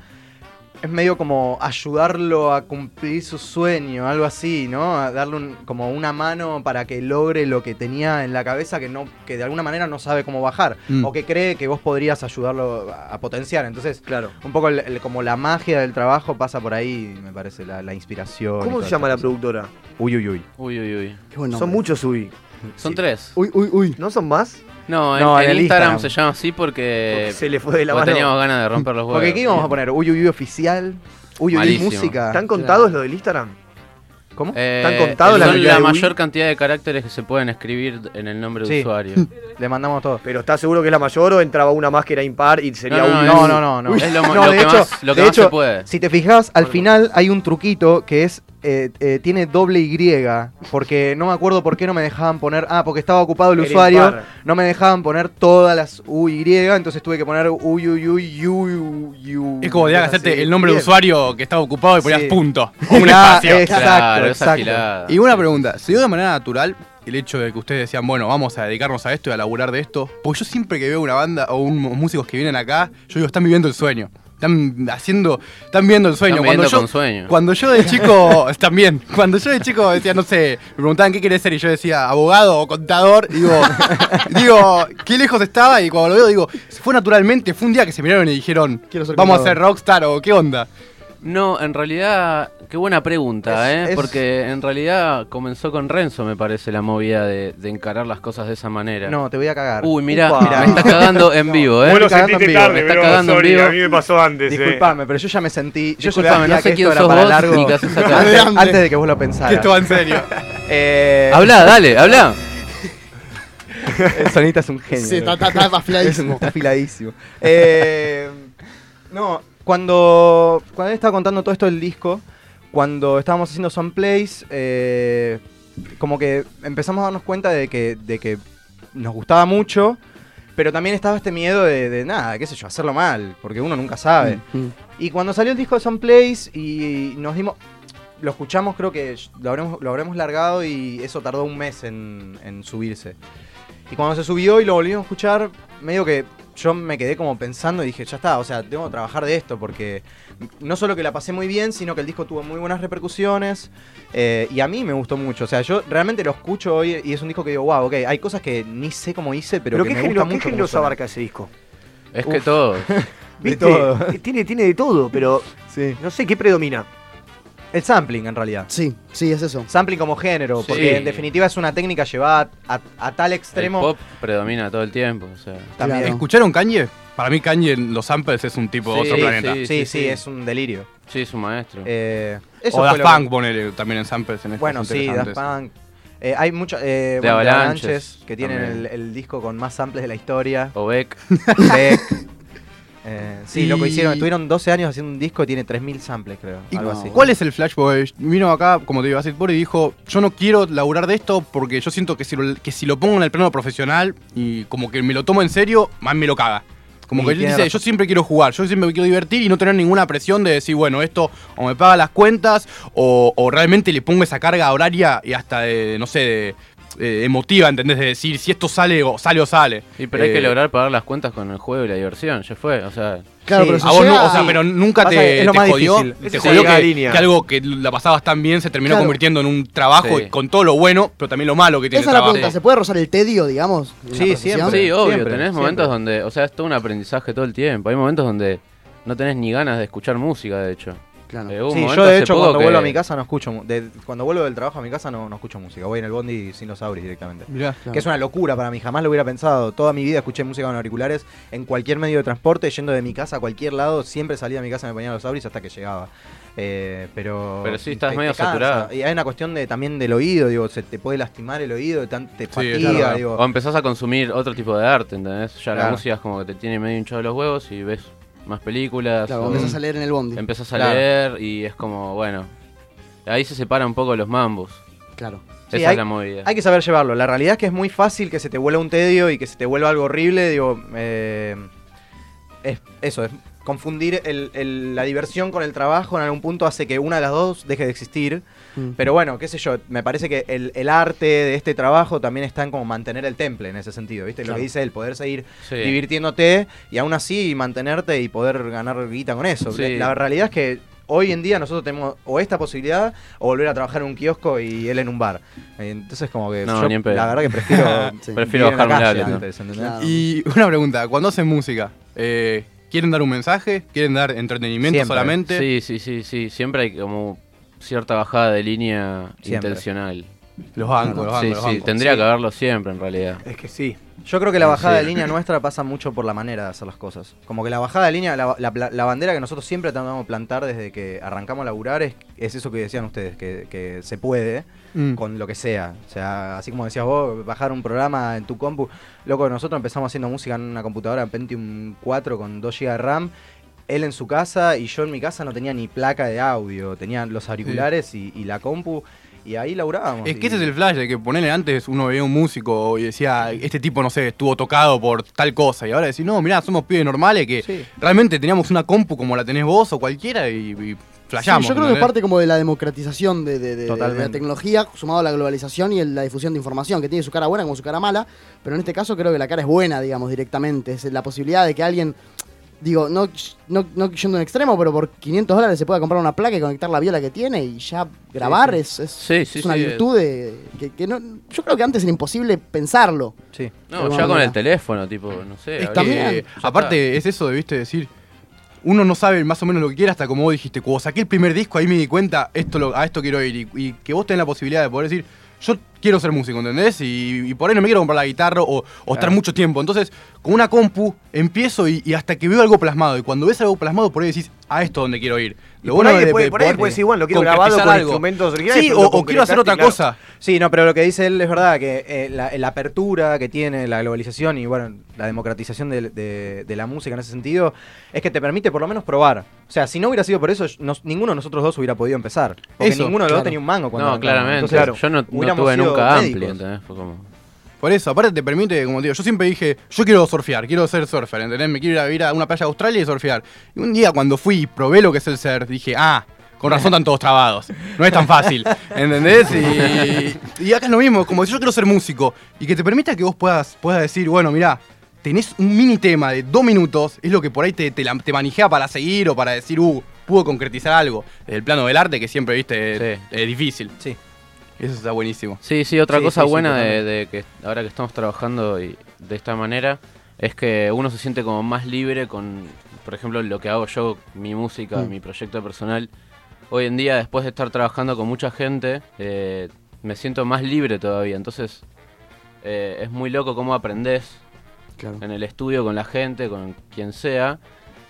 Es medio como ayudarlo a cumplir su sueño, algo así, ¿no? A darle un- como una mano para que logre lo que tenía en la cabeza que no, que de alguna manera no sabe cómo bajar.
Mm.
O que cree que vos podrías ayudarlo a a potenciar. Entonces,
claro.
un poco el- el- como la magia del trabajo pasa por ahí, me parece, la, la inspiración.
¿Cómo se llama la productora?
Uy, uy, uy.
Uy, uy, uy.
Son muchos uy.
Son tres.
Uy, uy, uy.
¿No son más?
No, en,
No,
en
en el
Instagram,
Instagram.
se llama así porque.
Porque se le fue de la
porque
mano.
teníamos ganas de romper los huevos.
Porque aquí íbamos a poner uy, uy, uy oficial, uy, uy, uy
Malísimo.
música.
¿Están contados los del Instagram?
¿Cómo?
Eh,
¿Están contados la
son
mayoría
la
de Wii?
mayor cantidad de caracteres que se pueden escribir en el nombre de
Sí.
usuario.
Le mandamos todo.
¿Pero estás seguro que es la mayor o entraba una más que era impar y sería
No, no,
un-
no, no, no, no. Es lo- lo
de
que más- lo que
de
más se puede.
Si te fijas, al final hay un truquito que es eh, eh, tiene doble Y, porque no me acuerdo por qué no me dejaban poner. Ah, porque estaba ocupado el
Era
usuario.
impar.
No me dejaban poner todas las UY, entonces tuve que poner uy, uy, uy, uy, uy, uy.
Es como de
Así.
gastarte el nombre de
Bien.
usuario que estaba ocupado y ponías
Sí.
punto. O un
Ah,
espacio.
exacto, Claro, esa exacto. gilada.
Y una pregunta, ¿se dio de manera natural el hecho de que ustedes decían, bueno, vamos a dedicarnos a esto y a laburar de esto? Porque yo siempre que veo una banda o unos músicos que vienen acá, yo digo, están viviendo el sueño. Están haciendo, están viendo el sueño.
Están
cuando,
viviendo
yo,
con sueño.
cuando yo de chico, también, cuando yo de chico decía, no sé, me preguntaban qué querés ser y yo decía, abogado o contador, y digo, digo, qué lejos estaba y cuando lo veo digo, fue naturalmente, fue un día que se miraron y dijeron,
ser
vamos a
contador".
ser rockstar o qué onda.
No, en realidad, qué buena pregunta,
Es-
¿eh?
es-
Porque en realidad comenzó con Renzo, me parece, la movida de, de encarar las cosas de esa manera.
No, te voy a cagar.
Uy, mira,
Upa.
me está cagando en vivo, ¿eh?
Vos lo
Me está cagando
sentiste
en vivo,
tarde,
me está
bro,
cagando
sorry,
en vivo.
a mí me eh.
pasó antes.
Disculpame, pero yo ya me sentí. Yo
Disculpame, no
sentía
sé
que esto
quién
era
sos
para
vos
largo.
ni qué haces acá.
Antes,
Grande.
antes de que vos lo pensaras.
Que esto va en
serio.
Eh,
Habla, dale, habla.
El Sonita es un genio.
Sí, está- está- está afiladísimo.
Es un- está afiladísimo. Eh, no, cuando, cuando él estaba contando todo esto del disco, cuando estábamos haciendo Some Plays, eh, como que empezamos a darnos cuenta de que, de que nos gustaba mucho, pero también estaba este miedo de, de nada, qué sé yo, hacerlo mal, porque uno nunca sabe. Y cuando salió el disco de Some Plays y nos dimos. Lo escuchamos, creo que lo habremos, lo habremos largado y eso tardó un mes en, en subirse. Y cuando se subió y lo volvimos a escuchar, medio que yo me quedé como pensando y dije, ya está, o sea, tengo que trabajar de esto porque no solo que la pasé muy bien, sino que el disco tuvo muy buenas repercusiones eh, y a mí me gustó mucho. O sea, yo realmente lo escucho hoy y es un disco que digo, wow, ok, hay cosas que ni sé cómo hice, pero,
Pero
que
¿qué
me
género-
gusta
qué
mucho. cómo
géneros
suena.
abarca ese disco?
Es que
Uf.
todo.
¿Viste?
todo.
Tiene, tiene de todo, pero no sé qué predomina.
El sampling, en realidad.
Sí, sí, es eso.
Sampling como género,
Sí.
porque en definitiva es una técnica llevada a, a tal extremo.
El pop predomina todo el tiempo, o sea.
También.
¿Escucharon Kanye? Para mí Kanye en los samples es un tipo de otro planeta.
Sí, sí, es un delirio.
Sí, es un maestro.
Eh, eso
o
fue
Daft
lo
Punk, ponele, también en samples. En
Bueno, sí, Daft Punk. Eh, hay muchos.
De
Eh, bueno, de
Avalanches
Avalanches, que tienen el,
también.
el disco con más samples de la historia.
O Beck.
Beck. Eh, sí, lo que
Y-
hicieron, estuvieron 12 años haciendo un disco que tiene 3.000 samples, creo.
¿Y
algo así.
¿Cuál es el flash? Porque vino acá, como te digo, Acid Boy y dijo, yo no quiero laburar de esto porque yo siento que si, lo, que si lo pongo en el plano profesional y como que me lo tomo en serio, más me lo caga. Como
Y
que él
tiene
dice, yo
razón.
siempre quiero jugar, yo siempre me quiero divertir y no tener ninguna presión de decir, bueno, esto o me paga las cuentas o, o realmente le pongo esa carga horaria y hasta de, no sé, de, eh, emotiva, ¿entendés? De decir, si esto sale o sale o sale.
Y pero hay que
Eh,
lograr pagar las cuentas con el juego y la diversión, ya fue, o sea.
Sí, a vos no- o sea, pero nunca
Pasa que
te,
es lo
te
más
jodió,
difícil.
te
Esa es
jodió
la
que,
línea.
que algo que la pasabas tan bien se terminó
Claro.
convirtiendo en un trabajo
Sí.
y con todo lo bueno, pero también lo malo que tiene
Esa es
el
la
trabajo.
pregunta. ¿Se puede rozar el tedio, digamos? en la profesión?
Sí, obvio,
Siempre,
tenés
siempre.
momentos donde, o sea, es todo un aprendizaje todo el tiempo. Hay momentos donde no tenés ni ganas de escuchar música, de hecho.
Claro.
Eh, hubo un
Sí,
momento
yo de
hace
hecho
poco
cuando
que-
vuelvo a mi casa no escucho. mu- de- cuando vuelvo del trabajo a mi casa no, no escucho música. Voy en el bondi sin los auris directamente.
Mirá.
Que es una locura para mí. Jamás lo hubiera pensado. Toda mi vida escuché música con auriculares en cualquier medio de transporte, yendo de mi casa a cualquier lado. Siempre salía de mi casa, me ponía los auris hasta que llegaba. Eh, pero.
Pero sí, estás
te-
medio
te cansa.
saturado.
Y hay una cuestión de, también del oído, digo, se te puede lastimar el oído, te, tan- te
Sí, es
fatiga,
verdad.
digo.
O empezás a consumir otro tipo de arte, ¿entendés? Ya la
Claro.
música es como que te tiene medio hinchado los huevos y ves más películas.
Claro,
o-
Mm.
empezás a leer en el bondi.
Empezás a
Claro.
leer y es como, bueno. Ahí se separan un poco los mambos.
Claro.
Esa
Sí,
es
hay,
la movida.
hay que saber llevarlo. La realidad es que es muy fácil que se te vuelva un tedio y que se te vuelva algo horrible. Digo, eh, es, eso, es confundir el- el- la diversión con el trabajo en algún punto hace que una de las dos deje de existir.
Mm.
Pero bueno, qué sé yo, me parece que el, el arte de este trabajo también está en como mantener el temple en ese sentido, ¿viste? Lo
Claro.
que dice el poder seguir
Sí.
divirtiéndote y aún así mantenerte y poder ganar guita con eso.
Sí.
La realidad es que hoy en día nosotros tenemos o esta posibilidad o volver a trabajar en un kiosco y él en un bar. Eh, Entonces como que
No,
yo,
ni en pedo.
la verdad que prefiero
Sí.
vivir
Prefiero
en la
bajarme la
calle
letra.
antes, ¿entendés?
Claro.
Ah. Y una pregunta, cuando hacen música, eh, ¿quieren dar un mensaje? ¿Quieren dar entretenimiento solamente?
Sí, sí, sí, sí. Siempre hay como cierta bajada de línea
Siempre.
intencional.
Los banco, los banco,
Sí,
los
sí,
banco.
tendría
Sí.
que haberlo siempre en realidad.
Es que sí.
Yo creo que la
Sí,
bajada
sí.
de línea nuestra pasa mucho por la manera de hacer las cosas. Como que la bajada de línea, la, la- la bandera que nosotros siempre tratamos de plantar desde que arrancamos a laburar es, es eso que decían ustedes, que, que se puede
Mm.
con lo que sea. O sea, así como decías vos, bajar un programa en tu compu. Loco, nosotros empezamos haciendo música en una computadora Pentium 4 con 2 GB de RAM él en su casa y yo en mi casa no tenía ni placa de audio, tenía los auriculares y, y la compu y ahí laburábamos.
Es que
y-
ese es el flash, de que ponele antes uno veía un músico y decía, este tipo, no sé, estuvo tocado por tal cosa. Y ahora decís, no, mirá, somos pibes normales que realmente teníamos una compu como la tenés vos o cualquiera y, y flasheamos.
Sí, yo creo que es
¿entendés?
parte como de la democratización de, de- de- de- de
Totalmente.
la tecnología, sumado a la globalización y el- la difusión de información, que tiene su cara buena como su cara mala, pero en este caso creo que la cara es buena, digamos, directamente. Es la posibilidad de que alguien, digo, no, no, no yendo a un extremo, pero por 500 dólares se pueda comprar una placa y conectar la viola que tiene y ya grabar
sí.
es, es-
Sí, sí,
es una
sí,
virtud de- que, que no, yo creo que antes era imposible pensarlo.
Sí.
De
No,
alguna
ya con
manera.
el teléfono, tipo, no sé.
Es
abrí-
que,
ya está.
aparte, es eso de, viste, decir, uno no sabe más o menos lo que quiere hasta como vos dijiste, cuando saqué el primer disco, ahí me di cuenta, esto lo- a esto quiero ir, y, y que vos tenés la posibilidad de poder decir, yo quiero ser músico, ¿entendés? Y, y por ahí no me quiero comprar la guitarra o, o estar mucho tiempo. Entonces, con una compu, empiezo y, y hasta que veo algo plasmado, y cuando ves algo plasmado, por ahí decís, a esto donde quiero ir.
Y por ahí después- por ahí
poder
después decís, bueno, lo quiero
concretizar
grabado con instrumentos originales,
Sí,
pero
o,
lo
o quiero hacer
concretaste,
otra
claro.
cosa.
Sí, no, pero lo que dice él es verdad, que eh, la, la apertura que tiene la globalización y bueno, la democratización del- de, de la música en ese sentido, es que te permite por lo menos probar. O sea, si no hubiera sido por eso, yo- nos- ninguno de nosotros dos hubiera podido empezar. Porque
Eso,
ninguno de los
claro.
dos tenía un mango cuando
No,
arrancamos.
claramente.
Entonces,
Yo no, no
hubiéramos
tuve
sido
nunca amplio,
médicos.
¿entendés? Fue como-
Por eso, aparte te permite, como te digo, yo siempre dije, yo quiero surfear, quiero ser surfer, ¿entendés? Me quiero ir a vivir a una playa de Australia y surfear. Y un día cuando fui y probé lo que es el surf, dije, ah, con razón están todos trabados. No es tan fácil, ¿entendés? Y, y acá es lo mismo, como si yo quiero ser músico y que te permita que vos puedas, puedas decir, bueno, mirá, tenés un mini tema de dos minutos, es lo que por ahí te, te, la- te manijea para seguir o para decir, uh, pudo concretizar algo. Desde el plano del arte que siempre, viste, es difícil.
Sí.
Eso está buenísimo.
Sí, sí, otra
Sí,
cosa
sí, sí,
buena de,
totalmente.
de que ahora que estamos trabajando y de esta manera es que uno se siente como más libre con, por ejemplo, lo que hago yo, mi música,
Mm.
mi proyecto personal. Hoy en día, después de estar trabajando con mucha gente, eh, me siento más libre todavía. Entonces, eh, es muy loco cómo aprendes en el estudio con la gente, con quien sea.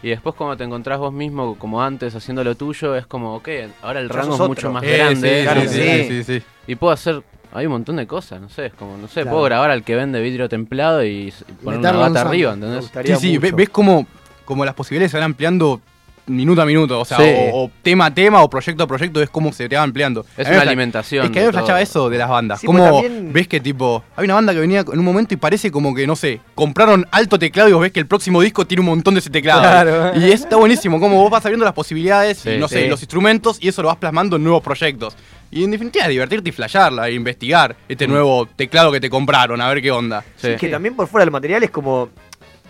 Y después cuando te encontrás vos mismo, como antes, haciendo lo tuyo, es como, ok, ahora el
Ya
rango
sos
es mucho
otro.
más
Eh,
grande.
sí, claro,
y-
sí, sí, sí.
Y puedo hacer, hay un montón de cosas, no sé, es como, no sé,
Claro.
puedo grabar al que vende vidrio templado y, s- poner una
Meterlo
bata
en un
arriba,
sample.
¿entendés?
Sí, sí, ve- ves como, como las posibilidades se van ampliando minuto a minuto, o sea,
Sí.
o, o tema a tema o proyecto a proyecto, es como se te va ampliando.
Es
A mí me
una
fla-
alimentación
Es que a mí me
de
flashaba
todo.
eso de las bandas.
Sí,
como
pues también-
ves que tipo, hay una banda que venía en un momento y parece como que, no sé, compraron alto teclado y vos ves que el próximo disco tiene un montón de ese teclado.
Claro.
Y está buenísimo, como vos vas abriendo las posibilidades y
Sí,
no sé,
sí.
los instrumentos y eso lo vas plasmando en nuevos proyectos. Y en definitiva, divertirte y flashearla e investigar este
Mm.
nuevo teclado que te compraron, a ver qué onda.
Sí, que también por fuera del material es como.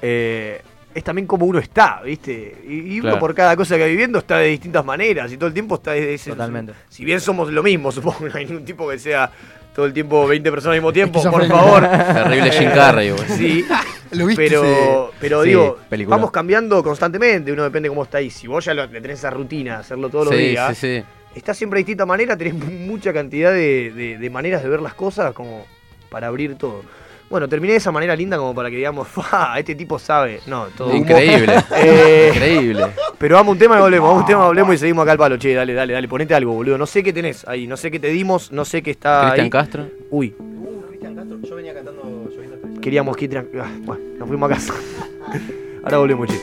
eh, es también como uno está, ¿viste? Y, y uno
Claro.
por cada cosa que va viviendo está de distintas maneras y todo el tiempo está desde ese.
Totalmente.
Si bien somos lo mismo, supongo, no hay ningún tipo que sea todo el tiempo 20 personas al mismo tiempo, por
Esquizofrénico.
favor.
Terrible Jim Carrey, güey.
Sí.
Lo
viste
Pero,
ese-
pero
Sí,
digo,
película.
vamos cambiando constantemente, uno depende cómo está ahí. Si vos ya lo, le tenés esa rutina, hacerlo todos los
Sí,
días,
sí, sí.
está siempre de distinta manera, tenés mucha cantidad de, de- de maneras de ver las cosas como para abrir todo. Bueno, terminé de esa manera linda como para que digamos, "Fa, este tipo sabe. No, todo humo.
Increíble.
Eh,
Increíble.
Pero vamos un tema y volvemos, vamos un tema, volvemos y seguimos acá al palo. Che, dale, dale, dale, ponete algo, boludo. No sé qué tenés ahí, no sé qué te dimos, no sé qué está
Cristian
ahí.
Castro.
Uy,
Yo venía cantando Lloviendo Estrellas.
queríamos que... ah, Bueno, nos fuimos a casa. Ahora volvemos, che.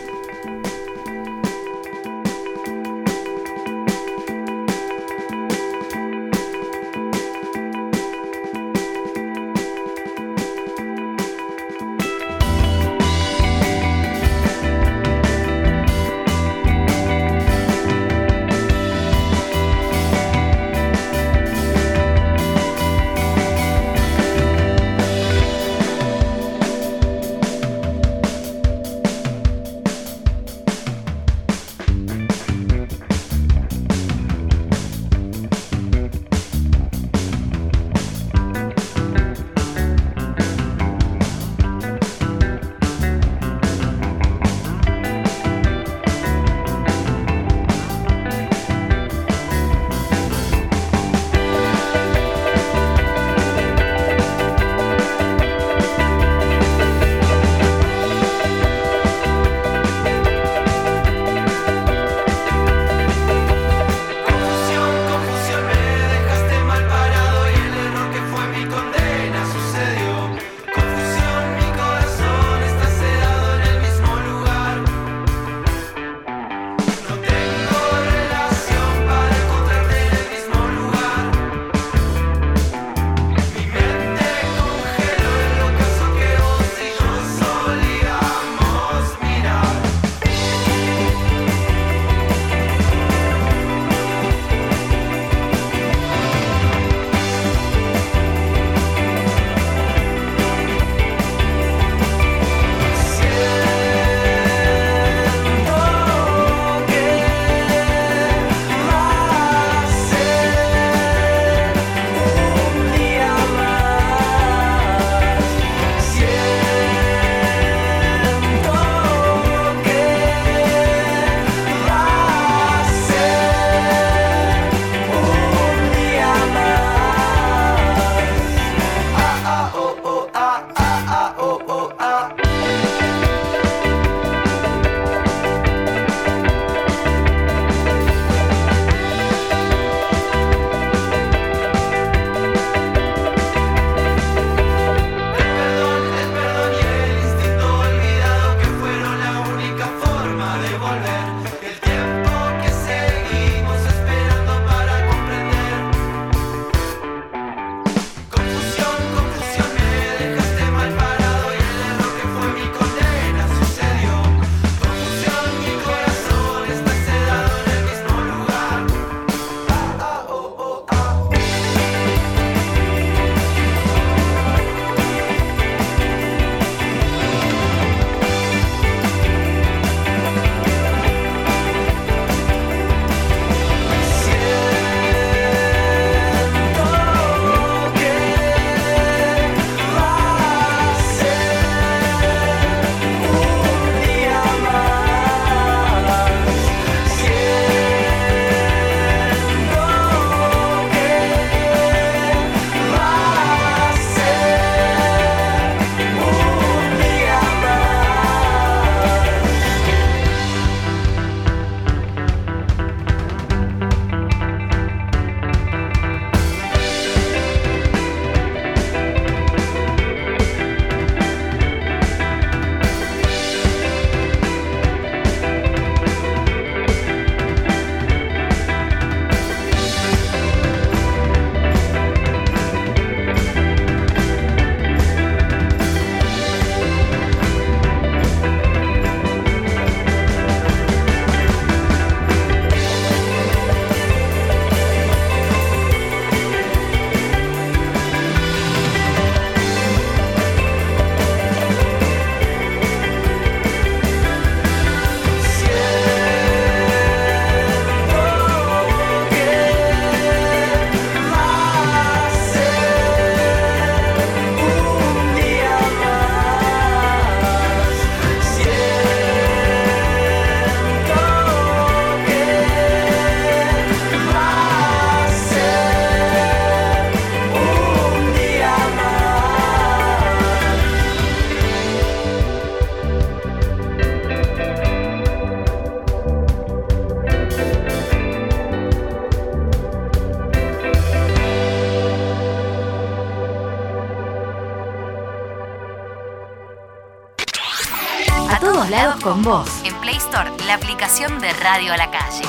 A todos lados con vos. En Play Store, la aplicación de Radio a la Calle.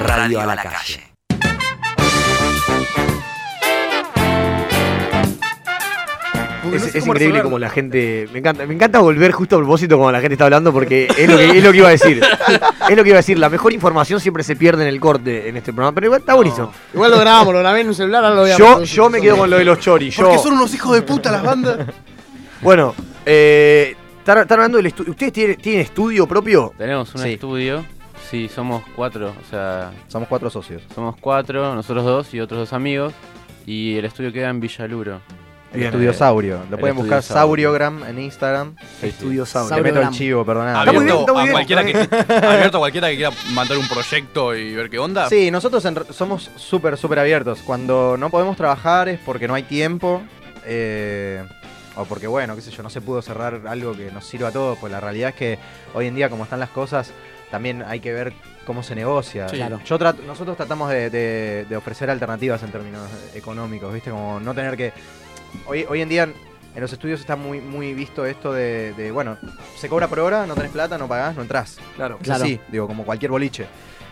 Radio a la calle.
Es, es increíble como la gente. Me encanta, me encanta volver justo a propósito cuando la gente está hablando porque es lo que, es lo que iba a decir. Es lo que iba a decir. La mejor información siempre se pierde en el corte en este programa. Pero igual está buenísimo.
Igual lo grabamos, lo grabé en un celular, ahora lo voy a
Yo,
reproducir.
yo me quedo con lo de los choris. Yo,
Porque son
unos hijos de puta las bandas.
Bueno, eh, están están hablando del estudio. ¿Ustedes tienen, tienen estudio propio?
Tenemos un
Sí.
estudio. Sí, somos cuatro. O sea.
Somos cuatro socios.
Somos cuatro, nosotros dos y otros dos amigos. Y el estudio queda en Villaluro.
El Estudio Saurio. Lo pueden buscar Sauriogram en Instagram.
Sí, sí.
Estudio Saurio. Te meto el chivo, perdonad.
Abierto, a cualquiera que, abierto a cualquiera que quiera mandar un proyecto y ver qué onda.
Sí, nosotros en re- somos súper, súper abiertos. Cuando no podemos trabajar es porque no hay tiempo. eh, o porque, bueno, qué sé yo, no se pudo cerrar algo que nos sirva a todos. Pues la realidad es que hoy en día, como están las cosas, también hay que ver cómo se negocia.
Sí. Claro.
Yo trato- nosotros tratamos de, de- de ofrecer alternativas en términos económicos, ¿viste? Como no tener que. Hoy, hoy en día. En los estudios está muy, muy visto esto de, de, bueno, se cobra por hora, no tenés plata, no pagás, no entrás. Claro,
Claro.
Sí, digo, como cualquier boliche.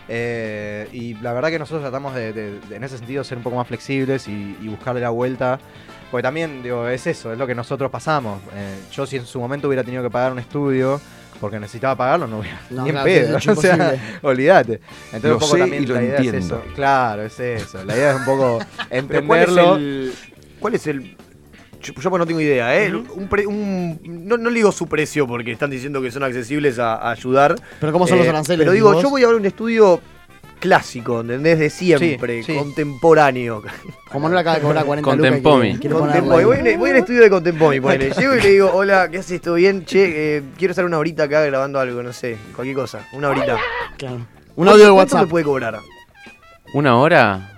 Eh, y la verdad que nosotros tratamos de, de- de, en ese sentido, ser un poco más flexibles y, y buscarle la vuelta. Porque también, digo, es eso, es lo que nosotros pasamos. Eh, yo si en su momento hubiera tenido que pagar un estudio, porque necesitaba pagarlo, no hubiera
No,
ni en
claro,
pedo.
hubiera
O
sido
sea,
imposible.
olvídate. Entonces
Lo
un poco
sé
también
y lo
la idea es
entiendo.
eso. Claro, es eso. La idea es un poco
Pero ¿cuál es
entenderlo.
el- ¿Cuál es el.? Yo, yo pues no tengo idea, ¿eh? Un pre- un- no, no le digo su precio porque están diciendo que son accesibles a, a ayudar.
Pero ¿cómo son los
Eh,
aranceles,
Pero digo,
vos?
yo voy a ver un estudio clásico, ¿entendés? De siempre,
Sí, sí.
contemporáneo.
Como no le acaba de cobrar 40 lucas, quiere- quiere ponerla
Contempomi.
ahí.
Voy, al- voy al estudio de Contempomi, ponele. Llego y le digo, hola, ¿qué haces? ¿Todo bien? Che, eh, quiero estar una horita acá grabando algo, no sé, cualquier cosa. Una horita.
Claro. Un audio de
¿Cuánto
WhatsApp.
me puede cobrar?
¿Una hora?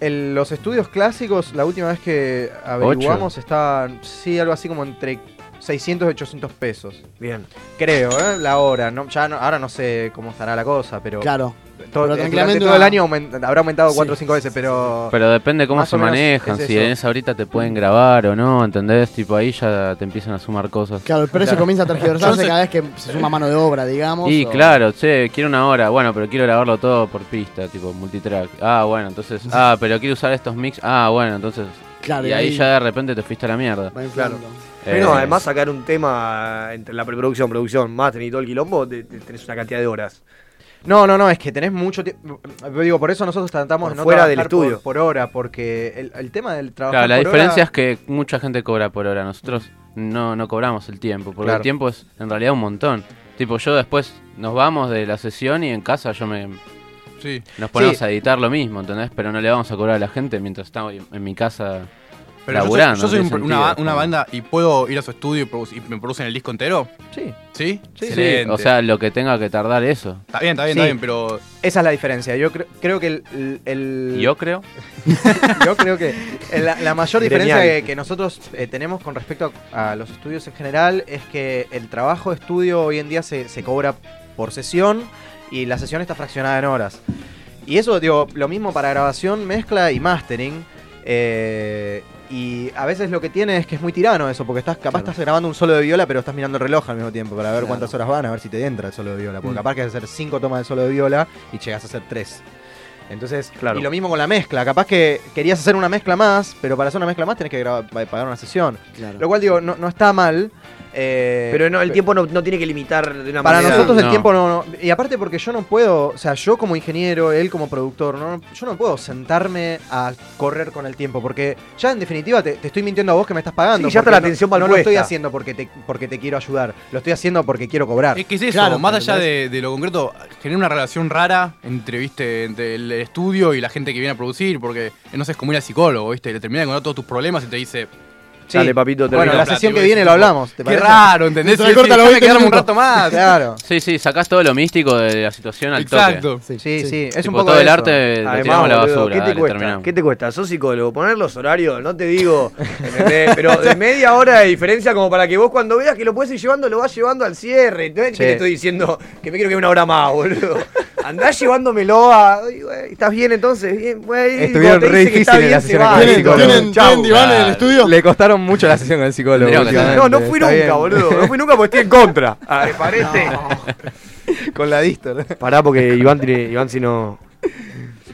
En los estudios clásicos, la última vez que averiguamos estaba, sí, algo así como entre 600 y 800 pesos.
Bien.
Creo, ¿eh? La hora. No, ya no- ahora no sé cómo estará la cosa, Ah, pero...
Claro.
Todo,
Pero
eh,
tranquilamente
durante todo
una-
el año aument- habrá aumentado
Sí.
4 o 5 veces, pero...
Pero depende cómo
más
se
o menos
manejan,
es
si
eso.
en esa horita te pueden grabar o no, ¿entendés? Tipo ahí ya te empiezan a sumar cosas.
Claro, el precio comienza a tergiversarse cada vez que se suma mano de obra, digamos.
Y
o-
claro, che, quiero una hora, bueno, pero quiero grabarlo todo por pista, tipo multitrack. Ah, bueno, entonces, ah, pero quiero usar estos mix, ah, bueno, entonces.
Claro,
y
y
ahí,
ahí-
ya de repente te fuiste a la mierda.
Claro.
Eh,
Pero no, además sacar un tema entre la preproducción, producción, más y todo el quilombo, te- te- tenés una cantidad de horas.
No, no, no, es que tenés mucho tiempo. Digo, por eso nosotros tratamos
Por
de no
fuera del
trabajar por-
estudio.
Por, hora, porque el, el tema del trabajo.
Claro, la diferencia es que mucha gente cobra por hora, nosotros no, no cobramos el tiempo, porque
Claro.
el tiempo es en realidad un montón. Tipo, yo después nos vamos de la sesión y en casa yo me...
Sí.
Nos ponemos
Sí.
a editar lo mismo, ¿entendés? Pero no le vamos a cobrar a la gente mientras estamos en mi casa
Pero yo soy-
laburando.
yo soy,
no
un-
tiene
una,
sentido,
ba- una
¿no?
banda y puedo ir a su estudio y, produ- y me producen el disco entero.
Sí.
¿Sí?
Sí.
Excelente.
O sea, lo que tenga que tardar eso.
Está bien, está bien, está bien, pero.
Esa es la diferencia. Yo creo, creo que el. el-
Yo creo.
Yo creo que la, la mayor diferencia
Gremial.
que, que nosotros eh, tenemos con respecto a, a los estudios en general es que el trabajo de estudio hoy en día se, se cobra por sesión y la sesión está fraccionada en horas. Y eso, digo, lo mismo para grabación, mezcla y mastering. eh, y a veces lo que tiene es que es muy tirano eso, porque estás, capaz estás grabando un solo de viola, pero estás mirando el reloj al mismo tiempo para ver cuántas horas van, a ver si te entra el solo de viola. Porque
Mm.
capaz que vas a hacer cinco tomas de solo de viola y llegas a hacer tres. Entonces,
Claro.
y lo mismo con la mezcla. Capaz que querías hacer una mezcla más, pero para hacer una mezcla más tenés que grabar- pa- pagar una sesión.
Claro.
Lo cual, digo, no, no está mal. eh,
Pero no, el tiempo no, no tiene que limitar de una
Para
manera.
nosotros el tiempo no, no- Y aparte porque yo no puedo, o sea, yo como ingeniero, él como productor, no, yo no puedo sentarme a correr con el tiempo, porque ya en definitiva te, te estoy mintiendo a vos que me estás pagando.
Sí, ya está
porque
la
no-
atención
No, lo estoy
malpuesta.
haciendo porque te, porque te quiero ayudar, lo estoy haciendo porque quiero cobrar.
Es que es eso, más allá de, de lo concreto, genera una relación rara entre, viste, entre el estudio y la gente que viene a producir, porque eh, no sé, es como ir al psicólogo, viste, le termina de contar todos tus problemas y te dice.
Sí. Dale, papito, termina. Bueno, la
Plata,
sesión
y
que
vos
viene
decís,
lo
tipo,
hablamos, ¿te
Qué
parece?
raro, ¿entendés?
Se
Sí, sí,
recorta los
déjame
20
quedarme un
minutos.
rato más.
Claro.
Sí, sí, sacás todo lo místico de la situación al
Exacto.
toque.
Sí, sí, sí, es
Tipo,
un poco
todo
de
el
eso.
arte lo
Además,
tiramos a la
boludo,
basura.
¿qué te
dale,
cuesta?
terminamos.
¿Qué te cuesta? ¿Sos psicólogo? Poner los horarios, no te digo, ¿entendés? pero de media hora de diferencia como para que vos cuando veas que lo puedes ir llevando, lo vas llevando al cierre. No es
Sí.
que te estoy diciendo que me quiero que una hora más, boludo. Andás llevándomelo a. "Ay, güey, ¿Estás bien entonces? Bien, güey.
Estuvieron
Cuando
re
te dice que está
difíciles
bien,
las
se
sesiones
va.
con el psicólogo. Chau.
Ah,
eh.
Le costaron mucho la sesión con el psicólogo.
Tendríamos que hacer- No, no fui nunca, boludo. No fui nunca porque estoy en contra. Ah, ¿Te parece?
Con la distor.
Pará, porque Iván, tiene, Iván si no.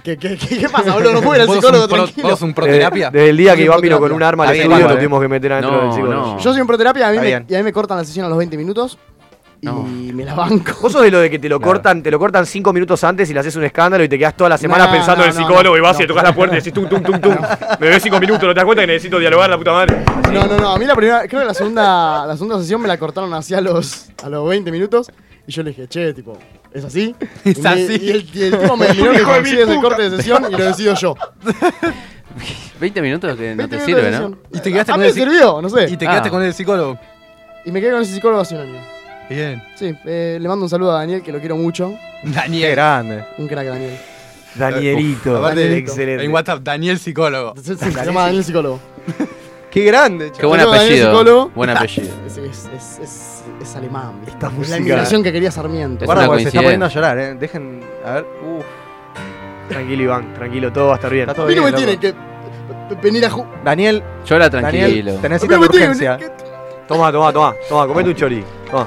¿Qué, qué, qué, qué pasa, Ah, boludo? No puedo ir al
Vos sos
psicólogo
un pro-
tranquilo.
vos sos un proterapia.
Desde- Eh, desde el día
Vos
que
sos
Iván vino
proterapia.
con un arma al
Está bien,
estudio, lo
igual, eh.
tuvimos que meter adentro
No,
del psicólogo.
Yo soy un proterapia a mí
Está
me-
bien.
y a mí me cortan la sesión a los 20 minutos. Y me la banco.
Vos sos de lo de que te lo cortan, te lo cortan cinco minutos antes y le haces un escándalo y te quedas toda la semana
No,
pensando
no,
en el
no,
psicólogo
no.
y vas y
No.
le tocas la puerta y decís tum tum tum tum. Me ves cinco minutos, ¿no te das cuenta que necesito dialogar la puta madre?
No, no, no. A mí la primera, creo que la segunda, la segunda sesión me la cortaron así a los, a los 20 minutos. Y yo le dije, che, tipo, ¿es así?
Es
y me-
así.
y el, y el tipo me miró y me
Hijo
dijo,
de mi
sí, es el
puta.
corte de sesión y lo decido yo.
20 minutos que no te
minutos
sirve,
de
¿no?
sesión.
Y te quedaste
a mí
con
me
el psic-
sirvió, no sé.
Y te quedaste con el psicólogo.
Y me quedé con ese psicólogo hace un año.
Bien.
Sí, eh, le mando un saludo a Daniel, que lo quiero mucho.
Daniel. Qué grande.
Un crack, Daniel.
Uf, aparte,
Danielito.
En WhatsApp, Daniel psicólogo.
Sí, sí, se llama Daniel Psicólogo.
Qué grande,
Qué buen
Saludo a Daniel
apellido.
Psicólogo.
Buen apellido.
Es, es, es, es, es alemán. ¿viste? Es
música-
la inmigración que quería Sarmiento.
Guarda,
porque se está poniendo a
coincidencia.
llorar, eh. Dejen. A ver. Uf.
Tranquilo, Iván, tranquilo, todo va a estar bien.
todo
A mí no me
bien,
tiene
loco.
que p- venir a jugar.
Daniel.
Llora
tranquilo.
tranquilo.
Daniel, tenés cita de urgencia.
Toma, toma, toma, toma, comete un chori. Toma.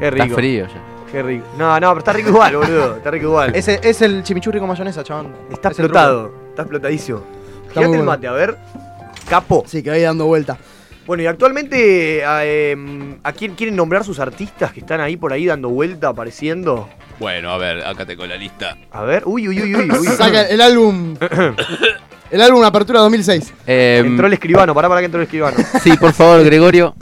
Qué rico.
Está frío ya.
Qué rico. No, no, pero está rico igual, boludo. Está rico igual.
Ese es el chimichurri con mayonesa, chabón.
Está
Es el
explotado. Está explotadísimo. Fíjate
muy
el
bueno.
mate, a ver. Capo.
Sí, que vaya dando vuelta.
Bueno, y actualmente, ¿a, eh, ¿a quién quieren nombrar sus artistas que están ahí por ahí dando vuelta, apareciendo?
Bueno, a ver, acá tengo la lista.
A ver.
uh,
Uy, uy, uy, uy. uy.
Saca el álbum. El álbum Apertura 2006.
Entró el escribano, pará, pará que entró el escribano.
Em, Sí, por favor, Gregorio.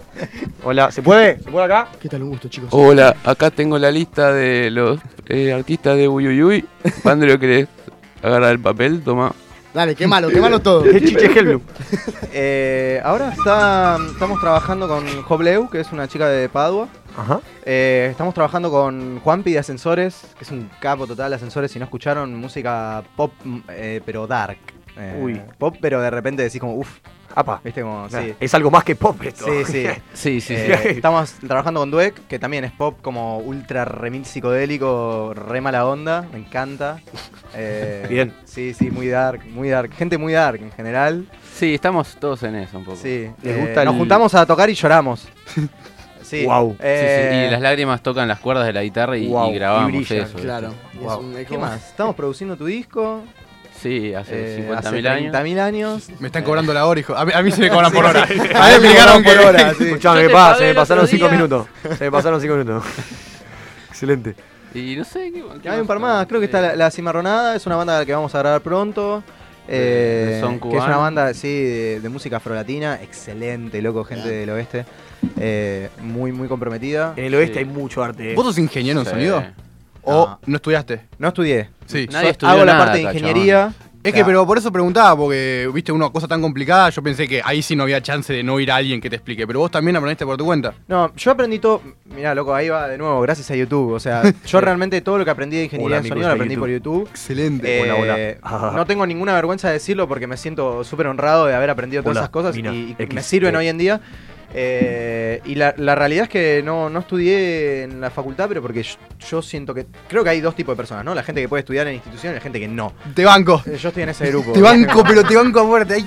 Hola, ¿se puede? ¿Se puede acá?
¿Qué tal un gusto, chicos?
Hola, acá tengo la lista de los eh, artistas de Uyuyuy. Pandrio, ¿querés agarrar el papel? Toma.
Dale, qué malo, qué malo todo.
Qué chiche Hellblum.
Eh, ahora está- estamos trabajando con Jobleu, que es una chica de Padua.
Ajá.
Eh, estamos trabajando con Juanpi de Ascensores, que es un capo total de Ascensores. Si no escucharon música pop, mm, eh, pero dark. Eh,
Uy.
Pop, pero de repente decís como, uff.
Apa.
¿Viste? Como,
Nah,
sí.
es algo más que pop esto.
Sí, sí.
Sí, sí,
Eh,
sí.
estamos trabajando con Dweck, que también es pop como ultra remil psicodélico, re mala onda. Me encanta. Eh,
Bien.
Sí, sí, muy dark, muy dark. Gente muy dark en general.
Sí, estamos todos en eso un poco.
Sí,
Les
eh,
gusta
nos
el-
juntamos a tocar y lloramos. sí.
Guau. Sí, sí,
eh,
Y las lágrimas tocan las cuerdas de la guitarra y, y
Guau, y
grabamos
brillan,
eso.
Claro. Y es
Guau.
un- es
¿Qué
como-
más? Estamos produciendo tu disco.
Sí, hace
Eh,
50.000
hace
años.
30.000 años.
Me están cobrando la hora, hijo. A mí, a mí se me cobran
Sí,
por
sí.
hora.
A mí me
A mí me explicaron
cobraron por
que-
hora, sí.
Escuchame,
Yo
¿qué
te
pasa?
pagué
Se me
el
pasaron
otro
cinco
día.
minutos. Se me pasaron cinco minutos. Excelente.
Y no sé, ¿qué,
Que hay un par más. Creo que está La, La Cimarronada, es una banda que vamos a grabar pronto.
De-
eh,
son
que es una
cubanos.
banda sí, de, de música afrolatina, excelente, loco, gente del oeste. eh, muy, muy comprometida.
En el oeste hay mucho arte.
¿Vos sos ingeniero en
Sí.
sonido? ¿O no, estudiaste?
No estudié.
Sí.
Nadie So- estudió hago la nada parte de acá, ingeniería. chabón.
Es
O
que,
sea-
pero por eso preguntaba, porque viste una cosa tan complicada, yo pensé que ahí sí no había chance de no ir a alguien que te explique, pero vos también aprendiste por tu cuenta.
No, yo aprendí todo. Mirá, loco, ahí va de nuevo, gracias a YouTube. O sea, yo realmente todo lo que aprendí de ingeniería
Hola,
en
amigos
sonido lo
de
aprendí
YouTube.
por YouTube.
Excelente.
Eh,
Hola, hola.
Ajá.
No tengo ninguna vergüenza de decirlo porque me siento súper honrado de haber aprendido todas
Hola,
esas cosas
mina,
y, y
X,
me sirven
eh.
hoy en día. Eh, y la, la realidad es que no, no estudié en la facultad, pero porque yo, yo siento que. Creo que hay dos tipos de personas, ¿no? La gente que puede estudiar en instituciones y la gente que no.
Te banco.
Eh, Yo estoy en ese grupo.
Te banco, pero te banco a muerte. Ay,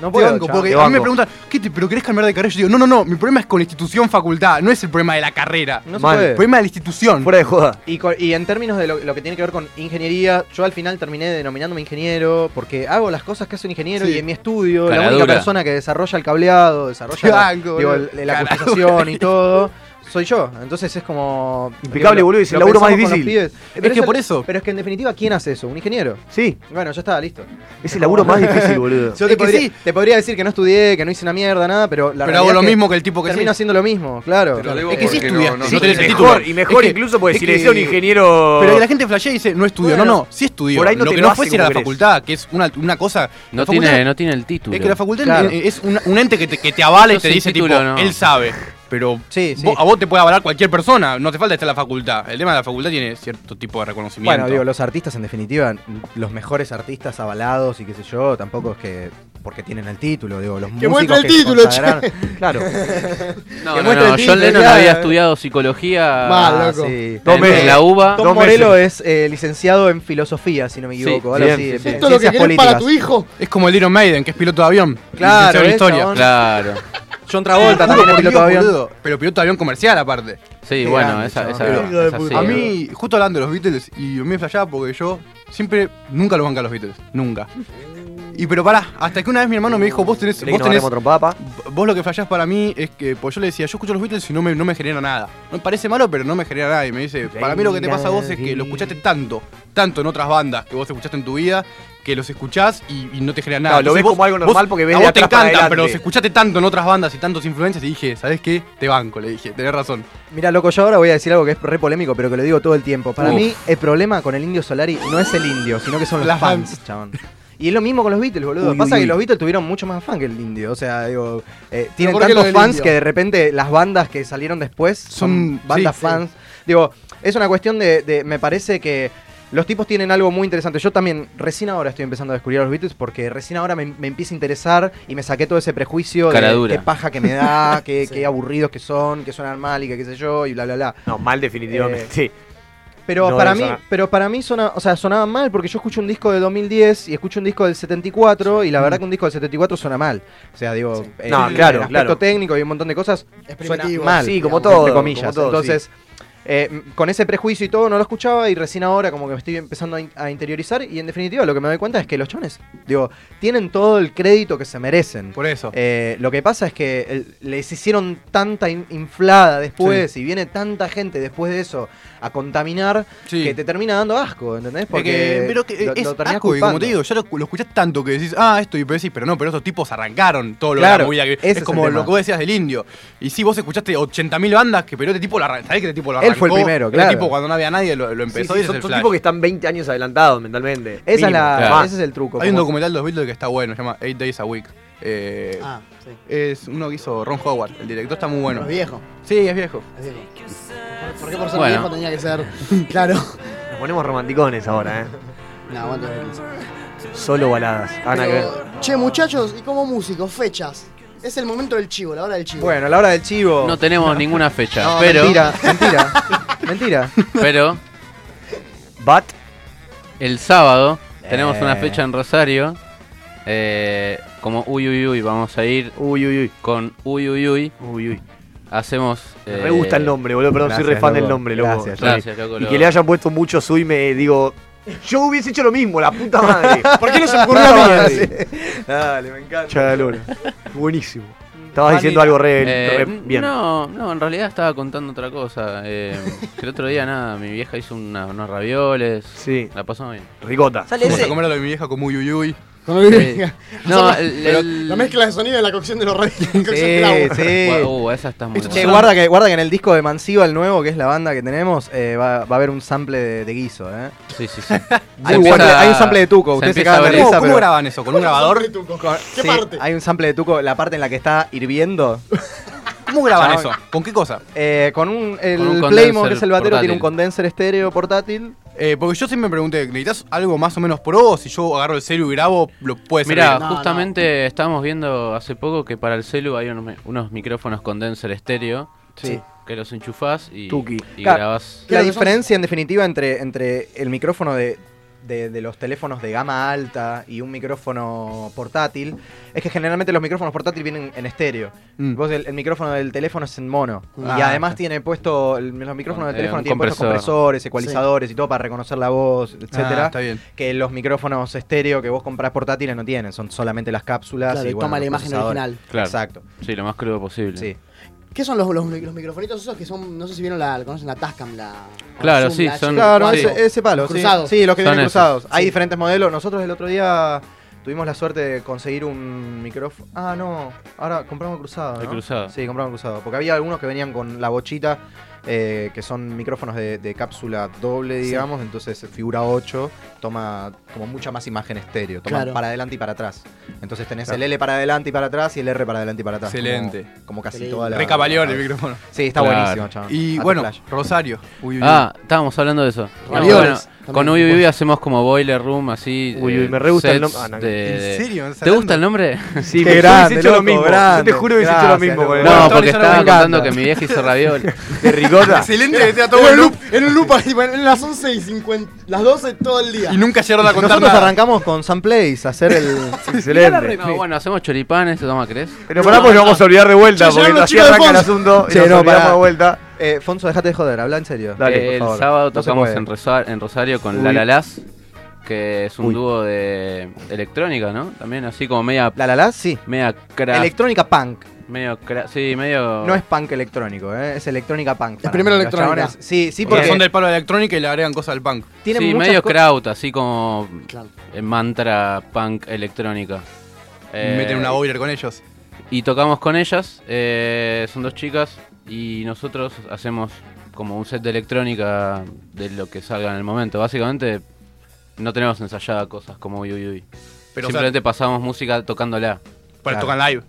No
te
puedo,
banco,
chabón.
porque
Te
a mí me
banco.
preguntan, ¿qué te, pero querés cambiar de carrera? Yo digo, no, no, no, mi problema es con la institución facultad, no es el problema de la carrera.
No se Mal. puede.
El problema de la institución.
Fuera de joda.
Y, co- y en términos de lo, lo que tiene que ver con ingeniería, yo al final terminé denominándome ingeniero porque hago las cosas que hace un ingeniero
Sí.
y en mi estudio, la
Caradura.
única persona que desarrolla el cableado, desarrolla
Qué
la-
banco,
digo,
boludo.
el- la
Caradura.
acusación y todo, soy yo. Entonces es como. digo,
Impecable,
lo-
boludo, es el
lo
laburo más
pensamos con
difícil.
los pibes.
Es
Pero
que por eso.
Pero es que en definitiva, ¿quién hace eso? ¿Un ingeniero?
Sí.
Bueno, ya está, listo.
Es el laburo más difícil, boludo.
Yo te, podría, te podría decir que no estudié, que no hice una mierda, nada, pero la
Pero
realidad
hago
es
lo mismo que el tipo que
Termino
sí.
haciendo lo mismo, claro.
Te lo digo
es que sí
porque no-
estudiaste.
no-
sí,
no tenés el
estudiaste.
título.
mejor, y mejor
Es que-
incluso porque
es
si le
que-
decía un ingeniero.
Pero la gente flashea y dice, no estudió.
Bueno,
no, no, sí estudió.
por ahí no
lo
te
que
lo
no fue
hacen
si era la
como querés.
facultad, que es una, una cosa.
No
la facultad-
tiene, no tiene el título.
Es que la facultad
Claro.
es un, un ente que te, que te avala y
Yo
te
sin
dice,
título,
tipo,
no.
él sabe. pero vo- a vos te puede avalar cualquier persona, no hace falta estar en la facultad. El tema de la facultad tiene cierto tipo de reconocimiento.
Bueno, digo, los artistas en definitiva, los mejores artistas avalados y qué sé yo, tampoco es que porque tienen el título, digo, los
Que muestre
músicos
el
que
título,
consagraron-
che.
Claro.
No, no, no, John Lennon
eh.
había estudiado psicología
Mal,
ah,
loco.
sí. en, en la UBA.
Tom Morello es eh, licenciado en filosofía, si no me equivoco. algo así, en ciencias políticas.
hijo.
Es como el Iron Maiden, que es piloto de avión. licenciado
Claro,
en
¿ves,
historia.
chabón?
Claro.
John Travolta también es
Por
piloto de
Dios,
avión.
boludo. Pero piloto de avión comercial aparte.
Sí, bueno,
Ah,
esa- esa- Hijo de esa puta. sí,
A
¿eh?
boludo.
mí, justo hablando de los Beatles, y a mí me flashaba porque yo siempre nunca los banca a los Beatles. Nunca. Y pero pará, hasta que una vez mi hermano me dijo, vos tenés.
¿Crees que
Vos,
nos
tenés
agarremos trompada, pa?
vos lo que flashás para mí es que. Pues yo le decía, yo escucho los Beatles y no me, no me genera nada. Me parece malo, pero no me genera nada. Y me dice, para mí lo que te pasa a vos es que lo escuchaste tanto, tanto en otras bandas que vos escuchaste en tu vida, que los escuchás y, y no te genera nada.
Claro, lo
Entonces
ves como algo normal porque ves
a
de
vos te
atrás para
encantan,
adelante.
pero los escuchaste tanto en otras bandas y tantos influencias y dije, ¿sabés qué? Te banco, le dije, tenés razón.
Mira, loco, yo ahora voy a decir algo que es re polémico, pero que lo digo todo el tiempo. Para
Uf.
mí, el problema con el indio Solari no es el indio, sino que son los
Las
fans,
fans.
chabón. Y es lo mismo con los Beatles, boludo.
Uy,
Pasa
uy,
que
uy.
los Beatles tuvieron mucho más fan que el indio. O sea, digo, eh, tienen
por qué lo
tantos
del
fans
indio?
que de repente las bandas que salieron después son,
Son-
bandas
sí, sí.
fans. Digo, es una cuestión de, de- Me parece que. Los tipos tienen algo muy interesante. Yo también recién ahora estoy empezando a descubrir a los Beatles porque recién ahora me, me empieza a interesar y me saqué todo ese prejuicio
Cara
de
dura.
qué paja que me da, qué, qué aburridos que son, que suenan mal y que qué sé yo, y bla, bla, bla.
No, mal definitivamente.
Eh,
sí.
Pero
No
para
debe
mí,
sonar.
pero para mí sona, o sea, sonaban mal porque yo escucho un disco de 2010 y escucho un disco del 74 y la verdad que un disco del 74 suena mal. O sea, digo, eh,
Mm. No,
en
claro,
el aspecto
claro.
técnico y un montón de cosas suena
primitivo.
mal.
Sí, como
digamos,
todo,
entre comillas.
como todo,
Entonces, eh, m- con ese prejuicio y todo no lo escuchaba y recién ahora como que me estoy empezando a, in- a interiorizar y en definitiva lo que me doy cuenta es que los chones, digo, tienen todo el crédito que se merecen.
Por eso.
Eh, lo que pasa es que el- les hicieron tanta in- inflada después y viene tanta gente después de eso a contaminar que te termina dando asco, ¿entendés? Porque
que- pero que
lo,
es
lo terminás
asco, y como
culpando.
te digo, ya lo, lo escuchás tanto que decís, ah, esto, y decís, pero no, pero esos tipos arrancaron todo lo de
Claro,
la movida. Que,
ese
es
es
como
el tema.
lo que vos decías del indio. Y sí, vos escuchaste 80.000 bandas, que pero este tipo lo arrancó. ¿Sabés que este tipo lo
Él
arrancó?
fue el primero,
Este
claro.
tipo cuando no había nadie lo, lo
Sí,
empezó
sí,
y ese es
son
el
son
flash.
tipos que están 20 años adelantados mentalmente.
Esa es
Mínimo.
la-
Más.
ese es el truco.
Hay un
como-
documental de los Beatles que está bueno, se llama Eight Days a Week. Eh,
Ah, sí.
Es uno que hizo Ron Howard, el director está muy bueno.
Es viejo.
Sí, es viejo.
Es viejo. ¿Por- ¿Por qué por ser
Bueno.
viejo tenía que ser? claro.
Nos ponemos romanticones ahora, ¿eh?
No, aguante los Beatles.
Solo baladas. Ana, que
Pero, Che, muchachos, y como músicos, fechas. Es el momento del chivo, la hora del chivo.
Bueno, a la hora del chivo.
No tenemos ninguna fecha,
No,
pero.
mentira, mentira, mentira.
Pero.
Bat.
El sábado tenemos
Eh.
una fecha en Rosario. eh, como uy uy uy, vamos a ir con uy uy uy. Hacemos.
Me gusta el nombre, boludo. Perdón, soy
gracias,
re fan del
loco.
nombre, loco.
Gracias,
Sorry.
gracias, loco,
Y
lo-
que le hayan puesto mucho sui, me digo. Yo hubiese hecho lo mismo, la puta madre.
¿Por qué no se
me
ocurrió a mí?
Ah,
Dale, me encanta.
Chadalona. Buenísimo. Estabas diciendo algo re,
Eh,
re bien.
No, no, en realidad estaba contando otra cosa. eh, que el otro día, nada, mi vieja hizo una- unos ravioles.
Sí.
La pasamos bien.
Ricota.
Sale
Vamos
ese.
a comer a lo de mi vieja como uy uy uy.
Con lo que-
Sí.
Hacer
No,
la,
el-
pero
el-
la mezcla de sonido de la cocción de los radios. con la cocción del
Sí,
agua.
sí.
Uh, esa está muy
Che,
buena.
guarda que, guarda que en el disco de Mansiva, el nuevo, que es la banda que tenemos, eh, va, va a haber un sample de, de guiso, ¿eh?
Sí, sí, sí.
Hay, un sample, hay un sample de tuco, ustedes se cagan de risa, pero-
eso?
¿Con un grabador?
¿Qué
Sí,
parte?
Hay un sample de tuco, la parte en la que está hirviendo.
¿Cómo
Ah,
graban
Chabón.
eso? ¿Con qué cosa?
Eh, con un, el
Con un
Playmo,
condenser
que es el batero, tiene un
portátil.
condenser estéreo portátil.
Eh, porque yo siempre me pregunté, ¿necesitas algo más o menos pro? O si yo agarro el celu y grabo, lo puedes
Mira, justamente estábamos viendo hace poco que para el celu hay unos, mi- unos micrófonos condenser estéreo.
Sí.
Que los enchufás y,
Tuki.
y
Claro,
grabás.
La diferencia, en definitiva, entre, entre el micrófono de, de- de los teléfonos de gama alta y un micrófono portátil es que generalmente los micrófonos portátiles vienen en estéreo. Vos el, el micrófono del teléfono es en mono.
Ah,
y además
ok.
tiene puesto, el- los micrófonos del
Eh,
teléfono
un
tienen puestos
compresor.
compresores, ecualizadores y todo para reconocer la voz, etcétera.
está bien.
Que los micrófonos estéreo que vos comprás portátiles no tienen, son solamente las cápsulas.
Claro,
y
y
bueno,
toma la
los
imagen
procesadores.
original.
Claro.
Exacto.
Sí, lo más crudo posible.
Sí.
¿Qué son los, los, los microfonitos esos que son, no sé si vieron la, conocen la Tascam, la...
Claro,
o
sí,
la
son-
H4?
Ah, Claro,
Sí.
ese, ese palo.
Los
sí.
cruzados.
Sí, los que
Son
vienen
esos.
cruzados. Hay
Sí.
diferentes modelos. Nosotros el otro día Tuvimos la suerte de conseguir un micrófono. Ah, no. Ahora compramos cruzado.
El
¿no?
cruzado.
Sí, compramos cruzado. Porque había algunos que venían con la bochita, eh, que son micrófonos de, de cápsula doble,
Sí.
digamos. Entonces, eh, figura 8 toma como mucha más imagen estéreo. Toma
Claro.
para adelante y para atrás. Entonces, tenés
Claro.
el L para adelante y para atrás y el R para adelante y para atrás.
Excelente.
Como, como casi
Excelente.
toda la. Ah.
Re cabaleón el micrófono.
Sí, está
Claro.
buenísimo, chaval.
Y bueno, Rosario. Uy, uy, uy.
Ah, estábamos hablando de eso.
Ravioles,
bueno, con Uy
también.
Uy Uy hacemos como Boiler Room, así.
Uy,
eh,
uy, me re gusta el
sets
nom- ah, no.
de-
¿En
de-
serio?
¿Te gusta el nombre?
Sí, Qué me- yo hubiese grande, hecho lo loco, mismo. Yo grande. te juro que hubiese hecho lo Gracias, mismo con loco. el-
No,
Antonio,
porque
eso no me
estaba
encanta.
contando que mi vieja hizo ravioles.
De rigorda.
Excelente que sea
en un loop, en un loop así, en las 11 y 50, las 12 todo el día.
Nosotros arrancamos con Sunplace a hacer el.
No, bueno, hacemos choripanes, toma, ¿crees?
Pero pará, porque lo vamos a olvidar de vuelta,
Che, ya
porque
los
así
chicos de
arranca el
Fonso.
asunto y
Che,
nos
no,
olvidamos
pará.
de vuelta. Eh, Fonso, dejate de joder, habla en serio.
Eh, el sábado tocamos en, Rosa- en Rosario con
Uy.
La La Las, que es un
Uy.
dúo de electrónica, ¿no? También así como media.
La La Las, sí.
Media craft.
Electrónica punk.
medio cra- sí, medio.
No es punk electrónico, eh, es electrónica punk. para
primero
mí. Los
electrónica.
chabones- Sí, sí,
Porque
porque.
son del palo de electrónica y le agregan cosas al punk.
sí, medio kraut, así como eh, mantra punk electrónica. Eh,
Meten una boiler con ellos.
Y tocamos con ellas, eh, son dos chicas, y nosotros hacemos como un set de electrónica de lo que salga en el momento. Básicamente no tenemos ensayada cosas como uy uy uy.
Pero,
Simplemente pasamos música tocándola.
Pero tocan live.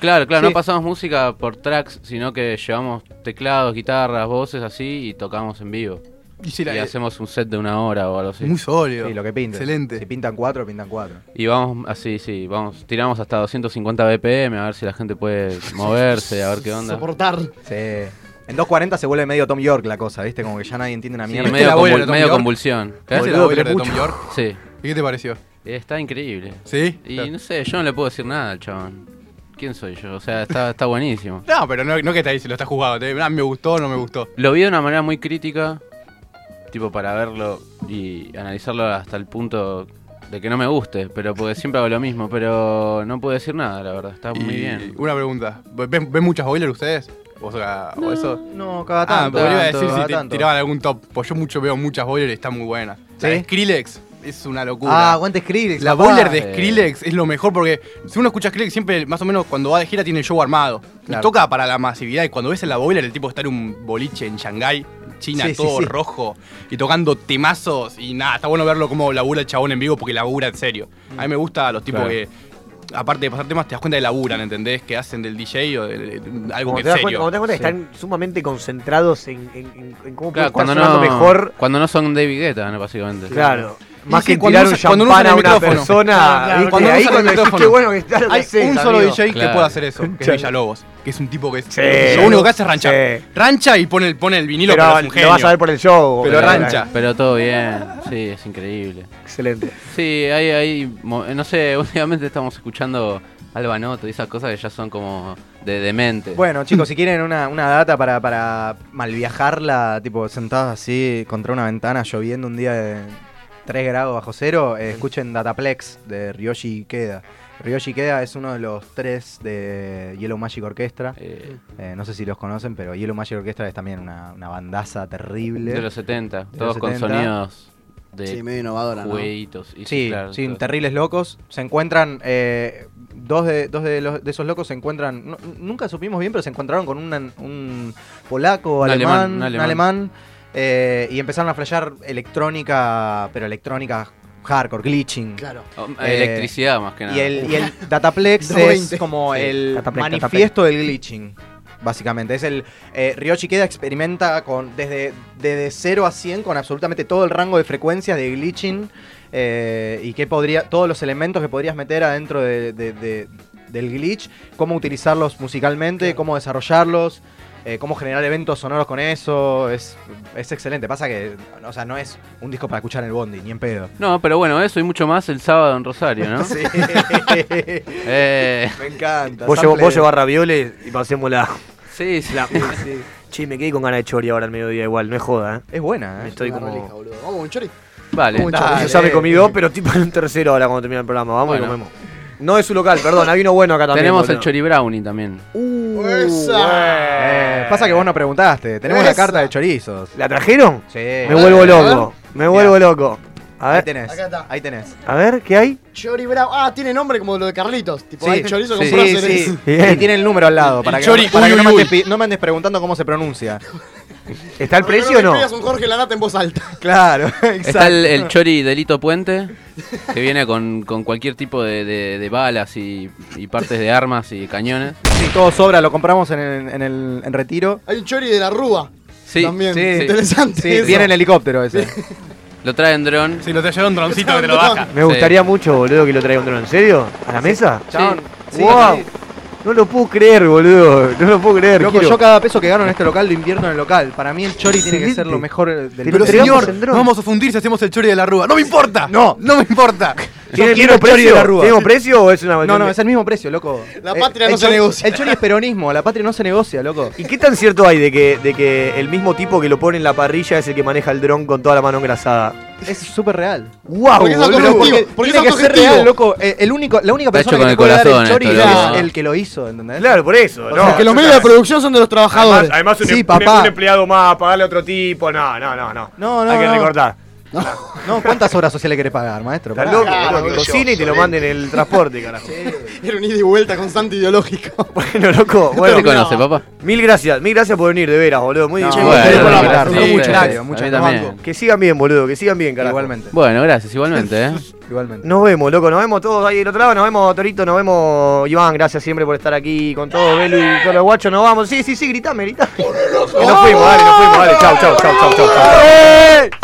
Claro, claro,
Sí.
no pasamos música por tracks, sino que llevamos teclados, guitarras, voces así y tocamos en vivo.
Y
Y,
si la-
hacemos un set de una hora o algo así.
Muy sólido.
Sí, lo que pinta.
Excelente.
Si pintan cuatro, pintan cuatro.
Y vamos así, sí, vamos, tiramos hasta 250 BPM a ver si la gente puede moverse, a ver qué onda.
Soportar.
Sí. En 240 se vuelve medio Tom York la cosa, ¿viste? Como que ya nadie entiende una
Sí,
mierda.
medio ¿Viste la boiler de convul- Tom medio York? convulsión. ¿Qué?
¿Viste la
Boludo,
boiler de
Crepucho.
Tom York?
Sí. Eh,
¿Y qué te pareció?
Está increíble.
¿Sí?
Y no sé, yo no le puedo decir nada al chabón. ¿Quién soy yo? O sea, está, está buenísimo.
No, pero no, no que te dice, lo estás jugando. Te, ah, me gustó o no me gustó.
Lo vi de una manera muy crítica, tipo para verlo y analizarlo hasta el punto de que no me guste, pero porque siempre hago lo mismo, pero no puedo decir nada, la verdad, está muy
Y
bien.
Una pregunta. ¿Ven, ven muchas boiler ustedes? ¿O, sea, o eso?
No, cada
ah,
tanto,
porque iba a
tanto,
decir si
cada
te
tanto.
tiraban algún top. Pues yo mucho veo muchas boiler y están muy buenas. La de
¿Sí?
Skrillex es una locura.
Ah, aguante Skrillex.
La
papá. Eh,
boiler de Skrillex es lo mejor porque si uno escucha Skrillex siempre, más o menos, cuando va de gira tiene el show armado.
Claro.
Y toca para la masividad. Y cuando ves en la boiler, el tipo está en un boliche en Shanghái, China,
Sí, sí,
todo
sí.
rojo y tocando temazos. Y nada, está bueno verlo como labura el chabón en vivo porque labura en serio. A mí me gusta los tipos
Claro.
que. Aparte de pasar temas, te das cuenta de laburan, ¿entendés? Que hacen del DJ o de, de- de- algo
Como
que
te
es
das
serio.
cuenta, como te das cuenta que están sumamente concentrados en, en- en- en cómo
Claro,
puede
cuando
estar sonando
no,
mejor.
cuando no son David Guetta, ¿no? básicamente.
Claro. Más que tirar un champán a una persona. ¿viste?
Cuando
ahí
usan el
cuando decís
micrófono.
qué bueno que está lo que
Hay
haces,
un solo
amigo.
DJ que
Claro.
pueda hacer eso, que es
Claro.
Villalobos, que es un tipo que es,
Sí.
lo único que hace es ranchar. Rancha y pone el, pone el vinilo, pero,
Pero
es un
lo
genio.
vas a ver por el show,
Pero
boludo.
rancha.
Pero todo bien, sí, es increíble.
Excelente.
Sí, hay, hay, mo- eh, no sé, últimamente estamos escuchando Albanoto y esas cosas que ya son como de demente.
Bueno, chicos, si quieren una, una data para, para malviajarla, tipo sentados así contra una ventana lloviendo un día de 3 grados bajo cero, eh, escuchen Dataplex de Ryoshi Ikeda. Ryoshi Ikeda es uno de los tres de Yellow Magic Orchestra. Eh, no sé si los conocen, pero Yellow Magic Orchestra es también una, una bandaza terrible.
De los 70,
De
todos
los
con
70.
sonidos de
Sí, medio innovadora, ¿no?
jueguitos y
Sí,
claro,
sí,
todo.
terribles locos. Se encuentran. eh, dos de, dos de, los- de esos locos se encuentran. no- nunca supimos bien, pero se encontraron con una- un polaco,
Un alemán,
alemán,
un
un alemán.
alemán.
eh, y empezaron a flashear electrónica, pero electrónica hardcore, glitching.
Claro.
Oh, electricidad más que nada.
Eh, Y el, y el Dataplex es
220.
como
Sí,
el
Dataplex,
manifiesto del glitching. Básicamente, es el. Eh, Ryoshi Keda experimenta con desde, desde 0 a 100 con absolutamente todo el rango de frecuencias de glitching eh, y que podría, todos los elementos que podrías meter adentro de- de- de- del glitch, cómo utilizarlos musicalmente, cómo desarrollarlos, eh, cómo generar eventos sonoros con eso. Es, es excelente. Pasa que, o sea, no es un disco para escuchar en el Bondi, ni en pedo.
No, pero bueno, eso y mucho más el sábado en Rosario, ¿no?
Sí.
Eh.
Me encanta.
Vos, llevo- vos llevás ravioles y pasemos la.
Sí, sí.
la- Che, me quedé con ganas de chori ahora al mediodía igual, no es joda, ¿eh?
Es buena, ¿eh?
Estoy
Una
como.
relija, boludo. Vamos, un chori.
Vale.
Vamos,
Yo ya me comí dos, pero estoy para un tercero ahora cuando termine el programa. Vamos y
Bueno.
comemos. No es su local, perdón, hay uno bueno acá también.
Tenemos el
boludo.
Chori Brownie también.
Eh, pasa que vos no preguntaste. Tenemos la
Esa.
carta de chorizos.
¿La trajeron?
Sí.
Me vuelvo loco. Me vuelvo loco. A
Ahí
ver.
tenés.
Acá está.
Ahí tenés.
A ver, ¿qué hay?
Chori Bravo. Ah, tiene nombre como lo de Carlitos. Tipo,
Sí,
hay chorizo
sí,
con
sí,
próceres.
sí. Y tiene el número al lado. Para que,
Chori,
para que
uy,
no, me
uy,
andes, pi- no me andes preguntando cómo se pronuncia.
¿Está el
Pero me escribas un Jorge Lanata en voz alta.
Claro,
Está el, el Chori Delito Puente, que viene con, con cualquier tipo de, de- de balas y, y partes de armas y cañones.
Sí, todo sobra, lo compramos en, el- en el en retiro.
Hay un Chori de la Rúa.
Sí,
También.
sí.
Interesante.
Sí,
eso.
viene en helicóptero ese.
Lo trae en dron.
Si lo te lleva un droncito
que te lo baja.
Me gustaría mucho, boludo, que lo traiga un dron. ¿En serio? ¿A la mesa?
Chabón, sí,
wow.
sí.
No lo puedo creer, boludo. No lo puedo creer.
Loco,
quiero.
yo cada peso que gano en este local lo invierto en el local. Para mí el Chori tiene que ser lo
Excelente.
mejor eh, del
Pero
mundo.
señor, no vamos a fundir si hacemos el chori de la rúa. ¡No me importa! ¡No! ¡No me importa!
Yo
Yo
quiero el Chori de la Rúa.
¿Tenemos precio o es una
No, no, es el mismo precio, loco.
La
Eh,
patria
el
no se
Chori-
negocia.
El Chori es peronismo, la patria no se negocia, loco.
¿Y qué tan cierto hay de que, de que el mismo tipo que lo pone en la parrilla es el que maneja el dron con toda la mano engrasada?
Es súper real.
¡Wow!
Porque es autogestivo,
boludo!
porque tiene que ser real, loco. Eh, El único, la única
Está
persona
hecho
que
con
te
el
puede dar el
corazón
Chori
esto, loco.
es el que lo hizo, ¿entendés?
Claro, por eso.
O
no,
sea,
que los medios de producción son de los trabajadores.
Además, además un,
Sí,
em-
papá.
un empleado más, pagarle a otro tipo. No, no, no, no.
No, no,
Hay que
no.
recortar.
No, ¿cuántas horas sociales querés pagar, maestro?
Estás
Pará.
loco, boludo, que cocine y te lo manden en el transporte, carajo.
Era un ida y vuelta constante ideológico.
Bueno, loco, bueno.
te conoce, papá?
Mil gracias, mil gracias por venir, de veras, boludo. Muy
No,
muy
bueno,
bien por la
gracias,
plata.
sí,
Muchas
gracias.
gracias, muchas
A mí
gracias.
también.
Que sigan bien, boludo, que sigan bien, carajo.
Igualmente.
Bueno, gracias, igualmente, ¿eh?
Igualmente.
Nos vemos, loco, nos vemos todos ahí del otro lado, nos vemos Torito, nos vemos Iván, gracias siempre por estar aquí con todos, Belu y todos los guachos,
Eh.
nos vamos. Sí, sí, sí, gritame, gritame. Que nos fuimos, dale, nos fuimos, dale, chau, chau, chau, chau, chau. chau.